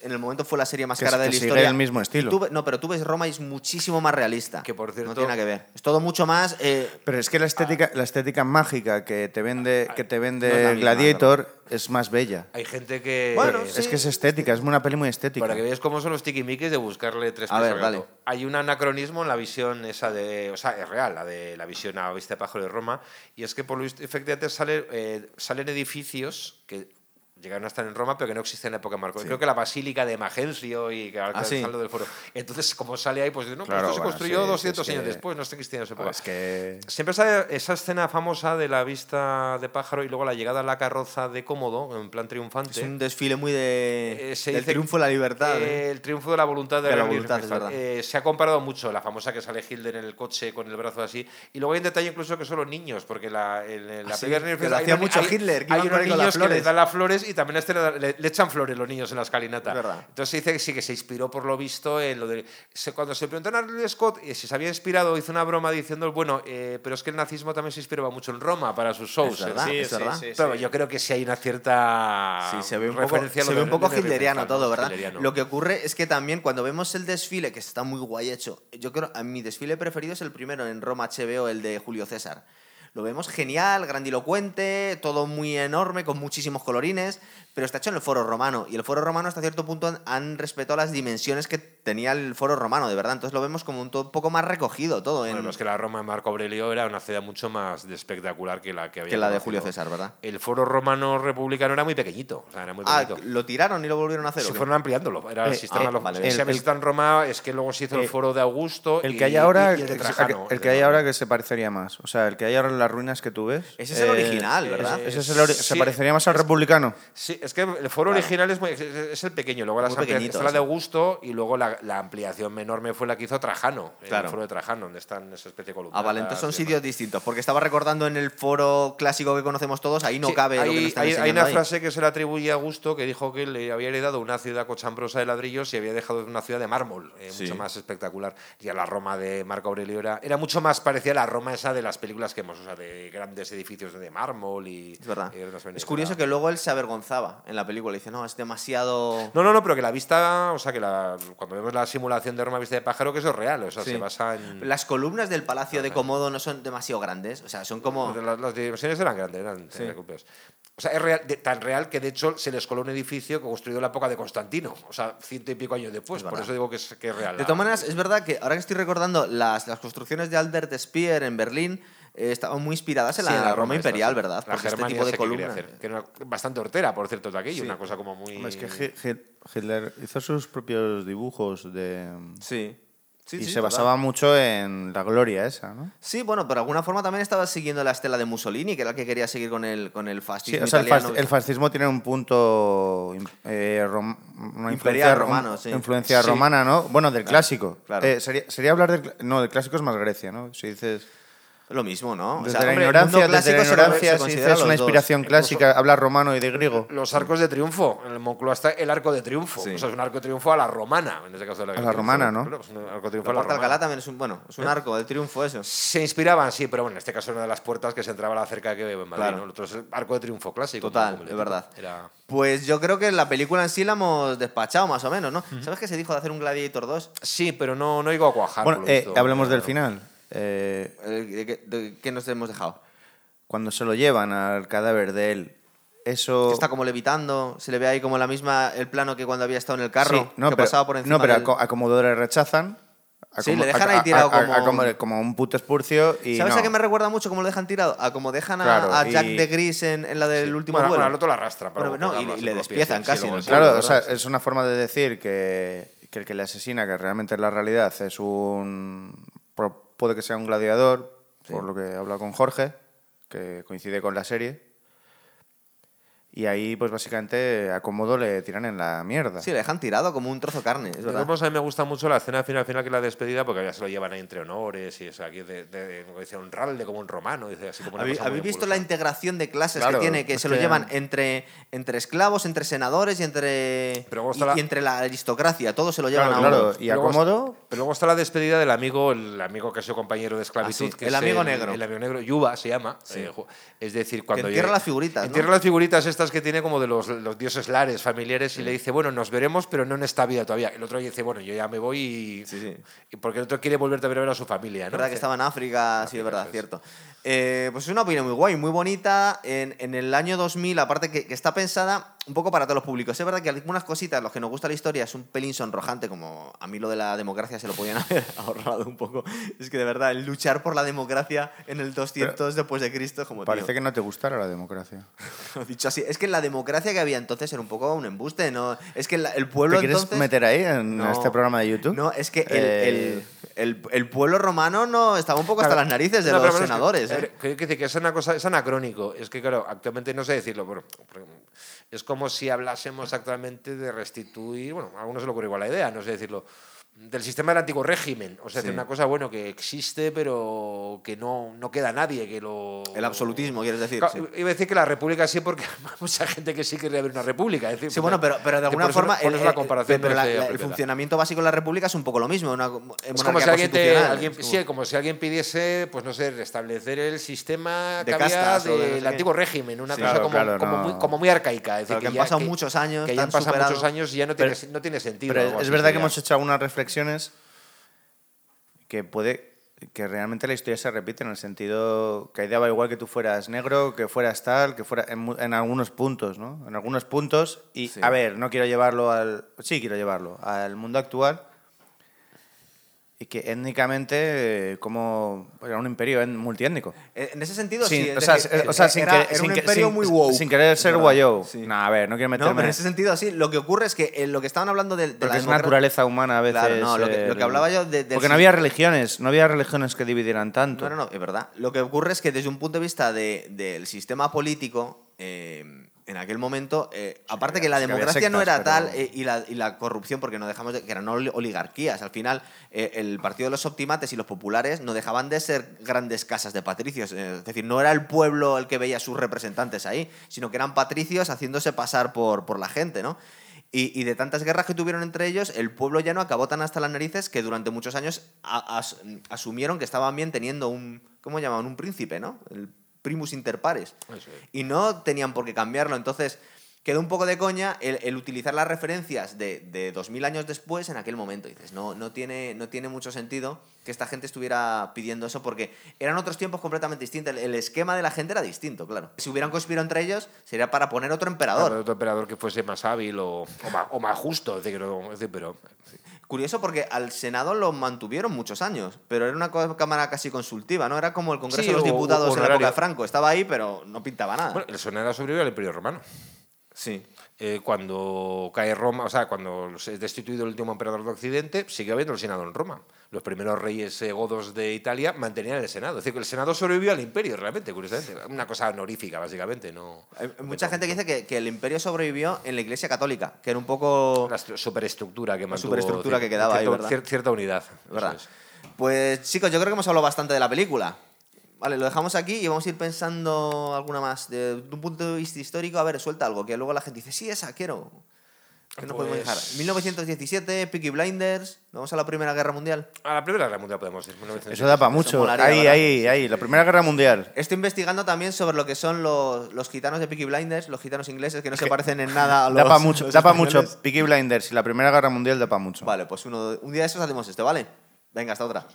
Speaker 1: en el momento fue la serie más
Speaker 3: Que
Speaker 1: cara
Speaker 3: es-
Speaker 1: de
Speaker 3: que
Speaker 1: la
Speaker 3: sigue
Speaker 1: historia.
Speaker 3: el mismo estilo.
Speaker 1: Y tú ve- no, pero tú ves Roma y es muchísimo más realista.
Speaker 2: Que, por cierto-
Speaker 1: No tiene nada que ver. Es todo mucho más... eh,
Speaker 3: Pero es que la estética, la estética mágica que te vende, que te vende
Speaker 1: no es la misma,
Speaker 3: Gladiator es más bella. Eh,
Speaker 2: Hay gente que...
Speaker 1: Bueno,
Speaker 3: es que es estética, es una peli muy estética.
Speaker 2: Para que veáis cómo son los tiquimiquis de buscarle tres
Speaker 1: A
Speaker 2: pies
Speaker 1: ver,
Speaker 2: al gato.
Speaker 1: dale.
Speaker 2: Hay un anacronismo en la visión esa de... O sea, es real, la de la visión a vista de pájaro de Roma. Y es que por lo visto, efectivamente, sale, eh, salen edificios que llegaron a estar en Roma, pero que no existen en la época de Marco. Creo que la Basílica de Magencio y que ahora
Speaker 1: sí.
Speaker 2: sale del foro. Entonces, como sale ahí, pues no, pues
Speaker 3: Ah, Claro,
Speaker 2: esto se
Speaker 3: bueno,
Speaker 2: construyó
Speaker 3: sí, sí,
Speaker 2: 200
Speaker 3: es
Speaker 2: años
Speaker 3: que-
Speaker 2: después, no está cristiano en esa
Speaker 3: Ah,
Speaker 2: época.
Speaker 3: es que
Speaker 2: Siempre sale esa escena famosa de la vista de pájaro y luego la llegada a la carroza de Cómodo, en plan triunfante.
Speaker 1: Es un desfile muy de,
Speaker 2: Eh, se
Speaker 1: del
Speaker 2: dice
Speaker 1: triunfo de la libertad.
Speaker 2: que
Speaker 1: ¿eh?
Speaker 2: El triunfo de la voluntad
Speaker 1: De
Speaker 2: de,
Speaker 1: la
Speaker 2: Gabriel
Speaker 1: voluntad, es
Speaker 2: Universal.
Speaker 1: verdad.
Speaker 2: Eh, se ha comparado mucho la famosa que sale Hilden en el coche con el brazo así. Y luego hay un detalle incluso que son los niños, porque la, en- en la
Speaker 1: Ah, sí, que
Speaker 2: película de
Speaker 1: lo
Speaker 2: Universal
Speaker 1: hacía
Speaker 2: unos-
Speaker 1: mucho Hitler, que
Speaker 2: hay
Speaker 1: iban
Speaker 2: unos
Speaker 1: por ahí con las
Speaker 2: niños que les
Speaker 1: flores.
Speaker 2: dan las flores y también a este le, da- le- le echan flores los niños en la escalinata.
Speaker 1: Es verdad.
Speaker 2: Entonces se dice que sí, que se inspiró por lo visto en lo de... se- cuando se preguntó a Ridley Scott eh, si se había inspirado, hizo una broma diciendo, bueno, eh, pero es que el nazismo también se inspiraba mucho en Roma para sus shows. ¿eh?
Speaker 1: Es verdad,
Speaker 2: Sí,
Speaker 1: es verdad.
Speaker 2: pero yo creo que sí hay una cierta
Speaker 1: Sí, se ve un poco,
Speaker 2: referencia a lo
Speaker 1: se ve
Speaker 2: de-
Speaker 1: un poco
Speaker 2: de- de- de-
Speaker 1: hitleriano
Speaker 2: de-
Speaker 1: todo, ¿verdad?
Speaker 2: hitleriano.
Speaker 1: Lo que ocurre es que también cuando vemos el desfile, que está muy guay hecho, yo creo, a mi desfile preferido es el primero en Roma HBO, el de Julio César. Lo vemos genial, grandilocuente, todo muy enorme, con muchísimos colorines, pero está hecho en el foro romano. Y el foro romano hasta cierto punto han, han respetado las dimensiones que tenía el foro romano, de verdad. Entonces lo vemos como un, to- poco más recogido todo. En,
Speaker 2: Bueno, es que la Roma de Marco Aurelio era una ciudad mucho más de espectacular que la que había.
Speaker 1: que la de
Speaker 2: conocido.
Speaker 1: Julio César, ¿verdad?
Speaker 2: El foro romano republicano era muy pequeñito. O sea, era muy
Speaker 1: Ah,
Speaker 2: pequeñito.
Speaker 1: lo tiraron y lo volvieron a hacer.
Speaker 2: se
Speaker 1: ¿o qué?
Speaker 2: fueron ampliándolo. Era el
Speaker 3: Eh,
Speaker 2: sistema.
Speaker 1: eh,
Speaker 2: lo-
Speaker 1: vale,
Speaker 2: si
Speaker 1: bien.
Speaker 2: habéis
Speaker 3: El-
Speaker 2: visto en Roma es que luego se hizo el
Speaker 3: eh,
Speaker 2: foro de Augusto.
Speaker 3: el
Speaker 2: y-
Speaker 3: que hay ahora,
Speaker 2: y- y el de
Speaker 3: que-
Speaker 2: Trajano,
Speaker 3: el
Speaker 2: el
Speaker 3: que
Speaker 2: de
Speaker 3: hay
Speaker 2: Trajano.
Speaker 3: ahora que se parecería más, o sea, el que hay ahora en las ruinas que tú ves. eh,
Speaker 1: Ese es el original, ¿verdad?
Speaker 3: Ese es el ori- se
Speaker 2: sí.
Speaker 3: parecería más al republicano.
Speaker 2: Sí, es que el foro original es, muy- es- es el pequeño, luego las
Speaker 1: Muy
Speaker 2: amplia-
Speaker 1: pequeñito,
Speaker 2: está la de
Speaker 1: sí.
Speaker 2: Augusto y luego la, la ampliación enorme fue la que hizo Trajano,
Speaker 1: Claro.
Speaker 2: el foro de Trajano, donde están esa especie de
Speaker 1: Ah,
Speaker 2: columnas.
Speaker 1: vale, entonces son
Speaker 2: y demás.
Speaker 1: sitios distintos. Porque estaba recordando en el foro clásico que conocemos todos, ahí no
Speaker 2: Sí,
Speaker 1: cabe
Speaker 2: hay,
Speaker 1: lo que nos están
Speaker 2: hay- hay
Speaker 1: enseñando
Speaker 2: una
Speaker 1: ahí.
Speaker 2: frase que se le atribuye a Gusto que dijo que le había heredado una ciudad cochambrosa de ladrillos y había dejado una ciudad de mármol, eh,
Speaker 1: Sí.
Speaker 2: mucho más espectacular. Y a la Roma de Marco Aurelio era, era mucho más parecida a la Roma esa de las películas que hemos, o sea, de grandes edificios de mármol y... eh,
Speaker 1: Es verdad.
Speaker 2: y unas
Speaker 1: Es curioso que
Speaker 2: venecianas.
Speaker 1: luego él se avergonzaba en la película. Dice, no, es demasiado...
Speaker 2: No, no, no, pero que la vista, o sea, que la, cuando vemos la simulación de Roma vista de pájaro, que eso es real, o sea,
Speaker 1: Sí.
Speaker 2: se basa en...
Speaker 1: Las columnas del palacio de Comodo no son demasiado grandes. O sea, son como...
Speaker 2: Las, las dimensiones eran grandes, eran eran europeas. O sea, es real- de- tan real que de hecho se les coló un edificio construido en la época de Constantino, o sea, ciento y pico años después.
Speaker 1: Es
Speaker 2: Por
Speaker 1: verdad.
Speaker 2: eso digo que es, que es real.
Speaker 1: De todas maneras, es verdad que ahora que estoy recordando, las, las construcciones de Albert Speer en Berlín eh, estaban muy inspiradas en la,
Speaker 2: Sí, en
Speaker 1: Roma, imperial,
Speaker 2: esta,
Speaker 1: ¿verdad?
Speaker 2: La
Speaker 1: Porque este
Speaker 2: Germania
Speaker 1: tipo de
Speaker 2: esa que quería
Speaker 1: columnas... eh.
Speaker 2: hacer, que era bastante hortera, por cierto, de aquello, una cosa como muy.
Speaker 3: Hombre, Es que Hi- Hi- Hitler hizo sus propios dibujos de
Speaker 1: Sí. Sí,
Speaker 3: y
Speaker 1: sí,
Speaker 3: se
Speaker 1: total.
Speaker 3: basaba mucho en la gloria esa, ¿no?
Speaker 1: Sí, bueno, pero de alguna forma también estaba siguiendo la estela de Mussolini, que era el que quería seguir con el, con el
Speaker 3: Sí,
Speaker 1: fascismo
Speaker 3: o sea, el,
Speaker 1: italiano.
Speaker 3: fasc- el fascismo tiene un punto im- eh, rom- una influencia,
Speaker 1: Imperial
Speaker 3: rom-
Speaker 1: romano, sí.
Speaker 3: influencia
Speaker 2: Sí.
Speaker 3: romana, ¿no? Bueno, del clásico.
Speaker 1: claro.
Speaker 3: Eh, sería, sería hablar del... cl- No, del clásico es más Grecia, ¿no? Si dices...
Speaker 1: Lo mismo, ¿no? O
Speaker 3: Desde
Speaker 1: sea,
Speaker 3: la
Speaker 1: hombre, el
Speaker 3: ignorancia,
Speaker 1: mundo
Speaker 3: desde la
Speaker 1: clásico se lo-
Speaker 3: ignorancia,
Speaker 1: se
Speaker 3: si
Speaker 1: considera
Speaker 3: dices
Speaker 1: los
Speaker 3: una
Speaker 1: dos.
Speaker 3: inspiración clásica, hablar romano y de griego.
Speaker 2: Los arcos de triunfo. En el Moncloa está el arco de triunfo.
Speaker 1: Sí.
Speaker 2: O sea, es un arco de triunfo a la romana, en este caso.
Speaker 3: A la romana, ¿no?
Speaker 2: Claro, es un arco de triunfo
Speaker 1: La
Speaker 2: a la
Speaker 1: puerta Alcalá
Speaker 2: romana.
Speaker 1: también es un, bueno, es un arco de triunfo eso.
Speaker 2: Se inspiraban, sí, pero bueno, en este caso era una de las puertas que se entraba a la cerca que veo en Madrid.
Speaker 1: Claro.
Speaker 2: ¿no? El otro es el arco de triunfo clásico.
Speaker 1: Total,
Speaker 2: como el
Speaker 1: es
Speaker 2: tipo.
Speaker 1: verdad.
Speaker 2: Era-
Speaker 1: Pues yo creo que la película en sí la hemos despachado más o menos, ¿no? ¿Sabes que se dijo de hacer un Gladiator 2?
Speaker 2: Sí, pero no, no llegó a cuajar.
Speaker 3: Bueno,
Speaker 1: Ah,
Speaker 2: por lo
Speaker 3: eh,
Speaker 2: visto.
Speaker 3: hablemos del
Speaker 2: Claro.
Speaker 3: final. eh,
Speaker 1: Eh, ¿De qué, de qué nos hemos dejado?
Speaker 3: cuando se lo llevan al cadáver de él, eso...
Speaker 1: Que está como levitando, se le ve ahí como la misma el plano que cuando había estado en el carro,
Speaker 3: Sí, no,
Speaker 1: que
Speaker 3: pero,
Speaker 1: pasaba por encima.
Speaker 3: No, pero
Speaker 1: del-
Speaker 3: a co- a Comodoro le rechazan. a
Speaker 1: Sí,
Speaker 3: Como-
Speaker 1: le dejan
Speaker 3: a-
Speaker 1: ahí
Speaker 3: a-
Speaker 1: tirado
Speaker 3: a- a-
Speaker 1: como
Speaker 3: a como,
Speaker 1: un-
Speaker 3: como un puto espurcio y
Speaker 1: ¿Sabes
Speaker 3: no.
Speaker 1: a qué me recuerda mucho cómo lo dejan tirado? A como dejan a,
Speaker 3: Claro,
Speaker 1: a Jack
Speaker 3: y-
Speaker 1: de Gris en, en la del último
Speaker 2: bueno,
Speaker 1: duelo.
Speaker 2: bueno, al otro la arrastra. para
Speaker 1: Bueno, no, y-
Speaker 2: colocarlo
Speaker 1: y
Speaker 2: así
Speaker 1: le
Speaker 2: con los pies,
Speaker 1: despiezan
Speaker 2: sí,
Speaker 1: casi
Speaker 2: sí,
Speaker 1: en
Speaker 2: lo
Speaker 1: el
Speaker 2: sé,
Speaker 3: Claro,
Speaker 2: lo
Speaker 3: o
Speaker 2: sé.
Speaker 3: sea, es una forma de decir que, que el que le asesina, que realmente es la realidad, es un. pro- puede que sea un gladiador, por lo que he hablado con Jorge, que coincide con la serie. Y ahí, pues básicamente, a Comodo le tiran en la mierda.
Speaker 1: Sí, le dejan tirado como un trozo de carne, es
Speaker 2: De todos
Speaker 1: verdad.
Speaker 2: modos, a mí me gusta mucho la escena final, final que es la despedida, porque ya se lo llevan ahí entre honores y o sea, aquí de, de, como decía, honrarle como un romano, dice así como una
Speaker 1: ¿Habéis,
Speaker 2: cosa muy
Speaker 1: habéis visto la
Speaker 2: impulsada.
Speaker 1: integración de clases
Speaker 3: Claro,
Speaker 1: que tiene? Que
Speaker 3: es
Speaker 1: se lo
Speaker 3: que-
Speaker 1: llevan entre, entre esclavos, entre senadores y entre,
Speaker 2: Pero luego
Speaker 1: y,
Speaker 2: está la-
Speaker 1: y entre la aristocracia. Todos se lo llevan
Speaker 3: Claro,
Speaker 1: a uno.
Speaker 3: claro. Y a
Speaker 2: luego-
Speaker 3: Comodo-
Speaker 2: Pero luego está la despedida del amigo, el amigo que es su compañero de esclavitud.
Speaker 1: Ah, sí,
Speaker 2: que
Speaker 1: el
Speaker 2: es
Speaker 1: amigo negro.
Speaker 2: El amigo negro, Yuba se llama. eh, ju- es decir, cuando.
Speaker 1: entierra
Speaker 2: llegue-
Speaker 1: las figuritas, ¿no?
Speaker 2: Entierra las figuritas estas que tiene como de los, los dioses lares familiares y le dice, bueno, nos veremos, pero no en esta vida todavía. El otro dice, bueno, yo ya me voy y.
Speaker 1: Sí, sí.
Speaker 2: y Porque el otro quiere volver también a ver a su familia, ¿no?
Speaker 1: Es verdad que
Speaker 2: Dice,
Speaker 1: estaba en África, sí, es verdad,
Speaker 2: eso es.
Speaker 1: cierto. Eh, pues es una opinión muy guay, muy bonita. En, en el año 2000, aparte que, que está pensada un poco para todos los públicos. Es verdad que algunas cositas, los que nos gusta la historia, es un pelín sonrojante, como a mí lo de la democracia se lo podían haber ahorrado un poco. Es que de verdad, el luchar por la democracia en el 200 después de Cristo es como...
Speaker 3: Parece
Speaker 1: tío,
Speaker 3: que no te gustara la democracia.
Speaker 1: Dicho así, es que la democracia que había entonces era un poco un embuste, ¿no? Es que la- el pueblo...
Speaker 3: ¿Te quieres
Speaker 1: entonces-
Speaker 3: meter ahí en
Speaker 1: No.
Speaker 3: este programa de YouTube?
Speaker 1: No, es que el,
Speaker 3: Eh,
Speaker 1: el- el- el pueblo romano no estaba un poco hasta
Speaker 2: Claro.
Speaker 1: las narices de
Speaker 2: No,
Speaker 1: los
Speaker 2: pero bueno, es que-
Speaker 1: senadores. ¿eh?
Speaker 2: eh, que- que dice que es una cosa, es anacrónico. Es que, claro, actualmente no sé decirlo, pero pero es como si hablásemos actualmente de restituir, bueno, a algunos se le ocurre igual la idea, no sé decirlo, del sistema del antiguo régimen. O sea, es
Speaker 1: Sí.
Speaker 2: una cosa, bueno, que existe, pero que no, no queda nadie que lo...
Speaker 1: El absolutismo, quieres decir.
Speaker 2: Claro,
Speaker 1: sí.
Speaker 2: Iba a decir que la república sí, porque hay mucha gente que sí querría haber una república. Es decir,
Speaker 1: Sí, bueno, pero, pero de
Speaker 2: que
Speaker 1: alguna
Speaker 2: eh, por eso no-
Speaker 1: forma.
Speaker 2: por
Speaker 1: el-
Speaker 2: eso la
Speaker 1: el-
Speaker 2: comparación
Speaker 1: pero la-
Speaker 2: parece
Speaker 1: la- el
Speaker 2: apropiada.
Speaker 1: funcionamiento básico de la República es un poco lo mismo. Una,
Speaker 2: Es como si alguien, te- alguien- sí, como si alguien pidiese, pues no sé, restablecer el sistema
Speaker 1: De
Speaker 2: que había
Speaker 1: castas o de no
Speaker 2: del
Speaker 1: sé qué.
Speaker 2: antiguo régimen, una
Speaker 3: Sí.
Speaker 2: cosa
Speaker 3: Claro,
Speaker 2: como,
Speaker 3: claro,
Speaker 2: como
Speaker 3: no.
Speaker 2: muy, como muy arcaica. Es
Speaker 1: Claro,
Speaker 2: decir,
Speaker 1: que han pasado muchos años,
Speaker 2: que ya han
Speaker 1: tan
Speaker 2: pasado muchos
Speaker 1: superado.
Speaker 2: años y ya no tiene, no tiene sentido.
Speaker 3: Pero
Speaker 2: algo
Speaker 3: es
Speaker 2: así
Speaker 3: verdad que
Speaker 2: sería.
Speaker 3: hemos hecho algunas reflexiones que puede que realmente la historia se repite en el sentido que ahí daba igual que tú fueras negro, que fueras tal, que fuera en, mu- en algunos puntos, ¿no? En algunos puntos y
Speaker 1: Sí.
Speaker 3: a ver, no quiero llevarlo al sí quiero llevarlo al mundo actual y que étnicamente eh, como era un imperio en- multiétnico.
Speaker 1: Eh, En ese sentido,
Speaker 3: Sin-
Speaker 1: sí. es
Speaker 3: o sea,
Speaker 1: decir,
Speaker 3: eh, o sea, sin
Speaker 1: era,
Speaker 3: querer-
Speaker 1: era
Speaker 3: sin
Speaker 1: un
Speaker 3: que-
Speaker 1: imperio
Speaker 3: sin-
Speaker 1: muy woke.
Speaker 3: sin querer ser
Speaker 1: ¿verdad?
Speaker 3: guayo.
Speaker 1: Sí.
Speaker 3: No, a ver, no quiero meterme.
Speaker 1: No, pero en ese sentido, sí. Lo que ocurre es que eh, lo que estaban hablando de, de
Speaker 3: Porque
Speaker 1: la
Speaker 3: es naturaleza humana a veces.
Speaker 1: Claro, no, lo que- lo que hablaba yo de- del
Speaker 3: Porque no había religiones, no había religiones que dividieran tanto.
Speaker 1: No, no, no, es verdad. Lo que ocurre es que desde un punto de vista de- del sistema político, eh, en aquel momento, eh, aparte
Speaker 3: había-
Speaker 1: que la
Speaker 3: sí que había
Speaker 1: democracia no
Speaker 3: sectas,
Speaker 1: era tal
Speaker 3: pero-
Speaker 1: eh, y, la, y la corrupción, porque no dejamos de, que eran oli- oligarquías. Al final, eh, el partido de los optimates y los populares no dejaban de ser grandes casas de patricios. Eh, es decir, no era el pueblo el que veía a sus representantes ahí, sino que eran patricios haciéndose pasar por, por la gente, ¿no? Y, y de tantas guerras que tuvieron entre ellos, el pueblo llano acabó tan hasta las narices que durante muchos años a- as- asumieron que estaban bien teniendo un. ¿Cómo llamaban? Un príncipe, ¿no? El primus inter pares.
Speaker 2: Eso es.
Speaker 1: Y no tenían por qué cambiarlo. Entonces, quedó un poco de coña el, el utilizar las referencias de, de 2000 años después en aquel momento. Y dices, no, no, tiene, no tiene mucho sentido que esta gente estuviera pidiendo eso porque eran otros tiempos completamente distintos. El, el esquema de la gente era distinto, claro. Si hubieran conspirado entre ellos, sería para poner otro emperador.
Speaker 2: Claro, otro emperador que fuese más hábil o, o más, o más justo. es decir, que no- es decir, pero
Speaker 1: Curioso porque al Senado lo mantuvieron muchos años, pero era una co- cámara casi consultiva, ¿no? Era como el Congreso
Speaker 2: Sí,
Speaker 1: de los
Speaker 2: o-
Speaker 1: Diputados
Speaker 2: o
Speaker 1: en la época de
Speaker 2: honorario.
Speaker 1: Franco. Estaba ahí, pero no pintaba nada.
Speaker 2: bueno, el sonero sobrevivió al imperio romano.
Speaker 1: sí.
Speaker 2: Eh, cuando cae Roma, o sea, cuando es destituido el último emperador de Occidente, sigue habiendo el Senado en Roma. Los primeros reyes eh, godos de Italia mantenían el Senado. Es decir, que el Senado sobrevivió al imperio, realmente, curiosamente. Una cosa honorífica, básicamente. No,
Speaker 1: Hay hay mucha gente que dice que, que el imperio sobrevivió en la Iglesia Católica, que era un poco...
Speaker 2: La estru- superestructura que mantuvo.
Speaker 1: superestructura
Speaker 2: cier-
Speaker 1: que quedaba ahí,
Speaker 2: cierto-
Speaker 1: ¿verdad?
Speaker 2: cier- Cierta unidad. eso
Speaker 1: ¿verdad?
Speaker 2: es.
Speaker 1: Pues chicos, yo creo que hemos hablado bastante de la película. Vale, lo dejamos aquí y vamos a ir pensando alguna más. De, de un punto de vista histórico, a ver, suelta algo, que luego la gente dice, sí, esa, quiero. Que no podemos
Speaker 2: Pues-
Speaker 1: dejar. 1917, Peaky Blinders, vamos a la Primera Guerra Mundial.
Speaker 2: A la Primera Guerra Mundial podemos ir.
Speaker 3: Eso da para mucho.
Speaker 1: molaría,
Speaker 3: ahí,
Speaker 1: ¿verdad?
Speaker 3: ahí, ahí. La Primera Guerra Mundial.
Speaker 1: Estoy investigando también sobre lo que son los, los gitanos de Peaky Blinders, los gitanos ingleses, que no se parecen en nada a los.
Speaker 3: da para mucho,
Speaker 1: los
Speaker 3: da pa
Speaker 1: españoles.
Speaker 3: mucho. Peaky Blinders y la Primera Guerra Mundial da para mucho.
Speaker 1: Vale, pues uno- un día de esos hacemos esto, ¿vale? Venga, hasta otra.